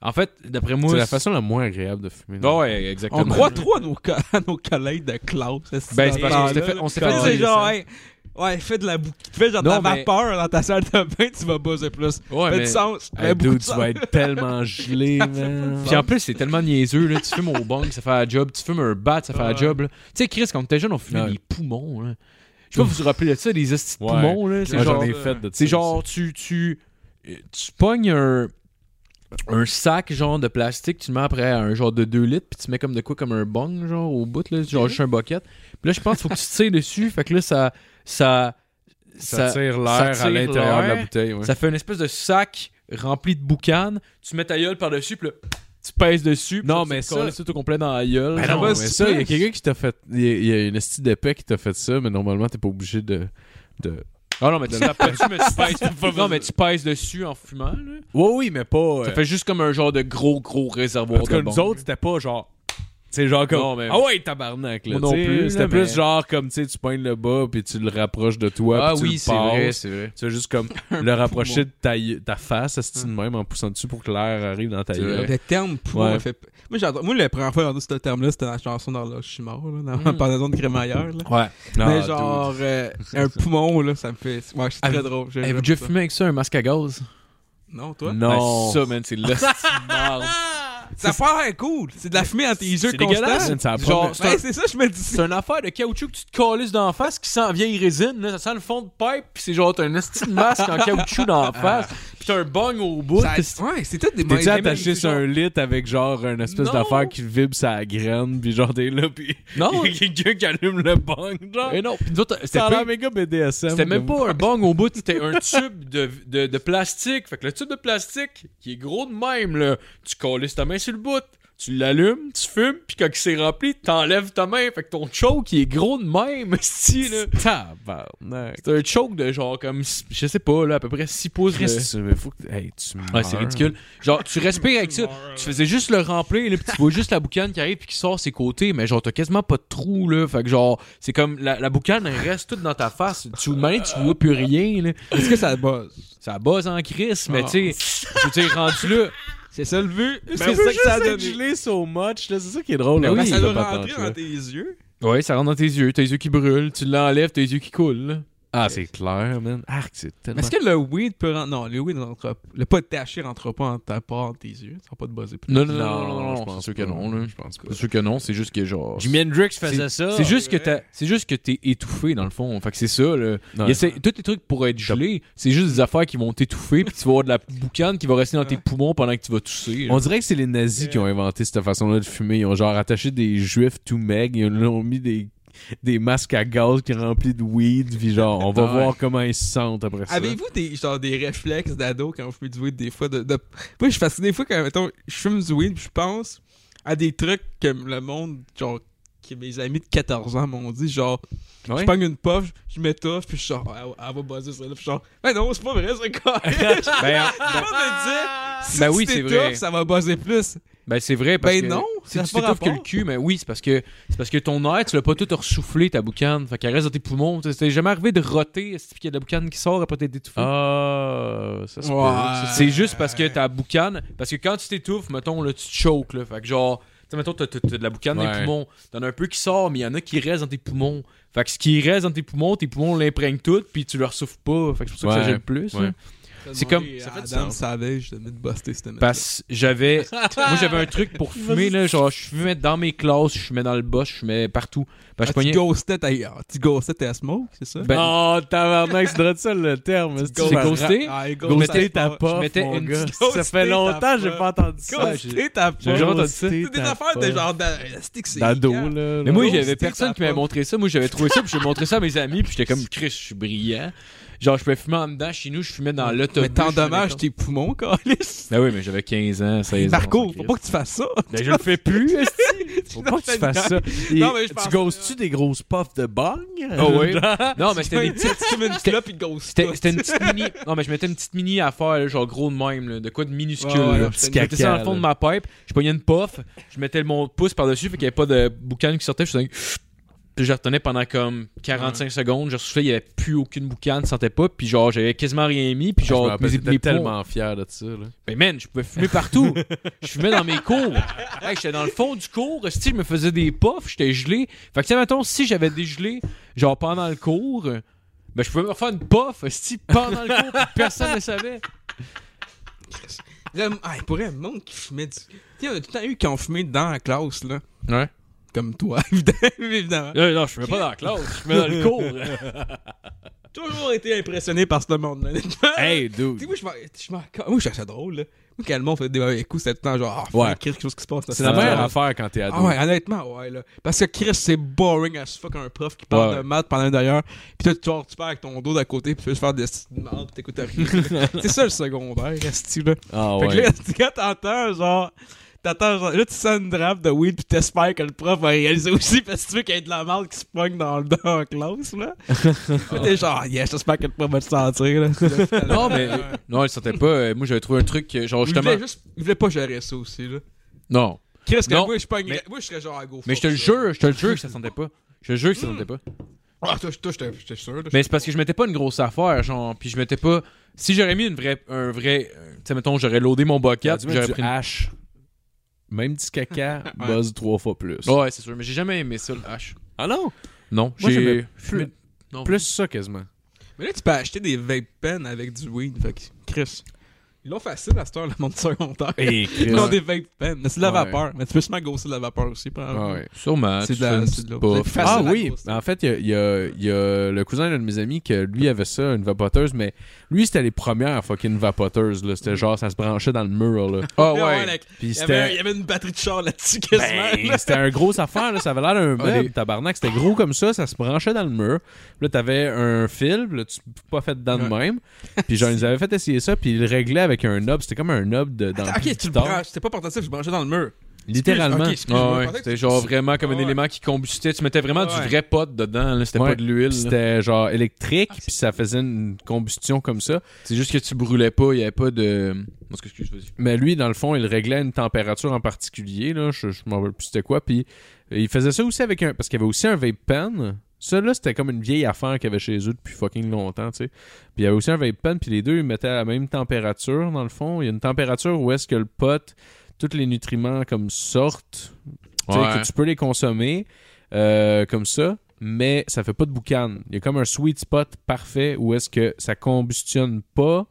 Speaker 5: En fait, d'après moi.
Speaker 3: c'est la
Speaker 5: c'est-
Speaker 3: façon la moins agréable de fumer
Speaker 5: Ah
Speaker 3: là.
Speaker 5: ouais, exactement.
Speaker 4: On croit trop à nos, co- à nos collègues de classe. esti,
Speaker 5: Ben,
Speaker 4: dans
Speaker 5: c'est
Speaker 4: ce
Speaker 5: parce qu'on s'était
Speaker 4: temps-là,
Speaker 5: fait-
Speaker 4: là.
Speaker 5: on s'est
Speaker 4: Fait que
Speaker 5: fait
Speaker 4: c'est
Speaker 5: dire
Speaker 3: hein,
Speaker 4: genre,
Speaker 5: ça.
Speaker 4: hey, ouais, fais de la bouc... fais genre de la
Speaker 5: Non, mais-
Speaker 4: vapeur dans ta salle de bain, tu vas buzzer plus.
Speaker 5: Ouais,
Speaker 4: fait
Speaker 5: mais-
Speaker 4: du sens.
Speaker 3: Hey,
Speaker 4: Fait beaucoup
Speaker 3: dude,
Speaker 4: de
Speaker 3: tu
Speaker 4: sens.
Speaker 3: vas être tellement gelé, man. Ah,
Speaker 5: Puis en plus, c'est tellement niaiseux, là. Tu fumes au bong, ça fait la job. Tu fumes un bat, ça fait la
Speaker 4: Ouais.
Speaker 5: job, là. Tu sais, Chris, quand t'étais jeune, on fumait
Speaker 3: Ouais.
Speaker 5: des poumons, là. Je sais pas, vous vous rappelez de ça, des estis de
Speaker 3: Ouais.
Speaker 5: poumons, là.
Speaker 3: Moi,
Speaker 5: C'est
Speaker 3: j'en
Speaker 5: genre.
Speaker 3: ai fait de ça
Speaker 5: C'est
Speaker 3: aussi.
Speaker 5: genre, tu, tu, euh, tu pognes un, un sac, genre, de plastique, tu le mets après à un genre de 2 litres, puis tu mets comme de quoi, comme un bong, genre, au bout, là, genre, juste un bucket. Puis là, je pense qu'il faut que tu tires dessus, fait que là, ça. Ça,
Speaker 3: ça, tire
Speaker 5: ça
Speaker 3: l'air
Speaker 5: tire
Speaker 3: à l'intérieur de la
Speaker 5: l'air.
Speaker 3: bouteille. Ouais.
Speaker 5: Ça fait une espèce de sac rempli de boucanes, tu mets ta gueule par-dessus, puis là, tu pèses dessus. puis
Speaker 3: Non,
Speaker 5: tu
Speaker 3: mais
Speaker 5: te
Speaker 3: ça-
Speaker 5: colles tout au complet dans la gueule.
Speaker 3: Ben
Speaker 5: genre.
Speaker 3: non, mais
Speaker 4: c'est
Speaker 3: ça, il y a
Speaker 4: plus.
Speaker 3: quelqu'un qui t'a fait. Il y a- il y, a une esti d'épée qui t'a fait ça, mais normalement, t'es pas obligé de. de...
Speaker 5: Ah non, mais tu tapes pas dessus, mais tu pèses, non, mais tu pèses dessus en fumant, là.
Speaker 3: Ouais, oui, mais pas. euh,
Speaker 5: Ça fait juste comme un genre de gros, gros réservoir
Speaker 3: en tout
Speaker 5: de
Speaker 3: cas,
Speaker 5: bong.
Speaker 3: nous autres, c'était pas genre. C'est genre comme.
Speaker 5: Non, mais-
Speaker 3: Ah ouais, tabarnak, là.
Speaker 5: Moi non
Speaker 3: tu sais,
Speaker 5: plus, là,
Speaker 3: C'était plus
Speaker 5: mais-
Speaker 3: genre comme, tu sais, tu peignes le bas, puis tu le rapproches de toi,
Speaker 5: Ah
Speaker 3: puis tu
Speaker 5: oui,
Speaker 3: le
Speaker 5: c'est
Speaker 3: passes.
Speaker 5: vrai, c'est vrai.
Speaker 3: Tu veux juste comme le rapprocher de ta, gueu- ta face, à de même, en poussant dessus pour que l'air arrive dans ta
Speaker 5: Hum. C'est
Speaker 3: gueule.
Speaker 5: vrai.
Speaker 4: Le terme pour
Speaker 3: Ouais.
Speaker 4: me fait. Moi, j'adore. Moi, la première fois que j'ai entendu ce terme-là, c'était dans la chanson d'Horloge, je suis mort, là, dans la
Speaker 5: Mm.
Speaker 4: pendaison de crémaillère. Là.
Speaker 5: Ouais.
Speaker 4: Mais
Speaker 3: Hmm. Ah,
Speaker 4: genre, euh, un poumon, là, ça me fait. Ouais, c'est très
Speaker 5: Avez-
Speaker 4: drôle. j'ai-
Speaker 5: Avez-vous
Speaker 4: j'aime
Speaker 5: déjà
Speaker 4: ça.
Speaker 5: fumé avec ça un masque à gaz?
Speaker 4: Non,
Speaker 3: dude.
Speaker 4: toi
Speaker 3: Non.
Speaker 5: Ben, ça, man, c'est l'hostie de merde.
Speaker 4: Ça peut l'air cool. C'est de la fumée dans tes yeux
Speaker 3: c'est dégueulasse.
Speaker 4: constant.
Speaker 3: man, ça a pas
Speaker 5: Genre,
Speaker 3: de-
Speaker 5: c'est un-
Speaker 4: Ouais, c'est ça, je me dis.
Speaker 5: C'est une affaire de caoutchouc que tu te calisses d'en face qui sent vieille résine, là, ça sent le fond de pipe, pis c'est genre t'as un esti de masque en caoutchouc
Speaker 3: Ah.
Speaker 5: d'en face, pis t'as un bong au bout.
Speaker 4: Ça-
Speaker 5: pis c'est-
Speaker 4: Ouais, c'est tout des
Speaker 3: T'es-tu
Speaker 4: mais-
Speaker 3: attaché
Speaker 4: mais-
Speaker 3: sur un lit avec genre une espèce
Speaker 5: Non.
Speaker 3: d'affaire qui vibre sa graine, puis genre t'es là, puis
Speaker 5: Non!
Speaker 3: il y a quelqu'un qui allume le bang, genre.
Speaker 5: Eh non, pis nous autres, c'était
Speaker 3: Ça a
Speaker 5: pas-
Speaker 3: l'air méga BDSM.
Speaker 5: C'était même
Speaker 3: comme-
Speaker 5: pas un bong au bout, c'était un tube de, de, de plastique. Fait que le tube de plastique, qui est gros de même, là, tu colles ta main sur le bout, tu l'allumes, tu fumes, puis quand il s'est rempli, t'enlèves ta main. Fait que ton choke, il est gros de même, si, là.
Speaker 3: Tabarnak.
Speaker 5: C'est un choke de genre comme, je sais pas, là, à peu près 6 pouces. de-
Speaker 3: Christ, mais Ah, faut que. Hey, tu
Speaker 5: Ouais,
Speaker 3: meurs.
Speaker 5: c'est ridicule. Genre, tu respires avec ça. Tu faisais juste le remplir, là, pis tu vois juste la boucane qui arrive, puis qui sort ses côtés, mais genre, t'as quasiment pas de trou, là. Fait que genre, c'est comme, la, la boucane, elle reste toute dans ta face. Tu main, tu vois plus rien, là.
Speaker 4: Est-ce que ça buzz
Speaker 5: Ça buzz en crise, mais
Speaker 4: Ah.
Speaker 5: tu sais, je veux dire, rendu là.
Speaker 4: C'est ça le but.
Speaker 3: C'est ça que ça a donné. gelé so much, là, c'est ça qui est drôle.
Speaker 5: Ben
Speaker 3: là,
Speaker 5: oui,
Speaker 3: cette
Speaker 4: ça doit
Speaker 3: patente,
Speaker 4: rentrer
Speaker 3: là.
Speaker 4: dans tes yeux.
Speaker 5: Ouais, ça rentre dans tes yeux. T'as les yeux qui brûlent, tu l'enlèves, t'as les yeux qui coulent. là.
Speaker 3: Ah, c'est clair, man. Arc, c'est tellement.
Speaker 4: Est-ce que le weed peut rentrer. Non, le weed rentre pas. Le pot taché rentre pas en ta part, dans tes yeux. Ça va pas te buzzer plus.
Speaker 5: Non, non,
Speaker 3: Non,
Speaker 5: non, non, non,
Speaker 3: je
Speaker 5: non,
Speaker 3: pense
Speaker 5: c'est sûr que
Speaker 3: pas.
Speaker 5: non, là.
Speaker 3: Je pense pas.
Speaker 5: C'est sûr que non, c'est juste que genre.
Speaker 3: Jimi Hendrix faisait
Speaker 5: faisait
Speaker 3: ça.
Speaker 5: C'est juste que
Speaker 4: ouais.
Speaker 5: t'as, c'est juste que t'es étouffé dans le fond. Fait que c'est ça, là. Il essaie- tous les trucs pour être gelé, c'est juste des affaires qui vont t'étouffer, puis tu vas avoir de la boucane qui va rester dans tes poumons pendant que tu vas tousser. là.
Speaker 3: On dirait que c'est les nazis qui ont inventé cette façon-là de fumer. Ils ont genre attaché des juifs tout meg, ils leur ont mis des, des masques à gaz qui remplis de weed, puis genre, on va
Speaker 5: Ah Ouais.
Speaker 3: voir comment ils se sentent après ça.
Speaker 4: Avez-vous des, genre, des réflexes d'ado quand vous fumez du weed des fois de, de- Moi, je suis fasciné des fois quand, mettons, je fume du weed puis je pense à des trucs que le monde, genre, que mes amis de 14 ans m'ont dit, genre, je
Speaker 3: Ouais.
Speaker 4: pogne une puff, je m'étoffe puis je suis genre, Ah, elle, va buzzer ça là, puis je suis genre, ben non, c'est pas vrai, c'est quoi? Je vais
Speaker 5: Ben,
Speaker 4: me dire, si
Speaker 5: Ben
Speaker 4: tu
Speaker 5: oui, c'est
Speaker 4: t'étoffes,
Speaker 5: vrai.
Speaker 4: ça va buzzer plus.
Speaker 5: ben, c'est vrai, parce
Speaker 4: Ben
Speaker 5: que.
Speaker 4: non,
Speaker 5: si
Speaker 4: ça
Speaker 5: tu
Speaker 4: a pas
Speaker 5: t'étouffes que le
Speaker 4: rapport.
Speaker 5: cul, mais oui, c'est parce que, c'est parce que ton air, tu l'as pas tout ressoufflé, ta boucane. Fait qu'elle reste dans tes poumons. Tu sais, C'est jamais arrivé de roter, est-ce qu'il y a de la boucane qui sort après t'être étouffé.
Speaker 3: Ah, ça se peut.
Speaker 4: Ouais.
Speaker 5: C'est juste parce que ta boucane. Parce que quand tu t'étouffes, mettons, là, tu te choques, là. Fait que genre, tu sais, mettons, t'as, t'as- t'as de la boucane dans
Speaker 3: Ouais.
Speaker 5: les poumons. T'en as un peu qui sort, mais il y en a qui restent dans tes poumons. Fait que ce qui reste dans tes poumons, tes poumons l'imprègnent tout, puis tu leur souffles pas. Fait que c'est pour ça que
Speaker 3: Ouais.
Speaker 5: ça gèle plus.
Speaker 3: Ouais.
Speaker 5: là. C'est comme-
Speaker 4: Ça
Speaker 5: ça
Speaker 4: fait Ben,
Speaker 5: fait du
Speaker 4: Adam
Speaker 5: sens.
Speaker 4: Savage, je te mets de buster cette semaine.
Speaker 5: Parce que j'avais. moi, j'avais un truc pour fumer, là. Genre, je fumais dans mes classes, je fumais dans le boss, je fumais partout. Parce
Speaker 4: Ah,
Speaker 5: que je
Speaker 4: tu
Speaker 5: pognais.
Speaker 4: ghostais ta, ah, tu ghostais ta smoke, c'est ça?
Speaker 5: ben,
Speaker 3: Oh, tabarnak, c'est drôle ça le terme. est-ce que
Speaker 5: c'est
Speaker 3: tu vas-
Speaker 5: ghosté.
Speaker 4: Ah, elle
Speaker 3: Ghoster
Speaker 4: ghostait
Speaker 3: ta
Speaker 4: pas.
Speaker 3: pof,
Speaker 5: je mettais
Speaker 3: mon
Speaker 5: une
Speaker 3: gars.
Speaker 4: petite-
Speaker 3: Ça fait
Speaker 4: Ghoster ta
Speaker 3: longtemps que j'ai
Speaker 4: pof.
Speaker 3: pas entendu ça.
Speaker 4: Ghoster ta pof.
Speaker 3: Ah, J'ai jamais entendu ça.
Speaker 4: C'est des affaires de genre de- stick, c'est
Speaker 3: D'ado,
Speaker 4: évident.
Speaker 3: là.
Speaker 5: Mais moi,
Speaker 4: Ghoster
Speaker 5: j'avais personne
Speaker 4: ta
Speaker 5: qui m'avait
Speaker 4: pof.
Speaker 5: montré ça. Moi, j'avais trouvé ça, puis j'ai montré ça à mes amis, puis j'étais comme, Chris, je suis brillant. Genre, je pouvais fumer en dedans chez nous, je fumais dans
Speaker 4: Mais
Speaker 5: l'autobus.
Speaker 4: t'endommages
Speaker 5: je fumais
Speaker 4: tes poumons, Carlis.
Speaker 5: dans- Ben oui, mais j'avais 15 ans, 16 ans.
Speaker 4: Marco,
Speaker 5: sans
Speaker 4: faut
Speaker 5: Chris.
Speaker 4: pas que tu fasses ça.
Speaker 5: Ben, je le fais plus, esti.
Speaker 3: Faut pas que tu fasses ça. Et
Speaker 4: Non, mais je pense-
Speaker 3: tu gosses-tu des grosses puffs de bang?
Speaker 5: Ah oui. Non, mais c'était des petites.
Speaker 4: Tu mets une clope et ghost.
Speaker 5: C'était c'était une petite mini. Non, mais je mettais une petite mini à faire, là, genre gros de même, là, de quoi de minuscule.
Speaker 4: Ouais, ouais,
Speaker 5: là.
Speaker 4: ouais,
Speaker 5: je
Speaker 3: petit
Speaker 5: mettais ça dans le
Speaker 3: caca,
Speaker 5: fond
Speaker 3: là.
Speaker 5: de ma pipe, je pognais une puff, je mettais mon pouce par-dessus, fait qu'il n'y avait pas de boucane qui sortait. Je faisais. Puis je la retenais pendant comme 45 secondes, je soufflais, il n'y avait plus aucune boucane, je sentais pas, puis genre j'avais quasiment rien mis,
Speaker 4: Ah,
Speaker 5: puis genre mes, mes
Speaker 3: J'étais
Speaker 5: tellement.
Speaker 3: tellement fier de ça, là.
Speaker 5: Ben man, je pouvais fumer partout. je fumais dans mes cours. Hey, j'étais dans le fond du cours, si je me faisais des puffs, j'étais gelé. Fait que tu sais, mettons, si j'avais dégelé, genre pendant le cours, ben je pouvais me faire une puff, si pendant le cours, puis personne ne savait.
Speaker 4: Le- Ah, il pourrait un monde qui fumait du. Tiens, on a tout le temps eu qui ont fumé dans la classe, là.
Speaker 5: Ouais.
Speaker 4: Comme toi, évidemment, évidemment.
Speaker 5: non, je fumais pas dans la classe, je fumais dans le cours.
Speaker 4: Toujours été impressionné par ce monde-là.
Speaker 3: Hey,
Speaker 4: Tu
Speaker 3: dude.
Speaker 4: sais, moi, je m'en. je m'en- Moi, je cherchais drôle, là. Moi, quand le monde faisait des mauvais coups, c'était tout le temps genre, ah, faut
Speaker 3: Ouais.
Speaker 4: écrire quelque chose qui se passe. dans
Speaker 3: C'est
Speaker 4: ce
Speaker 3: la meilleure
Speaker 5: Euh,
Speaker 4: monde.
Speaker 3: affaire quand t'es ado.
Speaker 4: Ah ouais, honnêtement, ouais, là. Parce que Chris, c'est boring à ce fuck un prof qui parle
Speaker 3: Ouais.
Speaker 4: de maths pendant d'ailleurs. Puis toi, tu genre, tu pars avec ton dos d'à côté, puis tu fais juste faire des petites demandes, puis t'écoutes rien. c'est ça le secondaire, resti là.
Speaker 3: Ah
Speaker 4: Fait que
Speaker 3: ouais.
Speaker 4: là, quand t'entends, genre. T'attends, genre, là, tu sens une drape de weed, puis t'espères que le prof va réaliser aussi, parce que tu veux qu'il y ait de la merde qui se pogne dans le dos en classe, là. Puis t'es genre, yes, j'espère que le prof va te sentir, là.
Speaker 5: non, mais. Non, elle sentait pas. euh, Moi, j'avais trouvé un truc, euh, genre
Speaker 4: Il
Speaker 5: justement.
Speaker 4: voulait, juste, il voulait pas gérer ça aussi, là.
Speaker 5: Non.
Speaker 4: Chris, que
Speaker 5: Non,
Speaker 4: moi, je pogne-
Speaker 5: mais-
Speaker 4: moi, je serais genre à go.
Speaker 5: Mais je te le jure, je te le jure que ça sentait pas. Je te le jure que ça sentait pas.
Speaker 4: Ah, toi, je- toi, j'étais j'étais sûr. là.
Speaker 5: Mais c'est parce que je mettais pas une grosse affaire, genre, puis je mettais pas. Si j'aurais mis une vraie, un vrai, euh, tu sais, mettons, j'aurais loadé mon bucket, puis j'aurais pris. Une...
Speaker 3: H. Même petit caca
Speaker 4: Ouais.
Speaker 3: buzz trois fois plus.
Speaker 5: Ouais, c'est sûr, mais j'ai jamais aimé ça le H.
Speaker 3: Ah non?
Speaker 5: Non,
Speaker 3: Moi,
Speaker 5: Oh. j'ai
Speaker 3: j'aimais plus-
Speaker 5: Non.
Speaker 3: Plus ça quasiment.
Speaker 4: Mais là, tu peux acheter des vape pens avec du weed. Fait que, Chris, ils l'ont facile à cette heure, le monde secondaire.
Speaker 5: Eh,
Speaker 3: Et euh,
Speaker 4: Ils ont des vape pens. Mais c'est de la
Speaker 3: Ouais.
Speaker 4: vapeur. Mais tu peux se magosser de la vapeur aussi.
Speaker 5: Ah
Speaker 4: probablement.
Speaker 3: Ouais.
Speaker 5: Sûrement.
Speaker 4: C'est
Speaker 5: tu
Speaker 4: de la-
Speaker 5: fais une
Speaker 4: c'est de
Speaker 5: petite
Speaker 4: l'eau.
Speaker 5: puff.
Speaker 4: C'est facile.
Speaker 3: Ah
Speaker 4: à
Speaker 3: oui,
Speaker 4: cause,
Speaker 3: en fait, il y a, il y a- il y a le cousin d'un de mes amis que lui avait ça, une vapoteuse, mais lui, c'était les premières fucking vapoteuses. là. C'était genre, ça se branchait dans le mur. Là.
Speaker 5: Ah
Speaker 4: Mais Mm. ouais,
Speaker 5: ouais.
Speaker 4: like,
Speaker 3: Puis
Speaker 4: il, y avait, il y
Speaker 3: c'était.
Speaker 4: avait une batterie de char là-dessus quasiment.
Speaker 3: Ben,
Speaker 4: là.
Speaker 3: c'était un gros affaire, là. ça avait l'air d'un meuble,
Speaker 5: les-
Speaker 3: tabarnak, c'était gros comme ça, ça se branchait dans le mur. Puis Là, t'avais un fil, puis là, tu pas fait dedans de
Speaker 4: Ouais.
Speaker 3: même. Puis genre, ils nous avaient fait essayer ça, puis ils le réglaient avec un knob, c'était comme Ben, un knob de, dans
Speaker 4: Attends,
Speaker 3: le
Speaker 4: Ah, ok, tu le
Speaker 3: guitare.
Speaker 4: branches. C'était pas portatif, je le branchais dans le mur.
Speaker 3: Littéralement.
Speaker 4: Ok,
Speaker 5: Ah
Speaker 4: excuse-moi,
Speaker 5: ouais,
Speaker 4: je pensais que
Speaker 5: c'était
Speaker 4: tu-
Speaker 5: genre vraiment comme
Speaker 4: Ah
Speaker 5: un
Speaker 4: ouais.
Speaker 5: élément qui combustait. Tu mettais vraiment
Speaker 4: Ouais.
Speaker 5: du vrai pot dedans, là, c'était
Speaker 3: Ouais.
Speaker 5: pas de l'huile.
Speaker 3: Puis
Speaker 5: là.
Speaker 3: C'était genre électrique,
Speaker 4: Ah,
Speaker 3: puis ça faisait une combustion comme ça.
Speaker 5: C'est juste que tu brûlais pas, il y avait pas de. Parce que excuse, vas-y.
Speaker 3: Mais lui, dans le fond, il réglait une température en particulier. Là. Je, je m'en rappelle plus c'était quoi. Puis euh, il faisait ça aussi avec un. Parce qu'il y avait aussi un vape pen. Ça, là, c'était comme une vieille affaire qu'il y avait chez eux depuis fucking longtemps, tu sais. Puis il y avait aussi un vape pen, puis les deux, ils mettaient à la même température, dans le fond. Il y a une température où est-ce que le pot, tous les nutriments comme sortent, tu sais,
Speaker 5: Ouais.
Speaker 3: que tu peux les consommer euh, comme ça, mais ça fait pas de boucan. Il y a comme un sweet spot parfait où est-ce que ça combustionne pas,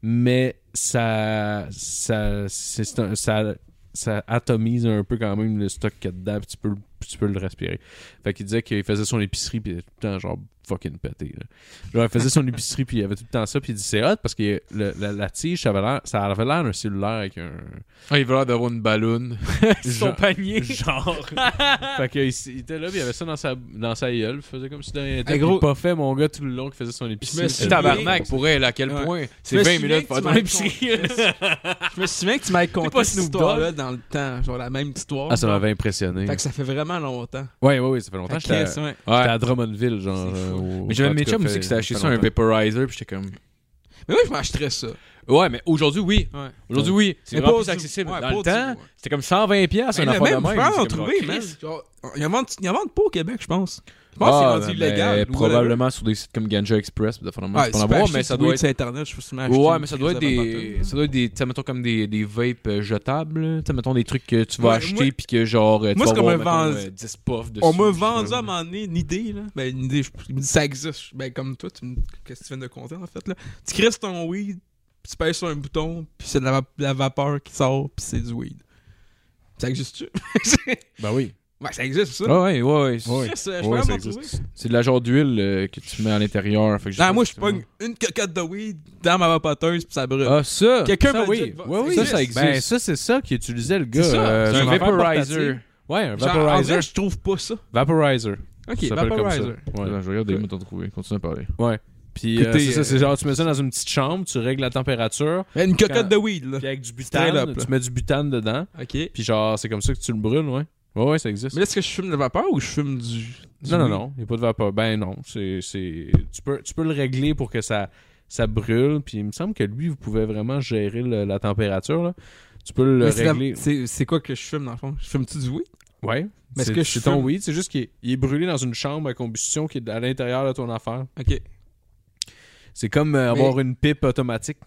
Speaker 3: mais ça ça c'est- c'est un- ça ça atomise un peu quand même le stock qu'il y a dedans puis tu peux le- tu peux le respirer fait qu'il disait qu'il faisait son épicerie puis il était tout le temps genre fucking pété là. genre il faisait son épicerie puis il avait tout le temps ça puis il dit c'est hot parce que le- la, la tige ça avait l'air ça avait l'air d'un cellulaire avec un
Speaker 5: Ah, il veut l'air d'avoir une balloune.
Speaker 3: Genre-
Speaker 5: panier.
Speaker 3: genre fait qu'il s- il était là puis il avait ça dans sa dans sa gueule il faisait comme si de rien n'était
Speaker 4: Hey,
Speaker 3: Puis
Speaker 4: gros.
Speaker 3: il pas fait mon gars tout le long qui faisait son épicerie
Speaker 4: suis-
Speaker 5: Tabarnak pour elle, à quel
Speaker 4: Ouais.
Speaker 5: point?
Speaker 4: Je
Speaker 5: C'est
Speaker 4: me
Speaker 5: 20
Speaker 4: souviens
Speaker 5: minutes
Speaker 4: que
Speaker 5: pour
Speaker 4: tu
Speaker 5: ton
Speaker 4: m'as
Speaker 5: épicerie.
Speaker 4: Je me souviens que tu m'avais
Speaker 5: pas
Speaker 4: conté cette
Speaker 5: Snoop Dogg.
Speaker 4: histoire-là dans le temps. Genre la même histoire.
Speaker 3: ah ça m'avait impressionné
Speaker 4: Fait que ça fait vraiment longtemps.
Speaker 3: ouais ouais ouais ça fait longtemps que j'étais à-
Speaker 4: Chris, ouais.
Speaker 3: j'étais à Drummondville genre
Speaker 4: C'est fou.
Speaker 3: euh, au-
Speaker 5: Mais j'avais
Speaker 3: en tout
Speaker 5: mes
Speaker 3: cas,
Speaker 5: chums
Speaker 3: fait-
Speaker 5: aussi qui s'achetaient
Speaker 3: fait
Speaker 5: ça, un
Speaker 3: longtemps.
Speaker 5: vaporizer, puis j'étais comme.
Speaker 4: Mais oui, je m'achèterais ça.
Speaker 5: Ouais, mais aujourd'hui, oui.
Speaker 4: Ouais.
Speaker 5: Aujourd'hui, oui. C'est
Speaker 4: Mais
Speaker 5: vraiment
Speaker 4: pas
Speaker 5: plus
Speaker 4: du-
Speaker 5: accessible.
Speaker 4: ouais,
Speaker 5: Dans
Speaker 4: pas
Speaker 5: le
Speaker 4: du-
Speaker 5: temps,
Speaker 4: ouais.
Speaker 5: c'était comme 120$, un
Speaker 4: Mais le
Speaker 5: affaire de
Speaker 4: même
Speaker 5: même.
Speaker 4: frère,
Speaker 5: C'est
Speaker 4: on
Speaker 5: comme,
Speaker 4: trouvait,
Speaker 5: oh,
Speaker 4: man.
Speaker 5: Christ.
Speaker 4: Genre, ah, Il en vend, il en vend pas au Québec, je pense. Je pense que c'est
Speaker 5: Ah,
Speaker 4: rendu
Speaker 5: mais
Speaker 4: illégal. ou whatever.
Speaker 5: Probablement sur des sites comme Ganja Express, de
Speaker 4: Ouais,
Speaker 5: tu
Speaker 4: Ah, tu
Speaker 5: peux en
Speaker 4: peux
Speaker 5: avoir,
Speaker 4: acheter
Speaker 5: mais
Speaker 4: du
Speaker 5: ça
Speaker 4: weed
Speaker 5: doit être.
Speaker 4: sur internet, je peux sûrement acheter
Speaker 5: Ouais,
Speaker 4: une
Speaker 5: mais ça
Speaker 4: crise
Speaker 5: doit être
Speaker 4: de
Speaker 5: des.
Speaker 4: vapeur.
Speaker 5: Ça doit être des. Tu sais, mettons comme des, des vapes euh, jetables, là. tu sais, mettons des trucs que tu vas
Speaker 4: Ouais,
Speaker 5: acheter
Speaker 4: moi-
Speaker 5: puis que genre. euh, tu
Speaker 4: moi,
Speaker 5: vas
Speaker 4: c'est comme
Speaker 5: avoir,
Speaker 4: un
Speaker 5: mettons,
Speaker 4: vend-
Speaker 5: euh, 10 puffs dessus.
Speaker 4: On m'a
Speaker 5: je sais pas.
Speaker 4: vendu à un moment donné une idée, là. Ben, une idée, je, il me dit ça existe. Ben, comme toi, tu me- qu'est-ce que tu viens de compter, en fait, là? Tu crisses ton weed, puis tu pèses sur un bouton, puis c'est de la, va- de la vapeur qui sort, puis c'est du weed. Ça existe-tu?
Speaker 3: ben oui
Speaker 4: ouais, ça existe, ça.
Speaker 5: Ah ouais, ouais, ouais. c'est-
Speaker 3: Ouais.
Speaker 4: Chris, euh, je peux
Speaker 3: Ouais,
Speaker 4: vraiment
Speaker 3: ça
Speaker 4: trouver.
Speaker 3: existe. Ah,
Speaker 5: C'est de la genre d'huile euh, que tu mets à l'intérieur. Fait que
Speaker 4: Non, moi, je
Speaker 5: sais
Speaker 4: pogne une cocotte de weed dans ma vapoteuse, puis ça brûle.
Speaker 5: Ah, ça!
Speaker 4: Quelqu'un
Speaker 5: ça,
Speaker 4: m'a
Speaker 5: oui.
Speaker 4: dit de-
Speaker 5: Ouais, oui,
Speaker 4: ça
Speaker 5: ça, ça existe.
Speaker 4: existe.
Speaker 3: Ben, bah, ça, c'est ça qu'il utilisait le gars.
Speaker 4: C'est ça.
Speaker 3: euh,
Speaker 5: c'est un
Speaker 3: son affaire
Speaker 5: vaporizer.
Speaker 3: portative. Ouais, un
Speaker 4: Genre, en
Speaker 3: vaporizer.
Speaker 4: vrai, je trouve pas ça.
Speaker 3: Vaporizer.
Speaker 4: Ok,
Speaker 3: Ça s'appelle comme ça.
Speaker 4: vaporizer.
Speaker 3: Ouais.
Speaker 5: Là, je regarde des mots t'en trouver. Continue à parler.
Speaker 3: Puis, euh,
Speaker 4: Écoutez,
Speaker 3: c'est ça,
Speaker 4: euh,
Speaker 3: c'est genre, tu mets ça dans une petite chambre, tu règles la température,
Speaker 4: Ben, Une cocotte
Speaker 3: Quand-
Speaker 4: de weed, là.
Speaker 3: puis avec du
Speaker 4: Straight
Speaker 3: butane,
Speaker 4: up, là.
Speaker 3: tu mets du butane dedans,
Speaker 4: Ok. Mais
Speaker 3: puis genre, c'est comme ça que tu le brûles, ouais. Ouais, ouais, ça existe.
Speaker 4: là, est-ce que je fume de la vapeur ou je fume du. du
Speaker 3: non, non,
Speaker 4: weed?
Speaker 3: non, il n'y a pas de vapeur. Ben non, c'est. c'est- Tu peux, tu peux le régler pour que ça, ça brûle, puis il me semble que lui, vous pouvez vraiment gérer le- la température, là. Tu peux le
Speaker 4: Mais c'est la-
Speaker 3: régler.
Speaker 4: c'est- C'est quoi que je fume dans le fond? Je fume-tu du weed?
Speaker 3: Ouais.
Speaker 4: Mais est-ce
Speaker 3: c'est
Speaker 4: que je
Speaker 3: c'est ton
Speaker 4: fume?
Speaker 3: weed, c'est juste qu'il est, il est brûlé dans une chambre à combustion qui est à l'intérieur de ton affaire.
Speaker 4: Ok.
Speaker 3: C'est comme euh,
Speaker 4: Mais-
Speaker 3: avoir une pipe automatique.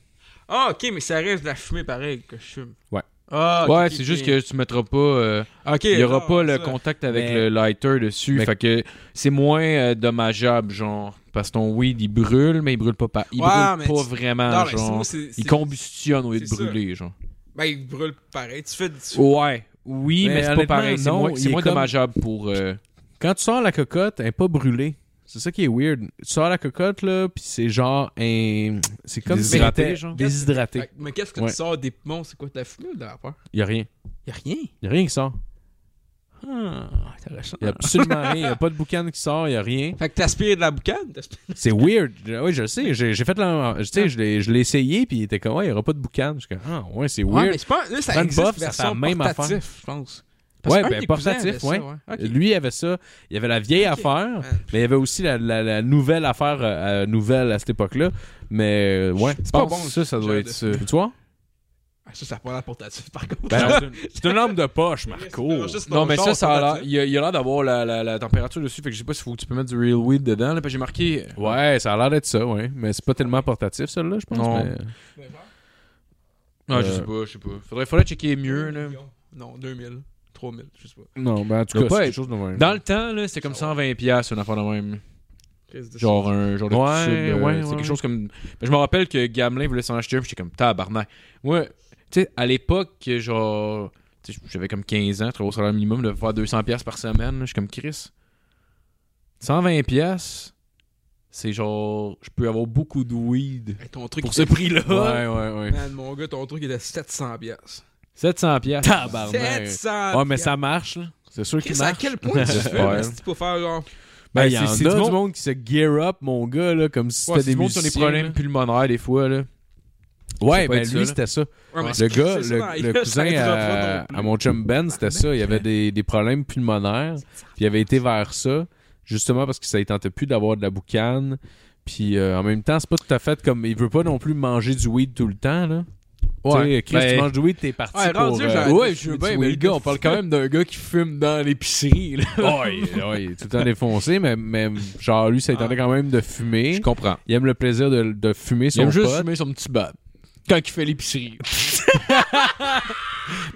Speaker 4: Ah, ok, mais ça reste de la fumée pareil que je fume.
Speaker 3: Ouais.
Speaker 4: Ah, ok,
Speaker 5: ouais,
Speaker 4: ok,
Speaker 5: c'est juste
Speaker 4: ok.
Speaker 5: que tu mettras pas. euh,
Speaker 4: Ok,
Speaker 5: Il y aura
Speaker 4: ah,
Speaker 5: pas le
Speaker 4: ça.
Speaker 5: contact avec
Speaker 3: Mais-
Speaker 5: le lighter dessus.
Speaker 3: Mais-
Speaker 5: Fait que c'est moins euh, dommageable, genre. Parce que ton weed, il brûle, mais il brûle pas par. Il
Speaker 4: Ouais, mais
Speaker 5: brûle pas
Speaker 4: tu-
Speaker 5: vraiment,
Speaker 4: Non, mais c'est-
Speaker 5: genre.
Speaker 4: moi, c'est-
Speaker 5: Il
Speaker 4: c'est-
Speaker 5: combustionne au lieu de
Speaker 4: c'est ça.
Speaker 5: brûler, genre.
Speaker 4: Ben, il brûle pareil. Tu fais du. tu-
Speaker 5: Ouais. Oui,
Speaker 3: Mais
Speaker 5: mais, c'est pas
Speaker 3: honnêtement,
Speaker 5: pareil. C'est
Speaker 3: non,
Speaker 5: moins,
Speaker 3: il
Speaker 5: c'est
Speaker 3: est
Speaker 5: moins
Speaker 3: comme-
Speaker 5: dommageable pour. euh,
Speaker 3: Quand tu sors la cocotte, elle n'est pas brûlée. C'est ça qui est weird. Tu sors la cocotte, là, puis c'est genre un. C'est comme si
Speaker 5: Déshydraté,
Speaker 3: t'étais
Speaker 5: genre?
Speaker 3: Déshydraté.
Speaker 4: Fait- Mais qu'est-ce que
Speaker 3: Ouais.
Speaker 4: tu sors des poumons C'est quoi de la fumée ou de la vapeur
Speaker 3: Il a rien.
Speaker 4: Y'a rien.
Speaker 3: Il a rien qui sort.
Speaker 4: Ah, intéressant.
Speaker 3: Il a absolument rien. Il a pas de boucan qui sort, il a rien.
Speaker 4: Fait que t'aspires de la boucane t'aspires-
Speaker 3: C'est weird. Je- Oui, je le sais. J'ai j'ai fait la. Tu sais, je l'ai je l'ai essayé, puis il était comme, ouais, il n'y aura pas de boucan. Je suis comme, ah, ouais, c'est
Speaker 4: Ouais,
Speaker 3: weird.
Speaker 4: mais je pense. Là, ça
Speaker 3: Prends une
Speaker 4: existe.
Speaker 3: puff, ça fait la
Speaker 4: version
Speaker 3: même
Speaker 4: portatif,
Speaker 3: affaire.
Speaker 4: je pense.
Speaker 3: Ouais,
Speaker 4: que un
Speaker 3: ben,
Speaker 4: des cousins
Speaker 3: portatif,
Speaker 4: avait ça,
Speaker 3: ouais.
Speaker 4: Ok.
Speaker 3: Lui avait ça. Il avait la vieille
Speaker 4: Ok.
Speaker 3: affaire,
Speaker 4: Ouais.
Speaker 3: mais il y avait aussi la, la- la nouvelle affaire euh, euh, nouvelle à cette époque-là. Mais euh, ouais,
Speaker 4: C'est
Speaker 5: je
Speaker 4: pas
Speaker 5: pense
Speaker 4: bon,
Speaker 5: que Ça, ça
Speaker 4: ce
Speaker 5: doit
Speaker 4: genre
Speaker 5: être
Speaker 4: de-
Speaker 5: ça.
Speaker 3: tu vois?
Speaker 4: Ah, Ça, ça a pas l'air portatif, par contre.
Speaker 3: Ben, c'est une- c'est une lampe de poche, Marco.
Speaker 4: Juste
Speaker 5: Non,
Speaker 4: ton
Speaker 5: mais
Speaker 4: char,
Speaker 5: ça, ça a l'air-
Speaker 4: portatif.
Speaker 5: il y a- il y a l'air d'avoir la, la, la température dessus. Fait que je sais pas si faut, tu peux mettre du real weed dedans. Là, parce que j'ai marqué.
Speaker 3: Ouais, ça a l'air d'être ça, ouais. Mais c'est pas tellement portatif, celle-là, je pense.
Speaker 5: Non.
Speaker 3: mais-
Speaker 5: Ah, je
Speaker 3: Euh.
Speaker 5: sais pas, je sais pas. Faudrait, faudrait checker mieux. Là.
Speaker 4: Non, 2000, 3000, je sais pas.
Speaker 3: Non, ben en tout
Speaker 5: Doit
Speaker 3: cas,
Speaker 5: pas
Speaker 3: c'est
Speaker 5: être-
Speaker 3: quelque chose de même.
Speaker 5: Dans le temps, là, c'était comme 120 pièces une affaire de même.
Speaker 4: Qu'est-ce que c'est?
Speaker 5: Genre un genre de
Speaker 3: Ouais,
Speaker 5: petit sub, euh,
Speaker 3: ouais,
Speaker 5: c'est
Speaker 3: ouais,
Speaker 5: quelque
Speaker 3: ouais.
Speaker 5: chose comme Mais je me rappelle que Gamelin voulait s'en acheter un, puis j'étais comme tabarnak. Moi, tu sais à l'époque genre tu sais, j'avais comme 15 ans, je travaillais au salaire minimum de faire 200 pièces par semaine, là, je suis comme Chris. 120 pièces, c'est genre je peux avoir beaucoup de weed
Speaker 4: Hey, ton truc
Speaker 5: pour ce
Speaker 4: était-
Speaker 5: prix-là.
Speaker 3: Ouais, ouais, ouais.
Speaker 4: Man, mon gars, ton truc était 700 piastres.
Speaker 5: 700 pièces.
Speaker 3: Tabarnak.
Speaker 4: 700
Speaker 3: Ah, Ouais, mais ça marche, là. C'est sûr qu'il
Speaker 4: Chris, à
Speaker 3: marche.
Speaker 4: quel point tu fais,
Speaker 5: Ouais.
Speaker 4: là, si tu peux faire genre...
Speaker 3: Ben,
Speaker 5: Ben,
Speaker 3: il y en
Speaker 5: c'est-
Speaker 3: a
Speaker 5: c'est
Speaker 3: du
Speaker 5: du monde-
Speaker 3: monde... qui se gear up, mon gars, là, comme si
Speaker 5: C'était
Speaker 3: c'était des musiciens.
Speaker 5: des problèmes
Speaker 3: là.
Speaker 5: pulmonaires des fois là.
Speaker 3: Ouais,
Speaker 5: pas
Speaker 3: ben
Speaker 5: être
Speaker 3: lui,
Speaker 5: ça,
Speaker 3: c'était ça.
Speaker 4: Ouais, mais
Speaker 3: Le
Speaker 4: c'est-
Speaker 3: gars,
Speaker 4: c'est ça dans la
Speaker 3: le, le
Speaker 4: gueule,
Speaker 3: cousin
Speaker 4: ça arrive
Speaker 3: à,
Speaker 4: pas non
Speaker 3: à mon chum Ben, c'était ça. Il avait des, des problèmes pulmonaires. Puis il avait été vers ça, justement parce que ça ne tentait plus d'avoir de la boucane. Puis euh, en même temps, c'est pas tout à fait comme. Il veut pas non plus manger du weed tout le temps, là. Tu sais, Chris,
Speaker 5: ben-
Speaker 3: tu manges du weed, t'es parti
Speaker 4: Ouais,
Speaker 3: pour...
Speaker 4: rendu,
Speaker 3: euh,
Speaker 4: j'en-
Speaker 5: Ouais, je veux bien, mais le gars, on parle quand même d'un gars qui fume dans l'épicerie. là.
Speaker 3: ouais, ouais, il est tout le temps défoncé, mais, mais genre, lui, ça lui tentait
Speaker 4: Ah.
Speaker 3: quand même de fumer.
Speaker 5: Je comprends.
Speaker 3: Il aime le plaisir de, de fumer
Speaker 5: Il
Speaker 3: son
Speaker 5: aime juste
Speaker 3: pote.
Speaker 5: fumer son petit bab quand il fait l'épicerie.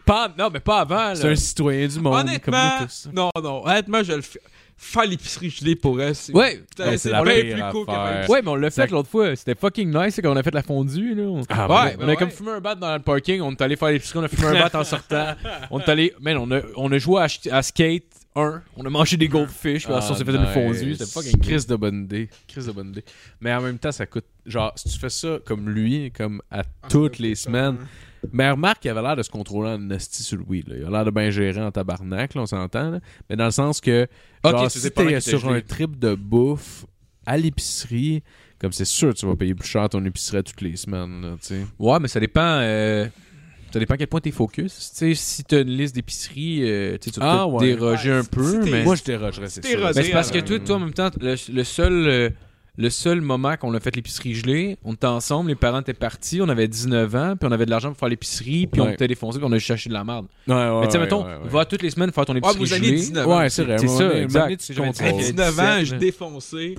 Speaker 5: pas, non, mais pas avant. Là.
Speaker 3: C'est un citoyen du monde, comme nous
Speaker 4: Honnêtement,
Speaker 3: tous.
Speaker 4: non, non. Honnêtement, je le fais. Faire l'épicerie gelée pour elle, c'est...
Speaker 5: Ouais.
Speaker 4: Putain,
Speaker 3: Ouais, c'est
Speaker 4: c'est
Speaker 3: la
Speaker 4: bien
Speaker 3: pire
Speaker 4: plus cool que
Speaker 3: affaire.
Speaker 4: faire-
Speaker 5: Ouais, mais on l'a fait l'autre fois. C'était fucking nice c'est quand on a fait la fondue. Là. On-
Speaker 3: Ah,
Speaker 5: ouais,
Speaker 3: ouais,
Speaker 5: on a
Speaker 4: ouais.
Speaker 5: comme fumé un bat dans le parking. On est allé faire l'épicerie, on a fumé un bat en sortant. On est allé. Man, on a, on a joué à, ch- à Skate 1. On a mangé des goldfish. puis après ça, on s'est fait une fondue. C'était fucking
Speaker 3: crise Ah, de bonne idée. Crise de bonne idée. Mais en même temps, ça coûte. Genre, si tu fais ça comme lui, comme
Speaker 4: Ah,
Speaker 3: à toutes les semaines.
Speaker 4: hein.
Speaker 3: Mais remarque, il avait l'air de se contrôler en esti sur le weed. là. Il a l'air de bien gérer en tabarnak, là, on s'entend. là. Mais dans le sens que.
Speaker 5: Ok,
Speaker 3: Genre,
Speaker 5: tu sais
Speaker 3: si
Speaker 5: pendant
Speaker 3: t'es
Speaker 5: qu'il était
Speaker 3: sur un
Speaker 5: gelé.
Speaker 3: trip de bouffe à l'épicerie, comme c'est sûr, tu vas payer plus cher ton épicerie à toutes les semaines. là, tu sais.
Speaker 5: Ouais, mais ça dépend. euh, ça dépend à quel point t'es focus. Tu sais, si t'as une liste d'épiceries, euh, tu sais, tu vas
Speaker 3: Ah,
Speaker 5: peut-être
Speaker 3: ouais.
Speaker 5: déroger
Speaker 4: Ouais,
Speaker 5: un
Speaker 4: si-
Speaker 5: peu.
Speaker 4: si t'es-
Speaker 5: mais...
Speaker 3: Moi, je dérogerais, c'est
Speaker 4: T'es
Speaker 3: sûr.
Speaker 4: rasé,
Speaker 5: Mais c'est parce que
Speaker 4: alors.
Speaker 5: toi, toi, en même temps, le, le seul, euh, le seul moment qu'on a fait l'épicerie gelée, on était ensemble, les parents étaient partis, on avait 19 ans, puis on avait de l'argent pour faire l'épicerie, puis on
Speaker 3: Ouais.
Speaker 5: était défoncé, puis on a juste acheté de la merde.
Speaker 3: Ouais, ouais,
Speaker 5: mais tu sais,
Speaker 3: ouais,
Speaker 5: mettons,
Speaker 3: ouais, ouais.
Speaker 5: va toutes les semaines faire ton
Speaker 4: Ah,
Speaker 5: épicerie
Speaker 4: vous aviez
Speaker 5: gelée.
Speaker 4: 19 ans.
Speaker 3: Ouais, c'est vrai.
Speaker 5: C'est ça,
Speaker 3: Ouais,
Speaker 5: exact.
Speaker 3: ouais, tu te
Speaker 5: J'avais
Speaker 4: À
Speaker 5: dit-
Speaker 3: contrôles.
Speaker 4: 19 ans,
Speaker 5: 17,
Speaker 4: je
Speaker 5: là.
Speaker 4: défoncé.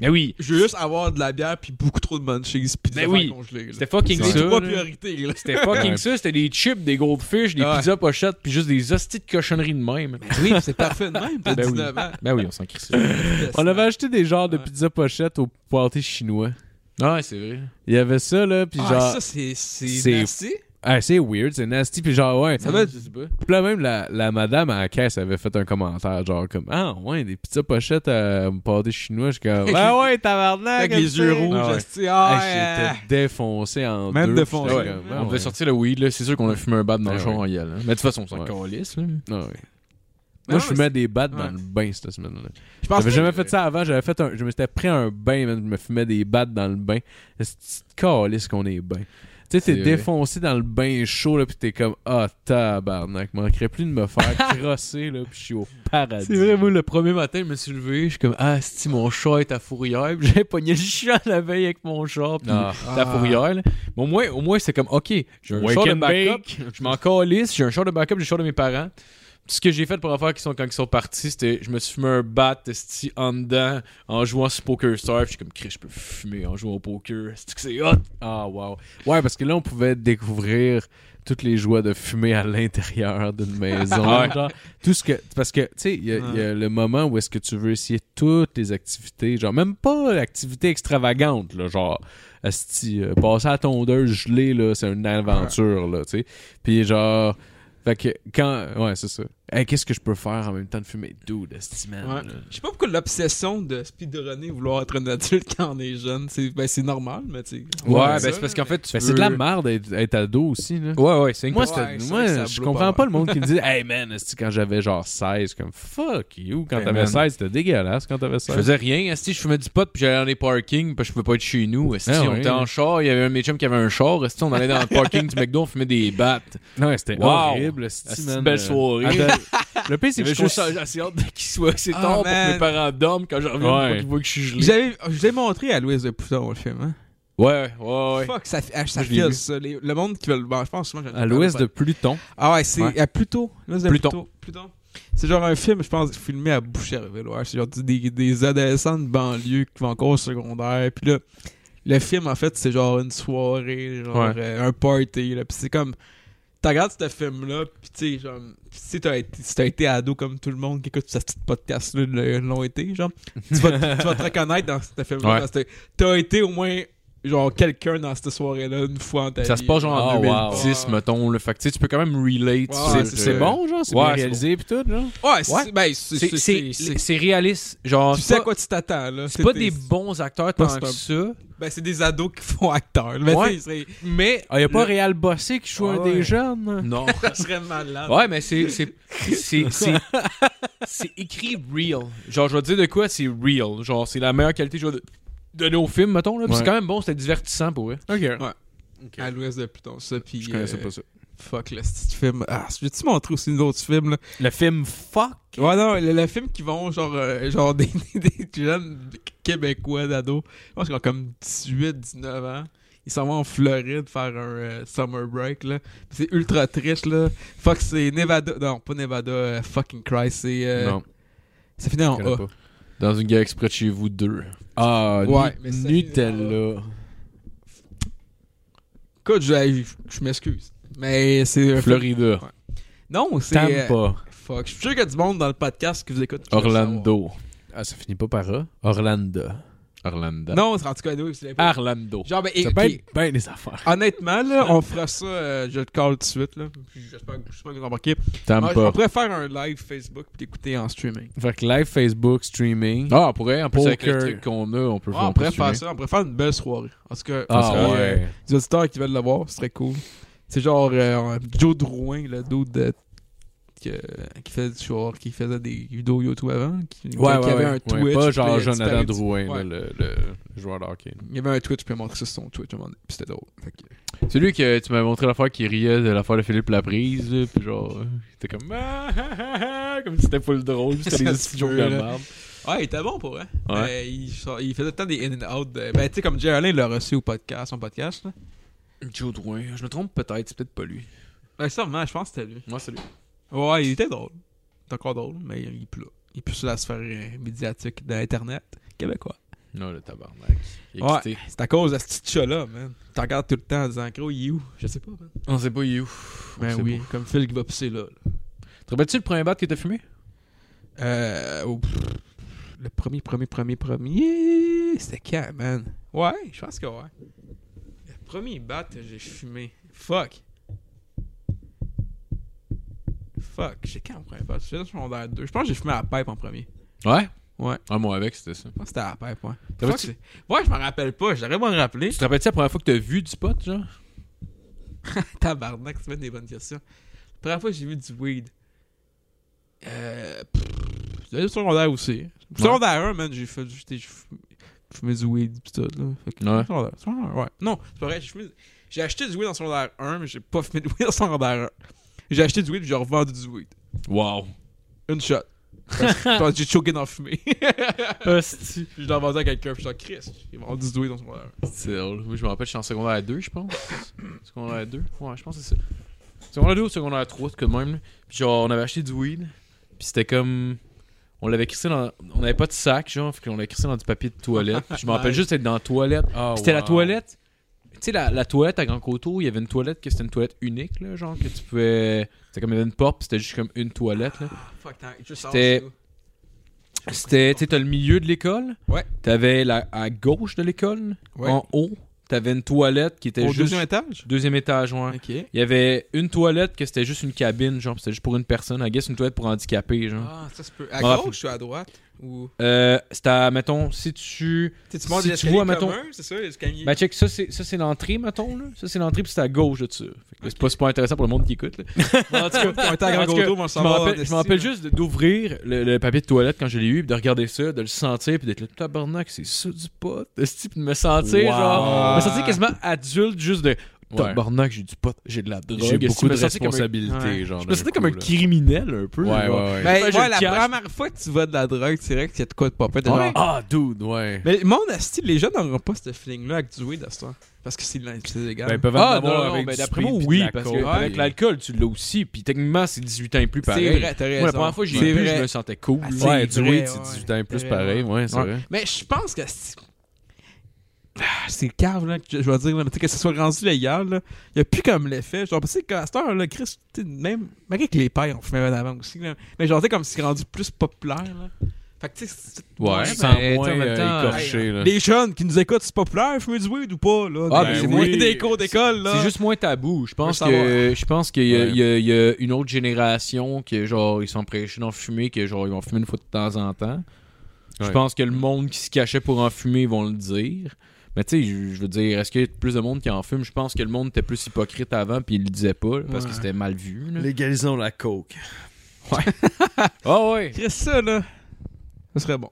Speaker 5: Mais oui,
Speaker 4: Je veux juste avoir de la bière puis beaucoup trop de munchies puis des
Speaker 5: Ben
Speaker 4: affaires
Speaker 5: oui.
Speaker 4: congelées. là.
Speaker 5: c'était fucking
Speaker 3: C'est
Speaker 5: ça.
Speaker 4: C'est trois
Speaker 5: là.
Speaker 4: priorités, là.
Speaker 5: C'était fucking
Speaker 3: Ouais.
Speaker 5: ça, c'était des chips, des goldfish, des
Speaker 4: Ouais.
Speaker 5: pizzas pochettes, puis juste des hosties de cochonneries de même.
Speaker 4: Oui, c'est parfait de même, t'as
Speaker 5: Ben oui.
Speaker 4: 19 ans.
Speaker 5: Ben oui, on s'en crisse.
Speaker 3: On avait acheté des genres de
Speaker 4: Ouais.
Speaker 3: pizza pochette au pâté chinois.
Speaker 5: Ouais, c'est vrai.
Speaker 3: Il y avait ça, là, puis
Speaker 4: Ah,
Speaker 3: genre...
Speaker 4: ça, c'est... C'est
Speaker 3: c'est-
Speaker 4: nasty.
Speaker 3: Ah, c'est weird, c'est nasty, puis genre, ouais.
Speaker 4: Ça va être-
Speaker 5: Je sais pas.
Speaker 3: Puis là, même, la, la madame à la caisse avait fait un commentaire, genre, comme, « Ah, ouais, des pizzas pochettes à pâté chinois. » Je suis comme, « Ah ouais, tabarnak! »
Speaker 4: Avec les yeux
Speaker 3: tu sais.
Speaker 4: rouges,
Speaker 3: Ah ouais.
Speaker 4: asti,
Speaker 3: Ah,
Speaker 4: ah, ouais.
Speaker 3: J'étais défoncé en
Speaker 4: Même
Speaker 3: deux.
Speaker 4: défoncé.
Speaker 3: j'étais
Speaker 5: Ouais.
Speaker 3: comme, Ah
Speaker 5: On devait
Speaker 3: ouais.
Speaker 5: sortir le weed, là. C'est sûr qu'on a fumé un bat dans
Speaker 3: Ouais,
Speaker 5: le char
Speaker 3: ouais.
Speaker 5: en y allant. Mais de toute façon, on s'en
Speaker 3: Ouais.
Speaker 5: calisse, là.
Speaker 3: Ah ouais.
Speaker 4: Mais
Speaker 3: Moi,
Speaker 4: non,
Speaker 3: je
Speaker 4: mais
Speaker 3: fumais des battes dans
Speaker 4: ouais.
Speaker 3: le bain cette semaine-là.
Speaker 4: Je pense
Speaker 3: J'avais
Speaker 4: que
Speaker 3: jamais fait ça avant. J'avais fait un... Je me suis pris un bain, man. Je me fumais des battes dans le bain. C'est calice qu'on est bien. Tu sais,
Speaker 5: C'est
Speaker 3: t'es
Speaker 5: vrai.
Speaker 3: défoncé dans le bain chaud, là, pis t'es comme, ah, tabarnak, manquerait plus de me faire crosser, là, pis je suis au paradis.
Speaker 5: C'est vrai, moi, le premier matin, je me suis levé, je suis comme, ah, si mon chat est à fourrière, Puis j'avais pogné le chien la veille avec mon chat, puis
Speaker 3: Ah.
Speaker 5: t'es à fourrière, là. Mais au moins, au moins c'est comme, ok, j'ai un
Speaker 3: Wake
Speaker 5: chat de
Speaker 3: and
Speaker 5: backup, je m'en calisse, j'ai un chat de backup, j'ai le chat de mes parents. Puis ce que j'ai fait pour affaire qu'ils sont, quand ils sont partis, c'était, je me suis fumé un bat, esti, en dedans, en jouant sur Poker Star, puis je suis comme, Chris, je peux fumer en jouant au poker, c'est que c'est hot.
Speaker 3: Ah, wow. Ouais, parce que là, on pouvait découvrir toutes les joies de fumer à l'intérieur d'une maison.
Speaker 5: Ouais.
Speaker 3: genre, tout ce que. Parce que, tu sais, il y, a- il y a le moment où est-ce que tu veux essayer toutes les activités, genre, même pas l'activité extravagante, là, genre, asti, euh, passer à la tondeuse gelée, là, c'est une aventure, là, tu sais. Puis, genre. Fait que, quand. Ouais, c'est ça. Hey, qu'est-ce que je peux faire en même temps de fumer? Dude, esti, man,
Speaker 4: Ouais.
Speaker 3: là.
Speaker 4: Je sais pas pourquoi l'obsession de speedrunner vouloir être un adulte quand on est jeune, c'est ben c'est normal mais tu sais.
Speaker 5: Ouais,
Speaker 3: Ouais,
Speaker 5: ben
Speaker 3: ben,
Speaker 4: ça,
Speaker 5: c'est
Speaker 4: là,
Speaker 5: parce qu'en fait, tu
Speaker 3: Ben, c'est de la merde d'être être ado aussi, là.
Speaker 5: Ouais, ouais, c'est
Speaker 3: Moi,
Speaker 4: Ouais,
Speaker 3: c'était-
Speaker 4: c'est
Speaker 3: moi,
Speaker 4: vrai que ça
Speaker 3: je
Speaker 4: bloque
Speaker 3: comprends
Speaker 4: pas
Speaker 3: pas le monde qui me dit Hey man, esti, quand j'avais genre 16, comme fuck you. Quand
Speaker 5: Hey,
Speaker 3: t'avais
Speaker 5: man.
Speaker 3: 16, c'était dégueulasse quand t'avais
Speaker 5: Je
Speaker 3: 16.
Speaker 5: faisais rien, esti, je fumais du pot puis j'allais dans les parkings parce que je pouvais pas être chez nous, esti,
Speaker 3: Ah
Speaker 5: on
Speaker 3: ouais.
Speaker 5: était en char, il y avait un de mes chums qui avait un char, esti, on allait dans le parking du McDo, on fumait des battes.
Speaker 3: Non, c'était
Speaker 5: Wow.
Speaker 3: horrible, esti,
Speaker 5: Esti,
Speaker 3: man. ben,
Speaker 5: belle
Speaker 3: Euh,
Speaker 5: soirée.
Speaker 3: attends, le pire, c'est
Speaker 5: Mais
Speaker 3: que
Speaker 5: je
Speaker 3: je
Speaker 5: trouve
Speaker 3: cons-
Speaker 5: ça assez hâte qu'il soit assez
Speaker 4: Ah,
Speaker 5: tard pour que
Speaker 4: man.
Speaker 5: mes parents dorment quand je reviens
Speaker 3: Ouais.
Speaker 5: pour qu'ils voient que je suis gelé.
Speaker 4: J'avais je l'ai montré à Louise de Pouton le film hein.
Speaker 5: Ouais, ouais, ouais.
Speaker 4: Fuck, ça, fait- ah, ça
Speaker 5: Moi, je l'ai
Speaker 4: file,
Speaker 5: vu.
Speaker 4: ça. Les- le monde qui veut le. Bon, je pense souvent que je-
Speaker 3: À l'ouest de Pluton.
Speaker 4: Ah ouais, c'est
Speaker 5: Ouais.
Speaker 4: à Pluto. L'ouest de
Speaker 5: Pluton.
Speaker 4: Pluto. Pluton. C'est genre un film, je pense, filmé à Boucherville. ouais. C'est genre des, des adolescents de banlieue qui vont encore au secondaire. Puis là, le film, en fait, c'est genre une soirée, genre
Speaker 5: Ouais.
Speaker 4: euh, un party. Là. Puis c'est comme. Tu regardes ce film-là, puis tu sais, genre. Si t'as été, si t'as été ado comme tout le monde qui écoute ce petit podcast-là de l'ont été, genre. Tu vas, te- tu vas te reconnaître dans ce film-là.
Speaker 5: Ouais.
Speaker 4: parce que T'as été au moins, genre, quelqu'un dans cette soirée-là une fois en ta
Speaker 5: Ça
Speaker 4: vie.
Speaker 5: se passe genre en
Speaker 3: Ah, wow.
Speaker 5: 2010, mettons. Le fait que tu sais, tu peux quand même relate.
Speaker 4: Ouais,
Speaker 5: sur
Speaker 4: ouais,
Speaker 5: le-
Speaker 4: c'est
Speaker 3: C'est bon, genre? C'est
Speaker 5: Ouais,
Speaker 3: bien
Speaker 5: c'est
Speaker 3: réalisé pis tout, genre?
Speaker 4: Ouais, c'est-
Speaker 5: Ouais.
Speaker 4: ben, c'est-
Speaker 5: C'est-
Speaker 4: c'est-
Speaker 5: C'est
Speaker 4: c'est-
Speaker 5: c'est- c'est réaliste. Genre,
Speaker 4: Tu sais
Speaker 5: pas-
Speaker 4: à quoi tu t'attends, là.
Speaker 5: c'est pas des bons acteurs
Speaker 4: Pas
Speaker 5: tant que ça.
Speaker 4: Ben, c'est des ados qui font acteurs. Mais
Speaker 5: Ouais.
Speaker 4: tu sais,
Speaker 5: Mais.
Speaker 3: Ah, y a pas
Speaker 5: Le-
Speaker 3: Réal Bossé qui joue
Speaker 5: Ah
Speaker 3: un
Speaker 5: ouais.
Speaker 3: des jeunes?
Speaker 5: Non.
Speaker 4: ça serait malade.
Speaker 5: Ouais, mais c'est. C'est c'est- c'est- c'est écrit real. Genre, je vais te dire de quoi, c'est real. Genre, c'est la meilleure qualité que je vais de- donner au film, mettons. Là. Puis c'est
Speaker 3: Ouais.
Speaker 5: quand même bon, c'était divertissant pour eux.
Speaker 3: Ok.
Speaker 4: À l'ouest de Pluton, ça, pis...
Speaker 3: Je connaissais pas ça.
Speaker 4: Fuck, le petit film. Ah, j'ai-tu montré aussi d'autres films, là?
Speaker 3: Le film Fuck?
Speaker 4: Ouais, non, le, le film qui vont, genre, euh, genre des, des- des jeunes Québécois d'ados, je pense qu'ils ont comme 18, 19 ans. Ils s'en vont en Floride faire un euh, summer break, là. Puis C'est ultra triste, là. Fuck, c'est Nevada... Non, pas Nevada, euh, fucking Christ, c'est... euh, oh.
Speaker 5: non,
Speaker 4: Ça finit en
Speaker 5: je connais
Speaker 4: A.
Speaker 5: pas. Dans une guerre exprès de chez vous deux.
Speaker 3: Ah,
Speaker 4: Ouais,
Speaker 3: Nu-
Speaker 4: mais euh, ça,
Speaker 3: Nutella.
Speaker 4: Écoute, je, je- je m'excuse. Mais c'est.
Speaker 5: Florida,
Speaker 4: Non, c'est. euh,
Speaker 3: Tampa.
Speaker 4: Fuck. Je suis sûr qu'il y a du monde dans le podcast qui vous écoute. qui veut
Speaker 5: Orlando.
Speaker 3: Ah, ça finit pas par A. Orlando.
Speaker 5: Orlando.
Speaker 4: savoir. Non, c'est en tout cas, oui, c'est pas.
Speaker 5: Orlando.
Speaker 4: Genre, ben,
Speaker 3: Ah. Ça
Speaker 4: et-
Speaker 3: peut
Speaker 4: puis,
Speaker 3: être bien des affaires.
Speaker 4: honnêtement, là, on fera ça. euh, je te call tout de suite, là. Puis J'espère que j'espère que vous embarquez. Ah,
Speaker 5: Tampa.
Speaker 4: on pourrait faire un live Facebook puis l'écouter en streaming.
Speaker 3: Fait que live Facebook, streaming.
Speaker 5: Ah, on pourrait. En plus, avec le
Speaker 3: Poker.
Speaker 5: truc qu'on a, on peut
Speaker 4: Ah, on
Speaker 5: peut
Speaker 4: pourrait faire
Speaker 5: streamer.
Speaker 4: ça. On pourrait faire une belle soirée. En tout cas,
Speaker 3: Ah,
Speaker 4: parce que, euh,
Speaker 3: ouais.
Speaker 4: les auditeurs qui veulent le voir, ce serait cool. C'est genre euh, Joe Drouin, le dude de- que- qui, fait, genre, qui faisait des vidéos YouTube avant. Qui, qui avait un Twitch.
Speaker 3: Pas
Speaker 4: puis il
Speaker 3: genre
Speaker 4: a
Speaker 3: Jonathan
Speaker 4: disparu du-
Speaker 3: Drouin, là,
Speaker 4: Ouais.
Speaker 3: le, le- le joueur de hockey.
Speaker 4: Il y avait un Twitch, puis il a montré ça sur son Twitch. à un moment donné, Puis c'était drôle. Fait que-
Speaker 5: C'est lui que tu m'avais montré l'affaire qui riait de l'affaire de Philippe Laprise, là, puis genre, euh, t'es comme ah, ah, ah, ah, comme si c'était full drôle, puis c'était
Speaker 4: Ça
Speaker 5: des
Speaker 4: se
Speaker 5: petits jokes
Speaker 4: peut,
Speaker 5: de
Speaker 4: là.
Speaker 5: merde.
Speaker 4: Ouais, il était bon pour vrai.
Speaker 5: Ouais.
Speaker 4: Mais il, sort- il faisait tant des in and out. de- ben, tu sais, comme Jerry Allen l'a reçu au podcast, son podcast. Là.
Speaker 5: Joe Drouin, je me trompe peut-être, c'est peut-être pas lui.
Speaker 4: Ben, sûrement, je pense que c'était lui.
Speaker 5: Moi, c'est lui.
Speaker 4: Ouais, il était drôle. Il est encore drôle, mais il pleut. Il est plus sur la sphère euh, médiatique d'Internet québécois.
Speaker 5: Non, le tabarnak. Il est
Speaker 4: Ouais.
Speaker 5: quitté.
Speaker 4: C'est à cause de ce petit chat-là, man. T'en regardes tout le temps en disant, gros, il est où Je sais pas, man.
Speaker 5: On sait pas, il est où.
Speaker 4: Ben
Speaker 5: sait
Speaker 4: oui, comme Phil qui va pousser là. là.
Speaker 5: Te rappelles-tu le premier bat qui était fumé?
Speaker 4: Euh. oh, pff, le premier, premier, premier, premier. C'était quand, man Ouais, je pense que ouais. Le premier bat que j'ai fumé. Fuck. Fuck, j'ai quand mon premier bat J'étais dans secondaire 2. Je pense que j'ai fumé à la pipe en premier.
Speaker 5: Ouais?
Speaker 4: Ouais.
Speaker 5: Ah, moi avec, c'était ça.
Speaker 4: Je pense que c'était à la pipe, ouais.
Speaker 5: T'as
Speaker 4: Fuck,
Speaker 5: vu-
Speaker 4: c'est- Ouais, je m'en rappelle pas. J'aurais pas me rappeler.
Speaker 5: Tu te rappelles-tu la première fois que t'as vu du pot, genre?
Speaker 4: Tabarnak, tu mets des bonnes questions. La première fois que j'ai vu du weed. Euh. pff, C'était le secondaire aussi. Au
Speaker 5: Ouais.
Speaker 4: Secondaire 1, man, j'ai fait. J'ai j'ai fumé- fumé du weed pis tout, là. Fait que,
Speaker 5: Ouais.
Speaker 4: Secondaire, secondaire, ouais. Non, c'est pas vrai, j'ai fumé. J'ai acheté du weed en secondaire 1, mais j'ai pas fumé de weed en secondaire 1. J'ai acheté du weed pis j'ai revendu du weed.
Speaker 5: Wow.
Speaker 4: Une shot. Parce que- parce que j'ai choqué d'en fumer.
Speaker 5: Hostie.
Speaker 4: Puis je l'ai vendu à quelqu'un, pis je suis Chris, j'ai vendu du weed en secondaire 1.
Speaker 5: Oui, je me rappelle, je suis en secondaire 2, je pense. secondaire 2? Ouais, je pense que c'est ça. Secondaire 2 ou secondaire 3, c'est quand même. là. Puis genre, on avait acheté du weed. Puis c'était comme. On l'avait crissé dans. On n'avait pas de sac, genre. Fait qu'on l'avait crissé dans du papier de toilette. Puis je me rappelle
Speaker 4: Nice. Ah,
Speaker 5: juste être dans la toilette. Puis c'était la toilette. Tu sais, la, la toilette à Grand Coteau, il y avait une toilette que c'était une toilette unique, là, genre, que tu pouvais. C'était comme il y avait une porte, puis c'était juste comme une toilette, là.
Speaker 4: Ah, Fuck, t'as juste
Speaker 5: C'était- C'était, tu sais, t'as le milieu de l'école.
Speaker 4: Ouais.
Speaker 5: T'avais la, à gauche de l'école,
Speaker 4: Ouais.
Speaker 5: en haut. T'avais une toilette qui était
Speaker 4: Au
Speaker 5: juste.
Speaker 4: deuxième étage
Speaker 5: Deuxième étage, ouais.
Speaker 4: Ok.
Speaker 5: Il y avait une toilette que c'était juste une cabine, genre, pis c'était juste pour une personne. I guess une toilette pour handicapés, genre.
Speaker 4: Ah, ça se peut. À
Speaker 5: Ouais.
Speaker 4: gauche ou à droite Ou.
Speaker 5: Euh, c'était, à, mettons, si tu.
Speaker 4: Tu sais, tu montes
Speaker 5: Si
Speaker 4: les
Speaker 5: tu
Speaker 4: escaliers
Speaker 5: vois, mettons-
Speaker 4: communs, c'est ça, les escaliers.
Speaker 5: Ben, check, ça c'est, ça, c'est l'entrée, mettons, là. Ça, c'est l'entrée, puis c'est à gauche de ça. Fait que là, c'est, pas, c'est pas intéressant pour le monde qui écoute, là. Ben, en tout cas,
Speaker 4: Quand t'es à Grand
Speaker 5: en tout cas,
Speaker 4: Coteau, on
Speaker 5: je
Speaker 4: s'en
Speaker 5: me
Speaker 4: va en
Speaker 5: rappelle, je
Speaker 4: esti,
Speaker 5: me rappelle
Speaker 4: là.
Speaker 5: juste de- d'ouvrir le, le papier de toilette quand je l'ai eu, puis de regarder ça, de le sentir, puis d'être le tabarnak, c'est ça du pot, de ce type, de me sentir,
Speaker 3: Wow.
Speaker 5: genre. Me sentir quasiment adulte, juste de.
Speaker 3: Ouais.
Speaker 5: Tabarnak, j'ai du pot, j'ai de la drogue.
Speaker 3: J'ai
Speaker 5: Si
Speaker 3: beaucoup
Speaker 5: je me
Speaker 3: de
Speaker 5: sentais comme un-
Speaker 3: responsabilités,
Speaker 4: Ouais.
Speaker 3: genre.
Speaker 5: Je me sentais
Speaker 3: d'un
Speaker 5: comme un
Speaker 3: coup, là.
Speaker 5: criminel un peu.
Speaker 3: Ouais,
Speaker 5: genre.
Speaker 3: ouais, ouais.
Speaker 4: Ben,
Speaker 5: Ouais, j'ai
Speaker 4: ouais,
Speaker 5: le
Speaker 4: la
Speaker 5: cash.
Speaker 4: première fois que tu vas de la drogue, tu dirais qu'il y a de quoi de pas pète.
Speaker 3: Ouais. Ah, dude, ouais.
Speaker 4: Mais le monde, asti, les jeunes n'auront pas ce feeling-là avec du weed à ce temps. Parce que c'est de la- c'est légal.
Speaker 3: Ben, ils peuvent en
Speaker 5: Ah, non,
Speaker 3: avoir
Speaker 5: non,
Speaker 3: avec
Speaker 5: ben,
Speaker 3: du
Speaker 5: d'après
Speaker 3: speed
Speaker 5: moi,
Speaker 3: puis de
Speaker 5: oui,
Speaker 3: la
Speaker 5: parce
Speaker 3: coke,
Speaker 5: que avec
Speaker 3: puis-
Speaker 5: l'alcool, tu l'as aussi. Puis techniquement, c'est 18 ans et plus pareil.
Speaker 4: c'est vrai, t'as raison.
Speaker 5: Moi, la première fois que j'ai
Speaker 4: C'est
Speaker 5: bu,
Speaker 4: vrai.
Speaker 5: je me sentais cool.
Speaker 4: Ah,
Speaker 5: là.
Speaker 4: c'est
Speaker 3: Ouais, du
Speaker 4: vrai,
Speaker 3: weed, c'est
Speaker 4: ouais.
Speaker 3: 18 ans et plus
Speaker 4: C'est
Speaker 3: pareil, ouais, c'est
Speaker 5: Ouais.
Speaker 3: vrai.
Speaker 4: Mais je pense que c'est. Ah, C'est cave, là, que je je vais dire, là, mais tu sais, que ce soit rendu légal, là, il n'y a plus comme l'effet. Genre, tu sais, qu'à cette heure, là, Chris, tu sais, même, malgré que les pères, on fumait avant aussi, là, mais genre, tu sais, comme c'est rendu plus populaire, là. Fait que, tu sais, c'est-
Speaker 3: Ouais, ben,
Speaker 5: mais
Speaker 3: sans
Speaker 5: t'sais, en
Speaker 3: moins
Speaker 5: même temps,
Speaker 3: euh, écorché, là.
Speaker 4: les jeunes qui nous écoutent, c'est populaire, fumer du weed ou pas, là.
Speaker 5: Ah,
Speaker 4: des-
Speaker 5: ben
Speaker 4: c'est
Speaker 5: oui.
Speaker 4: moins des cours d'école, là.
Speaker 5: C'est juste moins tabou. Je pense
Speaker 4: Je veux
Speaker 5: que je pense qu'il y, a-
Speaker 3: Ouais.
Speaker 5: il y a- il y a une autre génération qui genre ils sont prêchés d'en fumer que genre ils vont fumer une fois de temps en temps. Je
Speaker 3: Ouais.
Speaker 5: pense que le monde qui se cachait pour en fumer ils vont le dire. Mais tu sais, je je veux dire, est-ce qu'il y a plus de monde qui en fume Je pense que le monde était plus hypocrite avant puis il le disait pas là, parce
Speaker 4: Ouais.
Speaker 5: que c'était mal vu. là.
Speaker 3: Légalisons la coke.
Speaker 5: Ah ouais.
Speaker 4: Chris, ça, là. Ça serait bon.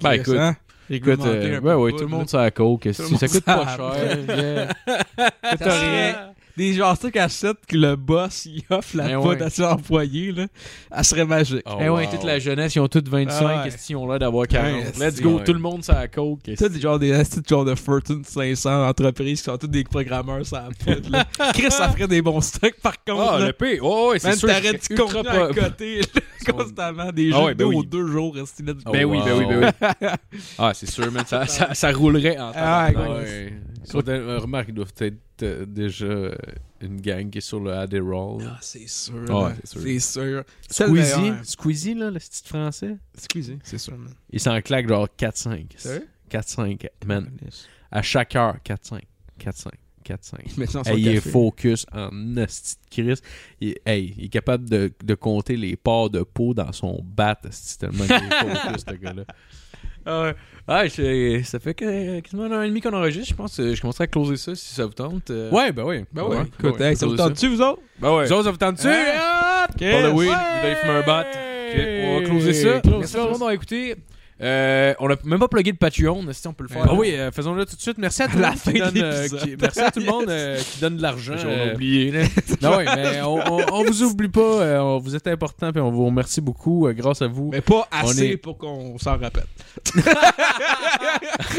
Speaker 5: Ben,
Speaker 4: Chris,
Speaker 5: écoute,
Speaker 4: hein?
Speaker 5: Écoute, euh,
Speaker 4: Réglementer un
Speaker 5: ouais,
Speaker 4: peu
Speaker 5: ouais,
Speaker 4: le
Speaker 5: tout le
Speaker 4: bout,
Speaker 5: monde ça la coke.
Speaker 4: Tout le
Speaker 5: si Ça
Speaker 4: monde
Speaker 5: coûte pas
Speaker 4: ça
Speaker 5: cher. yeah.
Speaker 4: là.
Speaker 5: T'as rien.
Speaker 4: Des gens trucs à 7 que le boss il offre la
Speaker 5: Eh
Speaker 4: boîte
Speaker 5: ouais.
Speaker 4: à ses employés, là, elle serait magique.
Speaker 3: Ben Oh,
Speaker 5: Eh ouais,
Speaker 3: wow.
Speaker 5: toute la jeunesse, ils ont toutes 25,
Speaker 4: Ah ouais.
Speaker 5: qu'est-ce qu'ils ont l'air d'avoir 40.
Speaker 4: Ouais,
Speaker 5: Let's
Speaker 4: c'est-
Speaker 5: go,
Speaker 3: ouais.
Speaker 5: tout le monde ça la coke.
Speaker 4: Tu sais, des genre des astuces genre de Fortune 500 entreprises qui sont tous des programmeurs ça poudre, là. Chris, ça ferait des bons stocks par contre.
Speaker 5: Ah,
Speaker 4: là.
Speaker 5: le P. Oh, ouais, c'est
Speaker 4: Même
Speaker 5: sûr.
Speaker 4: t'arrêtes
Speaker 5: je
Speaker 4: du
Speaker 5: serais
Speaker 4: contenu
Speaker 5: ultra
Speaker 4: à
Speaker 5: pro-
Speaker 4: côté, là,
Speaker 5: Sont-
Speaker 4: constamment, des jeux
Speaker 5: Ah ouais, ben
Speaker 4: vidéo
Speaker 5: oui.
Speaker 4: aux deux jours, restés là. du-
Speaker 3: Oh,
Speaker 5: Ben oui, ben oui, ben
Speaker 3: wow.
Speaker 5: oui. ah, c'est sûr, man. Ça, ça, ça roulerait en
Speaker 4: Ah,
Speaker 5: tabarnak.
Speaker 4: ouais.
Speaker 3: Ouais. Ils sont dans- euh, Remarque, ils doivent être euh, déjà euh, une gang qui est sur le Adderall.
Speaker 4: Ah, c'est sûr.
Speaker 5: Ah ouais,
Speaker 4: là.
Speaker 5: c'est sûr.
Speaker 4: c'est sûr. C'est le
Speaker 3: Squeezie,
Speaker 4: meilleur.
Speaker 3: Squeezie, là, le petit français.
Speaker 4: Squeezie, c'est sûr, man.
Speaker 3: Il s'en claque genre 4-5.
Speaker 4: Sérieux?
Speaker 3: 4-5, man. À chaque heure, 4-5. 4-5. 4-5.
Speaker 4: Maintenant,
Speaker 3: Hey, il est focus en esti de Christ. Il, hey, il est capable de, de compter les parts de peau dans son bat. esti, tellement qu'il est focus, ce gars-là.
Speaker 5: Ah, ouais. Ah, je- ça fait que- quasiment un an et demi qu'on enregistre. Je pense que je commencerai à closer ça si ça vous tente. euh.
Speaker 3: Ouais, ben oui.
Speaker 5: Ben ouais.
Speaker 4: Écoute, hey, ça vous
Speaker 5: ça.
Speaker 4: tente-tu, vous autres?
Speaker 5: Ben ouais.
Speaker 3: Vous autres, ça vous tente-tu? Ah,
Speaker 5: Pour le weed,
Speaker 3: Ouais.
Speaker 5: vous allez fumer un bat. Ok, on va closer ça.
Speaker 3: Close
Speaker 5: Merci
Speaker 3: ça.
Speaker 5: à tout le monde d'avoir écouté. Euh, on a même pas plugué de Patreon, si on peut le faire.
Speaker 3: Ah oui, euh, faisons-le tout de suite. Merci à tout le
Speaker 4: La
Speaker 3: monde qui
Speaker 4: fin de
Speaker 3: donne, euh,
Speaker 4: l'épisode.
Speaker 3: qui- merci à tout le monde euh, qui donne de l'argent.
Speaker 5: J'en
Speaker 3: euh,
Speaker 5: ai oublié. là.
Speaker 3: non, ouais, mais on, on, on vous oublie pas. euh, on- vous êtes important puis on vous remercie beaucoup. euh, grâce à vous.
Speaker 4: Mais pas
Speaker 3: On
Speaker 4: assez
Speaker 3: est-
Speaker 4: pour qu'on s'en rappelle.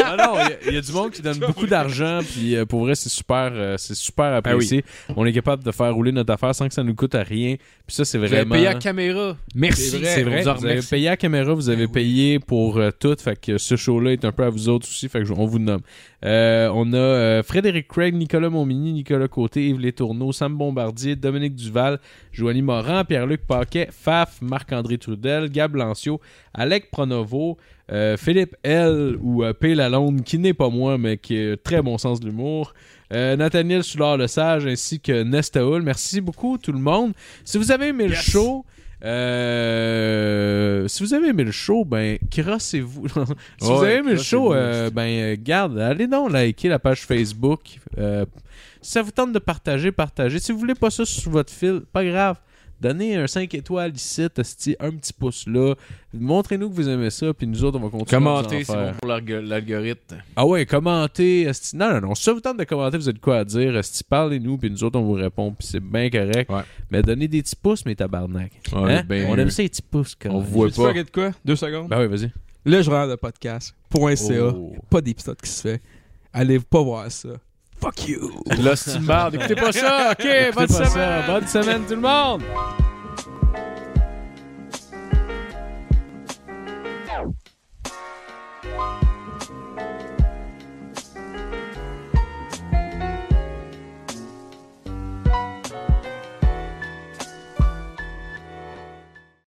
Speaker 3: Ah non, il y a- il y, a du monde qui donne beaucoup d'argent, puis euh, pour vrai, c'est super, euh, c'est
Speaker 5: Ah
Speaker 3: super apprécié. On est capable de faire rouler notre affaire sans que ça nous coûte à rien. Puis ça, c'est
Speaker 5: Vous avez
Speaker 3: vraiment.
Speaker 5: payé à caméra.
Speaker 3: Merci,
Speaker 5: C'est vrai,
Speaker 3: c'est vrai.
Speaker 5: on vous en
Speaker 3: Vous avez
Speaker 5: remercie.
Speaker 3: payé à la caméra, vous avez
Speaker 5: Ben oui.
Speaker 3: payé pour euh, tout. Fait que ce show-là est un peu à vous autres aussi. Fait que je- on vous nomme. Euh, on a euh, Frédéric Craig, Nicolas Momini, Nicolas Côté, Yves Les Tourneaux, Sam Bombardier, Dominique Duval, Joanie Morin, Pierre-Luc Paquet, Faf, Marc-André Trudel, Gab Lancio, Alec Pronovo, euh, Philippe L ou euh, P. Lalonde, qui n'est pas moi, mais qui a très bon sens de l'humour. Euh, Nathaniel Soulard le Sage ainsi que Nestaoul. Merci beaucoup tout le monde. Si vous avez aimé le show, euh, si vous avez aimé le show, ben crossez-vous. si vous
Speaker 5: Ouais,
Speaker 3: avez aimé le show,
Speaker 5: crossez-vous.
Speaker 3: euh, ben euh, garde, allez donc liker la page Facebook. Euh, si ça vous tente de partager, partagez. Si vous voulez pas ça sur votre fil, pas grave. Donnez un 5 étoiles ici, esti, un petit pouce là. Montrez-nous que vous aimez ça, puis nous autres, on va continuer. à vous en
Speaker 5: Commentez, c'est
Speaker 3: faire.
Speaker 5: bon pour l'algo- l'algorithme.
Speaker 3: Ah ouais, commentez. esti- Non, non, non. Si ça vous tente de commenter, vous avez de quoi à dire. esti, Parlez-nous, puis nous autres, on vous répond, puis c'est bien correct.
Speaker 5: Ouais.
Speaker 3: Mais donnez des petits pouces, mes tabarnak.
Speaker 5: Ouais,
Speaker 3: Hein?
Speaker 5: ben,
Speaker 3: on aime
Speaker 5: euh,
Speaker 3: ça, les petits pouces. quand
Speaker 5: on
Speaker 3: même.
Speaker 5: voit
Speaker 4: Tu
Speaker 5: pas.
Speaker 4: fais de quoi? Deux secondes.
Speaker 3: Ben oui, vas-y.
Speaker 4: Le joueur de podcast.ca.
Speaker 3: Oh.
Speaker 4: Pas d'épisode qui se fait. Allez pas voir ça. Fuck you!
Speaker 5: C'est de l'hostie de merde. Écoutez pas ça. OK, bonne
Speaker 3: Écoutez pas
Speaker 5: semaine.
Speaker 3: ça. Bonne semaine, tout le monde!